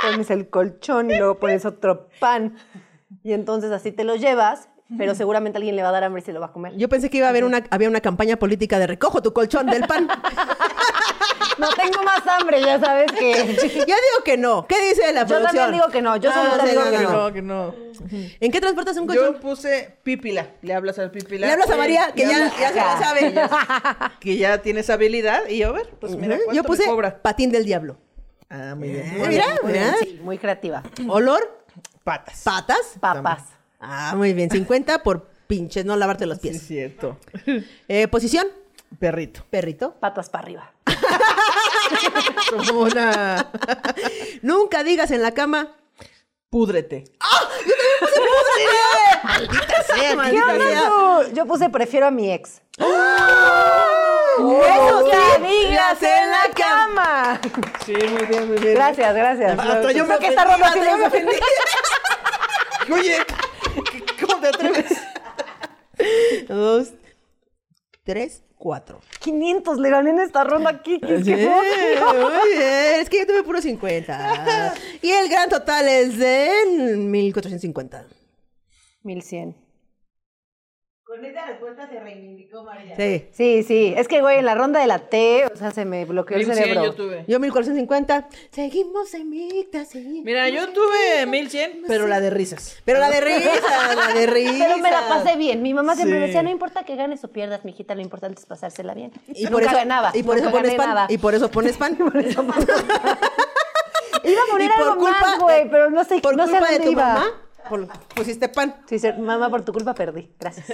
Speaker 3: pones el colchón y luego pones otro pan. Y entonces así te lo llevas, pero seguramente alguien le va a dar hambre y se lo va a comer.
Speaker 1: Yo pensé que iba a haber una, había una campaña política de recojo tu colchón del pan.
Speaker 3: [laughs] No tengo más hambre, ya sabes
Speaker 1: Yo [laughs]
Speaker 3: que...
Speaker 1: digo que no. ¿Qué dice la
Speaker 3: Yo
Speaker 1: producción?
Speaker 3: también digo que no, yo solita
Speaker 1: sí,
Speaker 3: digo
Speaker 1: no,
Speaker 3: que
Speaker 1: no, no.
Speaker 2: que no.
Speaker 1: ¿En qué transportas un
Speaker 2: Yo
Speaker 1: colchón?
Speaker 2: puse pípila. Le hablas al pípila.
Speaker 1: Le hablas a
Speaker 2: Eh,
Speaker 1: María, que
Speaker 2: le
Speaker 1: ya,
Speaker 2: hablas-
Speaker 1: ya se la sabe.
Speaker 3: [laughs]
Speaker 2: que ya tienes habilidad. Y a ver, pues mira,
Speaker 1: Ujú. Yo
Speaker 2: ¿cuánto
Speaker 1: puse
Speaker 2: me cobra?
Speaker 1: patín del diablo.
Speaker 2: Ah, muy bien.
Speaker 1: Eh, mira, mira.
Speaker 3: Sí, muy creativa.
Speaker 1: Olor,
Speaker 2: Patas.
Speaker 1: patas.
Speaker 3: Papas.
Speaker 1: Ah, muy bien. 50 por pinches, no lavarte los
Speaker 2: Sí,
Speaker 1: pies.
Speaker 2: es cierto. [laughs]
Speaker 1: Eh, posición,
Speaker 2: Perrito.
Speaker 1: perrito.
Speaker 3: Patas para arriba.
Speaker 2: Como una...
Speaker 1: [laughs] Nunca digas en la cama.
Speaker 2: Púdrete.
Speaker 1: Maldita sea,
Speaker 3: ¿Qué
Speaker 1: maldita sea.
Speaker 3: onda tú? Yo puse prefiero a mi ex.
Speaker 1: Eso Oh, sí,
Speaker 3: digas en la cama!
Speaker 2: Sí, muy bien, muy bien.
Speaker 3: Gracias, gracias.
Speaker 2: Hasta yo me
Speaker 3: Creo que esta
Speaker 2: ofendí,
Speaker 3: ronda sí
Speaker 2: hasta yo
Speaker 3: me
Speaker 2: me ofendí. [laughs] Oye, ¿cómo
Speaker 1: [laughs]
Speaker 2: te atreves?
Speaker 1: [laughs] Dos, tres,
Speaker 2: [laughs]
Speaker 1: cuatro.
Speaker 3: 500 le gané en esta ronda, Kiki. qué
Speaker 1: Eh,
Speaker 3: emoción.
Speaker 1: muy bien. Es que yo tuve puro 50. Y el gran total es de 1450.
Speaker 3: 1100.
Speaker 5: Con esta respuesta se reivindicó María.
Speaker 1: Sí.
Speaker 3: Sí, sí. Es que, güey, en la ronda de la T, o sea, se me bloqueó el
Speaker 2: 1100
Speaker 3: cerebro.
Speaker 2: yo tuve.
Speaker 1: Yo 1450. Seguimos en micta, seguimos.
Speaker 2: Mira, yo tuve 1100, pero la de risas.
Speaker 1: Pero la de risa, la de risa.
Speaker 3: Pero me la pasé bien. Mi mamá siempre
Speaker 2: Sí.
Speaker 3: me decía, no importa que ganes o pierdas, mijita, lo importante es pasársela bien.
Speaker 1: Y
Speaker 3: Nunca
Speaker 1: por eso
Speaker 3: ganaba.
Speaker 1: Y por
Speaker 3: nunca
Speaker 1: eso pones
Speaker 3: gané
Speaker 1: pan.
Speaker 3: nada.
Speaker 1: Y por eso pones
Speaker 3: [laughs]
Speaker 1: pan. [laughs]
Speaker 3: Iba a poner
Speaker 1: Y por
Speaker 3: algo más,
Speaker 1: culpa-
Speaker 3: güey, pero no sé-
Speaker 1: Por
Speaker 3: no sé
Speaker 1: culpa de
Speaker 3: dónde
Speaker 1: tu
Speaker 3: iba.
Speaker 1: mamá, por- pusiste pan.
Speaker 3: Sí, sí, mamá, por tu culpa perdí. Gracias.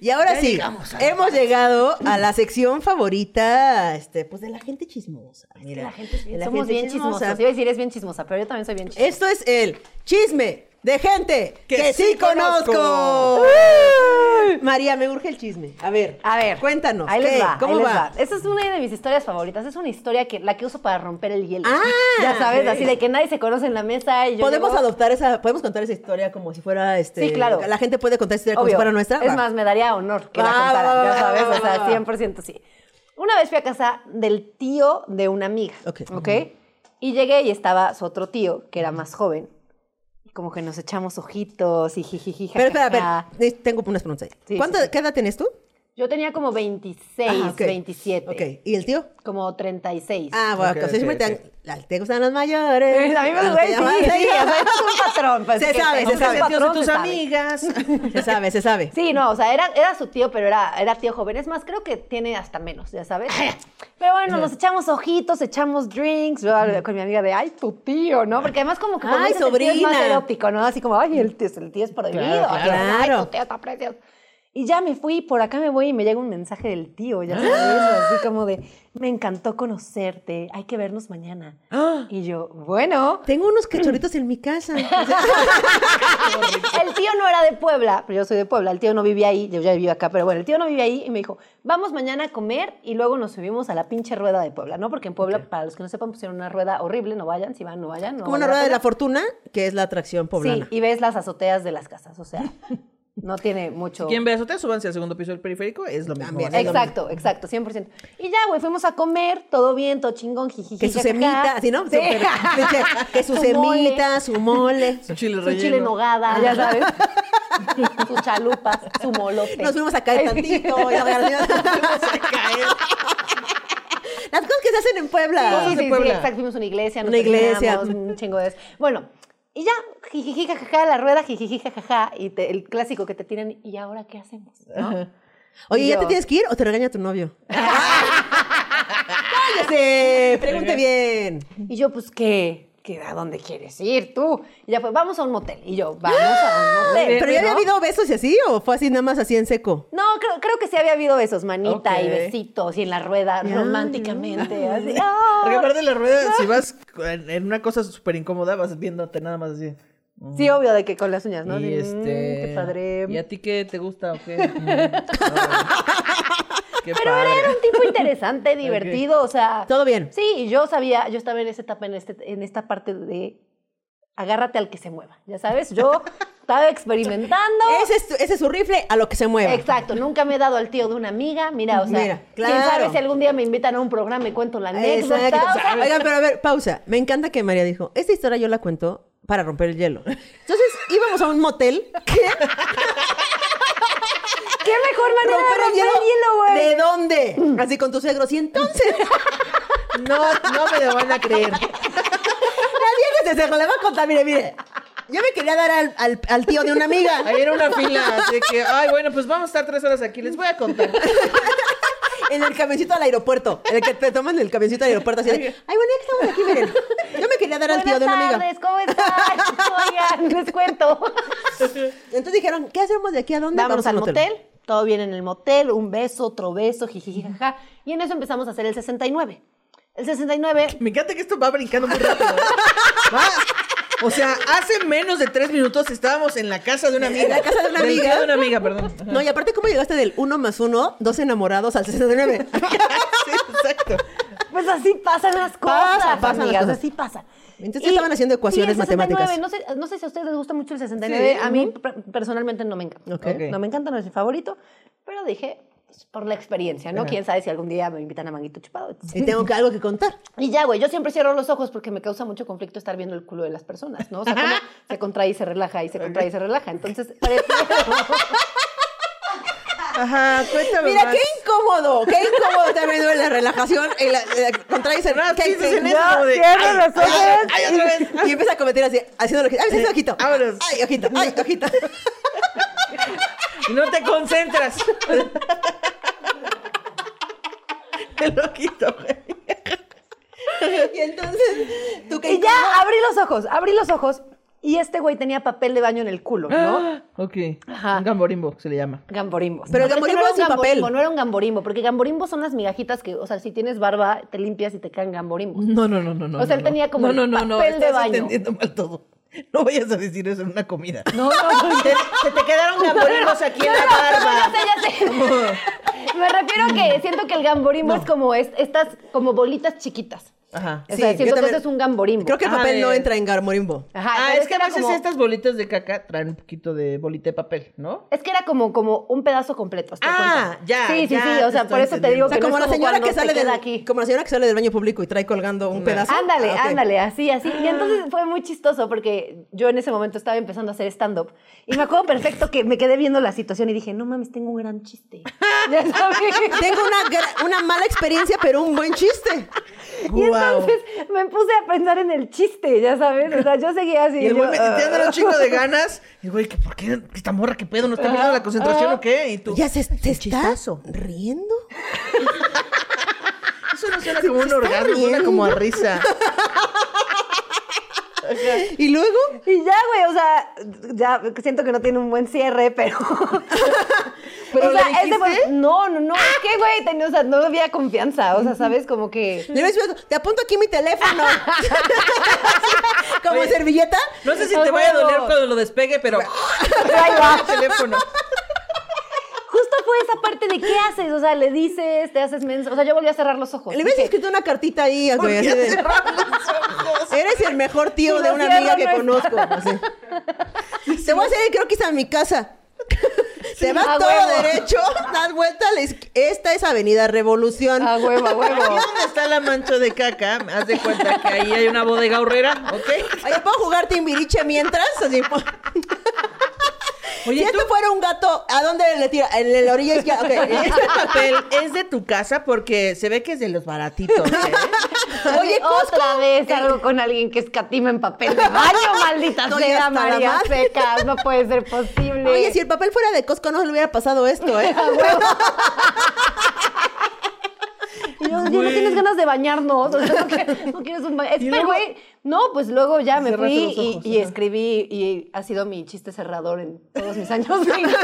Speaker 1: Y ahora sí, hemos llegado a la sección favorita, este, pues de la gente chismosa. Mira,
Speaker 3: La gente es
Speaker 1: de [laughs]
Speaker 3: bien,
Speaker 1: la
Speaker 3: somos
Speaker 1: gente
Speaker 3: bien chismosas. Iba a decir, es bien chismosa, pero yo también soy bien chismosa.
Speaker 1: Esto es el chisme de gente que,
Speaker 2: Que
Speaker 1: sí
Speaker 2: sí
Speaker 1: conozco.
Speaker 2: conozco.
Speaker 1: Uy. María, me urge el chisme. A ver,
Speaker 3: A ver,
Speaker 1: cuéntanos.
Speaker 3: Ahí les
Speaker 1: ¿qué?
Speaker 3: va.
Speaker 1: ¿Cómo
Speaker 3: ahí les
Speaker 1: va?
Speaker 3: va. Esa es una de mis historias favoritas. Es una historia que la que uso para romper el hielo.
Speaker 1: Ah,
Speaker 3: ya sabes,
Speaker 1: ok.
Speaker 3: así de que nadie se conoce en la mesa. Y yo
Speaker 1: Podemos
Speaker 3: llego-
Speaker 1: adoptar esa, podemos contar esa historia como si fuera, este,
Speaker 3: Sí, claro.
Speaker 1: la gente puede contar esa historia como si
Speaker 3: Obvio.
Speaker 1: pues fuera nuestra. Ah.
Speaker 3: Es
Speaker 1: Va.
Speaker 3: más, me daría honor que la
Speaker 1: Va, va,
Speaker 3: contara,
Speaker 1: va,
Speaker 3: ya sabes,
Speaker 1: va,
Speaker 3: o
Speaker 1: va,
Speaker 3: sea,
Speaker 1: va.
Speaker 3: 100% sí. Una vez fui a casa del tío de una amiga,
Speaker 1: Ok.
Speaker 3: ¿ok? Y llegué y estaba su otro tío, que era más joven. Y como que nos echamos ojitos y jijiji,
Speaker 1: Pero espera, a
Speaker 3: jajaja.
Speaker 1: ver, eh, tengo unas preguntas ahí.
Speaker 3: Sí,
Speaker 1: ¿Cuánta-
Speaker 3: sí, sí.
Speaker 1: ¿Qué edad tienes tú?
Speaker 3: Yo tenía como 26,
Speaker 1: Ah, ok.
Speaker 3: 27.
Speaker 1: Ok, ¿y el tío?
Speaker 3: Como 36.
Speaker 1: Ah, bueno,
Speaker 2: Ok,
Speaker 1: o sea,
Speaker 2: ok,
Speaker 1: siempre te,
Speaker 2: ok.
Speaker 1: dan- las- te gustan los mayores.
Speaker 3: [laughs]
Speaker 1: Ah,
Speaker 3: A mí me
Speaker 1: Los
Speaker 3: lo voy
Speaker 1: que [laughs] llaman-
Speaker 3: sí, sí, o sea, es un patrón. pues,
Speaker 1: Se
Speaker 3: que
Speaker 1: sabe,
Speaker 3: es
Speaker 1: se
Speaker 3: un
Speaker 1: sabe.
Speaker 2: Tíos de
Speaker 3: patrón,
Speaker 2: tus
Speaker 3: se sabe.
Speaker 1: [laughs]
Speaker 2: amigas.
Speaker 1: Se sabe, se sabe.
Speaker 3: Sí, no, o sea, era, era su tío, pero era, era tío joven. Es más, creo que tiene hasta menos,
Speaker 1: [laughs]
Speaker 3: ya sabes. Pero bueno, nos echamos ojitos, echamos drinks, yo con mi amiga de, ay, tu tío, ¿no? Porque además como que cuando
Speaker 1: Ay,
Speaker 3: dices el tío es más
Speaker 1: sobrina.
Speaker 3: erótico, ¿no? Así como, ay, el tío, el tío es prohibido.
Speaker 2: Claro,
Speaker 3: así,
Speaker 1: claro.
Speaker 3: Ay, tu tío está precioso. Y ya me fui, por acá me voy y me llega un mensaje del tío,
Speaker 1: [gasps]
Speaker 3: ya sabes, así como de, me encantó conocerte, hay que vernos mañana.
Speaker 1: Ah.
Speaker 2: Ah,
Speaker 3: Y yo, bueno.
Speaker 1: Tengo
Speaker 3: [clears throat]
Speaker 1: unos cachorritos en mi casa.
Speaker 3: [laughs] El tío no era de Puebla, pero yo soy de Puebla. El tío no vivía ahí, yo ya vivía acá, pero bueno, el tío no vivía ahí y me dijo, vamos mañana a comer y luego nos subimos a la pinche rueda de Puebla, ¿no? Porque en Puebla, para los que no sepan, pusieron una rueda horrible, no vayan, si van, no vayan. No
Speaker 1: Como una
Speaker 3: vale
Speaker 1: rueda de la
Speaker 3: pena.
Speaker 1: fortuna, que es la atracción poblana.
Speaker 3: Sí, y ves las azoteas de las casas,
Speaker 1: [laughs]
Speaker 3: o sea, no tiene mucho...
Speaker 2: ¿Quién ve azotea? Súbanse al segundo piso del periférico. Es lo mismo.
Speaker 1: También.
Speaker 2: ¿vale?
Speaker 3: Exacto, exacto, 100%. Y ya, güey, fuimos a comer, todo bien, todo chingón, jijiji.
Speaker 1: que su
Speaker 3: jajaja.
Speaker 1: semita, así, ¿no?
Speaker 3: Sí.
Speaker 1: Que
Speaker 3: [laughs]
Speaker 1: su
Speaker 3: mole.
Speaker 1: semita, su
Speaker 3: [laughs]
Speaker 1: mole.
Speaker 2: Su chile
Speaker 3: su
Speaker 2: relleno.
Speaker 3: chile en nogada,
Speaker 1: [laughs]
Speaker 3: ya sabes. su chalupas, su molote.
Speaker 1: Nos fuimos a
Speaker 3: [laughs]
Speaker 1: caer tantito. y la verdad-
Speaker 2: [laughs]
Speaker 1: Las cosas que se hacen en Puebla.
Speaker 3: Sí,
Speaker 2: de
Speaker 3: sí, sí,
Speaker 2: Puebla.
Speaker 3: exacto. Fuimos a una iglesia, nos
Speaker 1: Una iglesia.
Speaker 3: peinamos, un chingo de eso. Bueno, y ya, jijiji, jajaja, la rueda, jijiji, jajaja, y te- el clásico que te tiran, ¿y ahora qué hacemos? ¿No?
Speaker 1: Oye,
Speaker 3: Y
Speaker 1: ¿ya
Speaker 3: yo-
Speaker 1: te tienes que ir o te regaña tu
Speaker 3: [laughs]
Speaker 1: novio? ¡Cállese! Pregunte bien.
Speaker 3: Y yo, pues, ¿qué? que a dónde quieres ir tú. Y ya fue, vamos a un motel. Y yo, vamos a un motel.
Speaker 1: ¿Pero ya había
Speaker 3: ¿no?
Speaker 1: habido besos y así? ¿O fue así nada más así en seco?
Speaker 3: No, creo, creo que sí había habido esos, manita y
Speaker 2: Ok.
Speaker 3: besitos y en la rueda
Speaker 1: Ya,
Speaker 3: románticamente. Así.
Speaker 2: Porque
Speaker 3: ¡Ah!
Speaker 2: aparte de la rueda, si vas en en una cosa súper incómoda, vas viéndote nada más así.
Speaker 3: Sí, obvio, de que con las uñas, ¿no?
Speaker 2: Y
Speaker 3: Así, mm,
Speaker 2: este.
Speaker 3: qué padre.
Speaker 2: ¿Y a ti qué te gusta o
Speaker 3: [laughs]
Speaker 2: qué? Mm. qué
Speaker 3: Pero él era un tipo interesante, divertido, o sea.
Speaker 1: Todo bien.
Speaker 3: Sí, y yo sabía, yo estaba en esa etapa, en, este, en esta parte de agárrate al que se mueva, ya
Speaker 1: [laughs]
Speaker 3: sabes, yo estaba experimentando.
Speaker 1: Ese, es tu- ese es su rifle a lo que se mueve.
Speaker 3: Exacto, nunca me he dado al tío de una amiga, mira, o sea,
Speaker 1: Mira,
Speaker 3: quién
Speaker 1: claro.
Speaker 3: sabe si algún día me invitan a un programa y cuento la
Speaker 1: Exacto.
Speaker 3: anécdota. o sea,
Speaker 1: Oigan, pero a ver, pausa. Me encanta que María dijo, esta historia yo la cuento para romper el hielo. Entonces íbamos a un motel
Speaker 3: [laughs]
Speaker 1: que
Speaker 3: ¿Qué mejor manera
Speaker 1: romper el hielo.
Speaker 3: güey?
Speaker 1: ¿De dónde? Así con tus suegros. Y entonces, [laughs]
Speaker 2: No, no me lo van a creer.
Speaker 1: la vieja se le va a contar, mire, mire. Yo me quería dar al, al- al tío de una amiga.
Speaker 2: Ahí era una fila, así que, ay, bueno, pues vamos a estar tres horas aquí, les voy a contar.
Speaker 1: En el camioncito al aeropuerto. En el que te toman en el camioncito al aeropuerto así de, ay, bueno, ya que estamos aquí, miren. Yo me quería dar al tío
Speaker 3: Buenas
Speaker 1: de una amiga.
Speaker 3: tardes, ¿cómo están?
Speaker 1: [laughs]
Speaker 3: Oigan, les cuento.
Speaker 1: Entonces dijeron, ¿qué hacemos de aquí a dónde?
Speaker 3: Vamos al motel. todo bien en el motel, un beso, otro beso, jiji, jaja. Y en eso empezamos a hacer el 69. El 69,
Speaker 2: Me encanta que esto va brincando muy rápido. ¿eh? Va. O sea, hace menos de tres minutos estábamos en la casa de una amiga.
Speaker 1: En la casa de una
Speaker 2: Del
Speaker 1: amiga.
Speaker 2: tío de una amiga, perdón. Ajá.
Speaker 1: [laughs] No, y aparte, ¿cómo llegaste del 1 más 1, dos enamorados al 69?
Speaker 2: [laughs] Sí, exacto.
Speaker 3: pues así pasan las cosas,
Speaker 1: Pasa, pasan las
Speaker 3: amigas,
Speaker 1: cosas.
Speaker 3: así pasan.
Speaker 1: Entonces, estaban haciendo ecuaciones
Speaker 3: y el 69,
Speaker 1: matemáticas.
Speaker 3: No sé, no sé si a ustedes les gusta mucho el 69,
Speaker 2: Sí,
Speaker 3: a mí
Speaker 2: ujú.
Speaker 3: per- personalmente no me encanta.
Speaker 1: Ok.
Speaker 3: No me encanta, no es mi favorito, pero dije, pues, por la experiencia, ¿no? Quién sabe si algún día me invitan a Manguito Chupado.
Speaker 1: Y tengo que- algo que contar.
Speaker 3: Y ya, güey, yo siempre cierro los ojos porque me causa mucho conflicto estar viendo el culo de las personas, ¿no? O [laughs] sea, cómo se contrae y se relaja y se contrae y se relaja. [laughs] Entonces, prefiero-
Speaker 2: Ajá, cuéntame.
Speaker 1: Mira,
Speaker 2: más.
Speaker 1: qué incómodo, qué incómodo estar viendo en la relajación, en la, en la contraerse. [laughs]
Speaker 2: Ah,
Speaker 1: ¿Qué-
Speaker 2: sí,
Speaker 1: qué-
Speaker 2: sí, sí,
Speaker 1: no?
Speaker 2: es como de,
Speaker 1: Cierra
Speaker 2: ay,
Speaker 1: los ojos
Speaker 2: ay, ay, otra vez.
Speaker 1: y, y empieza a cometer así, haciendo ojito. Ay, haciendo ojito.
Speaker 2: vámonos.
Speaker 1: Ay, ojito, ay, ojito. [laughs]
Speaker 2: No te
Speaker 1: [laughs]
Speaker 2: concentras. [laughs] Qué loquito, güey.
Speaker 1: Y entonces, tú que
Speaker 3: y ya, abrí los ojos, abrí los ojos y este güey tenía papel de baño en el culo, [gasps] ¿no?
Speaker 2: Ok.
Speaker 3: Ajá.
Speaker 2: Un gamborimbo se le llama.
Speaker 3: Gamborimbos.
Speaker 1: Pero el
Speaker 3: No,
Speaker 1: gamborimbo
Speaker 3: no era
Speaker 1: es sin
Speaker 3: un gamborimbo,
Speaker 1: papel.
Speaker 3: No era un gamborimbo, porque gamborimbos son las migajitas que, o sea, si tienes barba, te limpias y te quedan
Speaker 1: [laughs]
Speaker 3: gamborimbos.
Speaker 2: No, no, no, no, no.
Speaker 3: O sea, él
Speaker 2: no, no.
Speaker 3: tenía como
Speaker 2: no,
Speaker 3: el
Speaker 2: no, no, no,
Speaker 3: papel de
Speaker 2: estás
Speaker 3: baño.
Speaker 2: entendiendo mal todo. No vayas a decir eso en una comida.
Speaker 3: No, no, no.
Speaker 2: Te- se te quedaron gamborimbos aquí en la barba.
Speaker 3: ya sé, ya sé. [laughs] Me refiero a que siento que el gamborimbo es como es- estas, como bolitas chiquitas.
Speaker 2: Ajá.
Speaker 3: O
Speaker 1: Sí,
Speaker 3: sea,
Speaker 1: yo
Speaker 3: siento que
Speaker 1: también-
Speaker 3: eso es un gamborimbo.
Speaker 1: Creo que el
Speaker 2: Ah,
Speaker 1: papel no
Speaker 2: de-
Speaker 1: entra en Garmorimbo.
Speaker 3: Ajá,
Speaker 2: ah,
Speaker 3: pero
Speaker 2: es que a
Speaker 3: era
Speaker 2: veces
Speaker 3: como-
Speaker 2: estas bolitas de caca traen un poquito de bolita de papel, ¿no?
Speaker 3: Es que era como, como un pedazo completo. ¿te das
Speaker 2: Ah,
Speaker 3: cuenta?
Speaker 2: ya,
Speaker 3: Sí, sí,
Speaker 2: ya
Speaker 3: sí. O
Speaker 2: te estoy
Speaker 3: sea, por eso te
Speaker 2: entendiendo.
Speaker 3: digo
Speaker 1: O sea,
Speaker 3: que
Speaker 1: como
Speaker 3: no
Speaker 1: la
Speaker 3: es como
Speaker 1: señora
Speaker 3: cuando
Speaker 1: que
Speaker 3: se
Speaker 1: sale del
Speaker 3: queda aquí.
Speaker 1: como la señora que sale del baño público y trae colgando un pedazo.
Speaker 3: Ándale,
Speaker 1: Ah, ok.
Speaker 3: ándale, así, así.
Speaker 2: [gasps]
Speaker 3: Y entonces fue muy chistoso porque yo en ese momento estaba empezando a hacer stand-up. Y me acuerdo perfecto que me quedé viendo la situación y dije, no mames, tengo un
Speaker 2: [laughs]
Speaker 3: gran chiste. Ya sabes.
Speaker 1: Tengo una, gra- una mala experiencia, pero un buen chiste.
Speaker 3: Y entonces me puse a pensar en el chiste, ya sabes. O sea, yo seguía así.
Speaker 2: Y el
Speaker 3: yo,
Speaker 2: güey me
Speaker 3: ah.
Speaker 2: tiene un chingo de ganas. Y güey, ¿qué, ¿por qué esta morra qué pedo? ¿No está mirando
Speaker 3: Ah,
Speaker 2: la concentración o qué? Y tú,
Speaker 1: Ya se, se está riendo.
Speaker 2: eso no suena
Speaker 3: [laughs]
Speaker 2: como un
Speaker 1: está
Speaker 2: orgasmo, suena
Speaker 1: riendo.
Speaker 2: como a risa.
Speaker 1: Y luego,
Speaker 3: Y ya, güey, o sea, ya siento que no tiene un buen cierre, pero. [laughs]
Speaker 2: ¿Pero le
Speaker 3: es de-
Speaker 2: dijiste?
Speaker 3: No, no, no. Es que, güey, tenía- o sea, no había confianza. O sea, ¿sabes? Como que.
Speaker 1: le ves, te apunto aquí mi
Speaker 3: [laughs]
Speaker 1: teléfono. Como
Speaker 2: Oye.
Speaker 1: servilleta.
Speaker 2: No sé si
Speaker 3: A
Speaker 2: te vaya a
Speaker 3: huevo.
Speaker 2: doler cuando lo despegue, pero.
Speaker 3: Pero ahí va.
Speaker 2: [laughs] El teléfono.
Speaker 3: Justo fue esa parte de qué haces. O sea, le dices, te haces menso. O sea, yo volví a cerrar los ojos.
Speaker 1: Le ves
Speaker 3: Dije,
Speaker 1: escrito una cartita ahí, güey, así
Speaker 2: Ya
Speaker 1: de,
Speaker 2: cerraron los ojos.
Speaker 1: Eres el mejor tío
Speaker 3: Si
Speaker 1: de
Speaker 3: lo
Speaker 1: una
Speaker 3: cierro,
Speaker 1: amiga que
Speaker 3: no
Speaker 1: conozco.
Speaker 3: [laughs]
Speaker 1: así. Te voy a hacer, creo que es a mi
Speaker 3: [laughs]
Speaker 1: casa. Se va
Speaker 3: a
Speaker 1: todo
Speaker 3: huevo.
Speaker 1: derecho, das vuelta. a la izqui- Esta es Avenida Revolución.
Speaker 3: A huevo, a huevo.
Speaker 2: Aquí donde está la mancha de caca, haz de cuenta que ahí hay una bodega horrera,
Speaker 1: [laughs]
Speaker 2: ¿ok?
Speaker 1: Oye, ¿puedo jugar timbiriche mientras? Así, po- si
Speaker 2: [laughs] Oye, tú,
Speaker 1: esto fuera un gato, ¿a dónde le tira? En la orilla izquierda.
Speaker 3: [laughs]
Speaker 1: ok.
Speaker 2: este papel es de tu casa porque se ve que es de los baratitos, ¿eh? [laughs]
Speaker 1: Oye, Costco.
Speaker 3: Otra vez algo con alguien que escatima en papel de [laughs] baño, maldita
Speaker 1: Estoy
Speaker 3: sea,
Speaker 1: hasta la
Speaker 3: María
Speaker 1: madre.
Speaker 3: Secas. No puede [laughs] ser posible.
Speaker 1: Oye, si el papel fuera
Speaker 3: [laughs]
Speaker 1: de Costco, no le hubiera pasado esto, ¿eh?
Speaker 3: A huevo. Y yo, no, ya no
Speaker 2: Güey.
Speaker 3: tienes ganas de bañarnos. O sea,
Speaker 2: [laughs]
Speaker 3: no, quieres- no quieres un baño. Es
Speaker 2: Y
Speaker 3: que,
Speaker 2: luego-
Speaker 3: güey, no, pues luego ya me
Speaker 2: Cerraste
Speaker 3: fui
Speaker 2: los
Speaker 3: y,
Speaker 2: ojos,
Speaker 3: y
Speaker 2: ajá.
Speaker 3: escribí y ha sido mi chiste cerrador en todos
Speaker 2: [laughs]
Speaker 3: mis años. [laughs] de-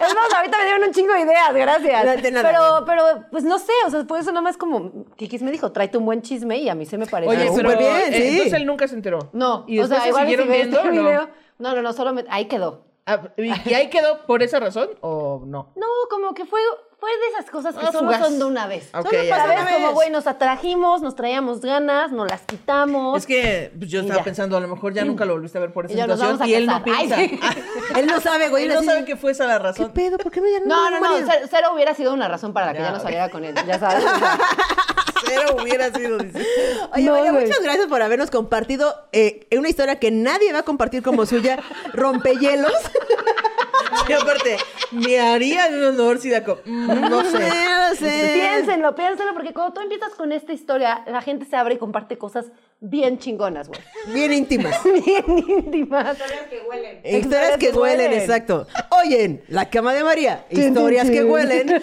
Speaker 3: Es más, ahorita me dieron un chingo de ideas, gracias.
Speaker 1: No, de nada.
Speaker 3: Pero, pero, pues no sé, o sea, por eso nada más como, Kikis me dijo, tráete un buen chisme y a mí se me pareció.
Speaker 2: Oye,
Speaker 1: Ah,
Speaker 2: pero
Speaker 1: súper bien,
Speaker 2: eh,
Speaker 1: sí.
Speaker 2: entonces él nunca se enteró.
Speaker 3: No,
Speaker 2: y
Speaker 3: o
Speaker 2: después
Speaker 3: sea, igual
Speaker 2: se
Speaker 3: y si
Speaker 2: siguieron
Speaker 3: ve
Speaker 2: viendo.
Speaker 3: este
Speaker 2: ¿no?
Speaker 3: video. No, no, no, solo me- ahí quedó.
Speaker 2: Ah, ¿Y y ahí quedó por esa razón o no?
Speaker 3: No, como que fue, fue de esas cosas que
Speaker 2: Ah,
Speaker 3: solo
Speaker 2: fugaz.
Speaker 3: son de una vez.
Speaker 2: Ok,
Speaker 3: solo
Speaker 2: ya.
Speaker 3: para
Speaker 2: Una
Speaker 3: ver
Speaker 2: vez.
Speaker 3: como, güey, nos atrajimos, nos traíamos ganas, nos las quitamos.
Speaker 2: Es que pues, yo estaba
Speaker 3: ya.
Speaker 2: pensando, a lo mejor ya nunca lo volviste a ver por esa
Speaker 3: Y ya nos
Speaker 2: situación
Speaker 3: vamos a
Speaker 2: y él no
Speaker 3: casar.
Speaker 2: piensa.
Speaker 3: Ay, sí.
Speaker 1: Él no sabe, güey.
Speaker 2: [laughs] él
Speaker 1: él
Speaker 2: no
Speaker 1: así,
Speaker 2: sabe que fue esa la
Speaker 1: ¿Qué
Speaker 2: razón.
Speaker 1: pedo? ¿Por qué me llaman?
Speaker 3: No, no, no,
Speaker 1: María?
Speaker 3: cero, cero hubiera sido una razón para la que
Speaker 2: Ya,
Speaker 3: ya no
Speaker 2: ok.
Speaker 3: saliera con él, ya sabes.
Speaker 2: [laughs]
Speaker 3: o sea.
Speaker 2: Cero hubiera sido. dice.
Speaker 1: Oye,
Speaker 3: No,
Speaker 1: María,
Speaker 3: güey.
Speaker 1: muchas gracias por habernos compartido eh, una historia que nadie va a compartir como [laughs] suya, rompehielos.
Speaker 2: Y aparte, me haría un honor si la co- Mm, No sé.
Speaker 1: No sé.
Speaker 3: Piénsenlo, piénsenlo, porque cuando tú empiezas con esta historia, la gente se abre y comparte cosas bien chingonas, güey. [laughs]
Speaker 1: Bien íntimas.
Speaker 3: Bien íntimas.
Speaker 5: Historias que huelen.
Speaker 1: Historias que huelen, exacto. Oyen, la cama de María, historias que [laughs] huelen.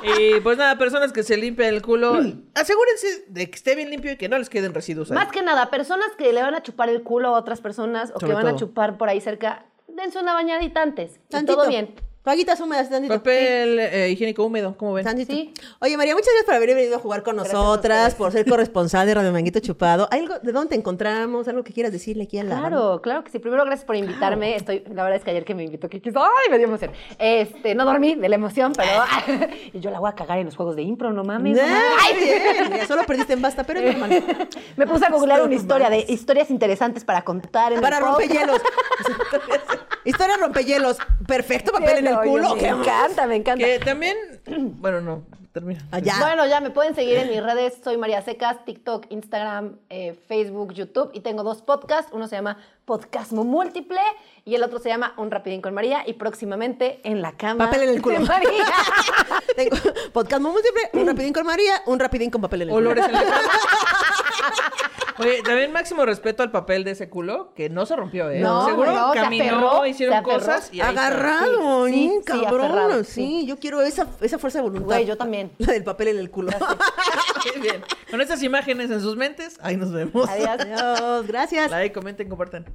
Speaker 2: Y pues nada, personas que se limpian el culo, Mm. asegúrense de que esté bien limpio y que no les queden residuos. ahí.
Speaker 3: Más que nada, personas que le van a chupar el culo a otras personas o que
Speaker 2: Sobre
Speaker 3: van a
Speaker 2: todo.
Speaker 3: chupar por ahí cerca, dense una bañadita antes. y
Speaker 1: Tantito.
Speaker 3: Todo bien.
Speaker 1: Paguitas húmedas, tantito.
Speaker 2: Papel eh, higiénico húmedo, ¿cómo ven?
Speaker 1: Tantito.
Speaker 3: Sí.
Speaker 1: Oye, María, muchas gracias por haber venido a jugar con
Speaker 3: Gracias a
Speaker 1: nosotras,
Speaker 3: ustedes.
Speaker 1: por ser corresponsal de Radio Manguito Chupado. ¿Hay ¿Algo, ¿De dónde te encontramos? ¿Algo que quieras decirle aquí a la banda?
Speaker 3: Claro, claro que sí. Primero, gracias por invitarme. Estoy, la verdad es que ayer que me invitó Kiki, ¡ay, me dio emoción! Este, no dormí de la emoción, pero [laughs] y yo la voy a cagar en los juegos de impro, no mames. no mames.
Speaker 1: Ay,
Speaker 3: [laughs]
Speaker 1: bien. Ya Solo perdiste en basta, pero es normal.
Speaker 3: Me puse a googlear una historia de historias interesantes para contar en
Speaker 1: Para
Speaker 3: el podcast.
Speaker 1: rompehielos. [laughs] Historia rompehielos. Perfecto papel en el
Speaker 3: Oye,
Speaker 1: culo.
Speaker 3: Me encanta, me encanta.
Speaker 2: Que también, [clears throat] bueno, no, termina.
Speaker 1: Allá.
Speaker 3: Bueno, Ah, ya me pueden seguir en mis redes. Soy María Secas, TikTok, Instagram, eh, Facebook, YouTube. Y tengo dos podcasts. Uno se llama Podcasmo Múltiple y el otro se llama Un Rapidín con María. Y próximamente en la cama.
Speaker 1: Papel en el culo. [laughs]
Speaker 3: de María.
Speaker 1: Tengo podcast múltiple, un rapidín con María, un rapidín con papel en el culo.
Speaker 2: Olores en la cama. Oye, también máximo respeto al papel de ese culo, que no se rompió, ¿eh?
Speaker 3: No,
Speaker 2: Seguro
Speaker 3: no, se
Speaker 2: caminó,
Speaker 3: aferró, se
Speaker 2: hicieron
Speaker 3: aferró.
Speaker 2: cosas y ahí está.
Speaker 1: Agarrado,
Speaker 3: Sí,
Speaker 1: sí,
Speaker 3: sí, sí,
Speaker 1: cabrón.
Speaker 3: aferrado,
Speaker 1: sí.
Speaker 3: sí.
Speaker 1: yo quiero esa, esa fuerza de voluntad.
Speaker 3: Güey, yo también.
Speaker 1: La del papel en el culo.
Speaker 2: [laughs] Muy bien. Con estas imágenes en sus mentes, ahí nos vemos.
Speaker 1: [laughs]
Speaker 3: Adiós.
Speaker 1: Adiós, gracias.
Speaker 2: Like, comenten, compartan.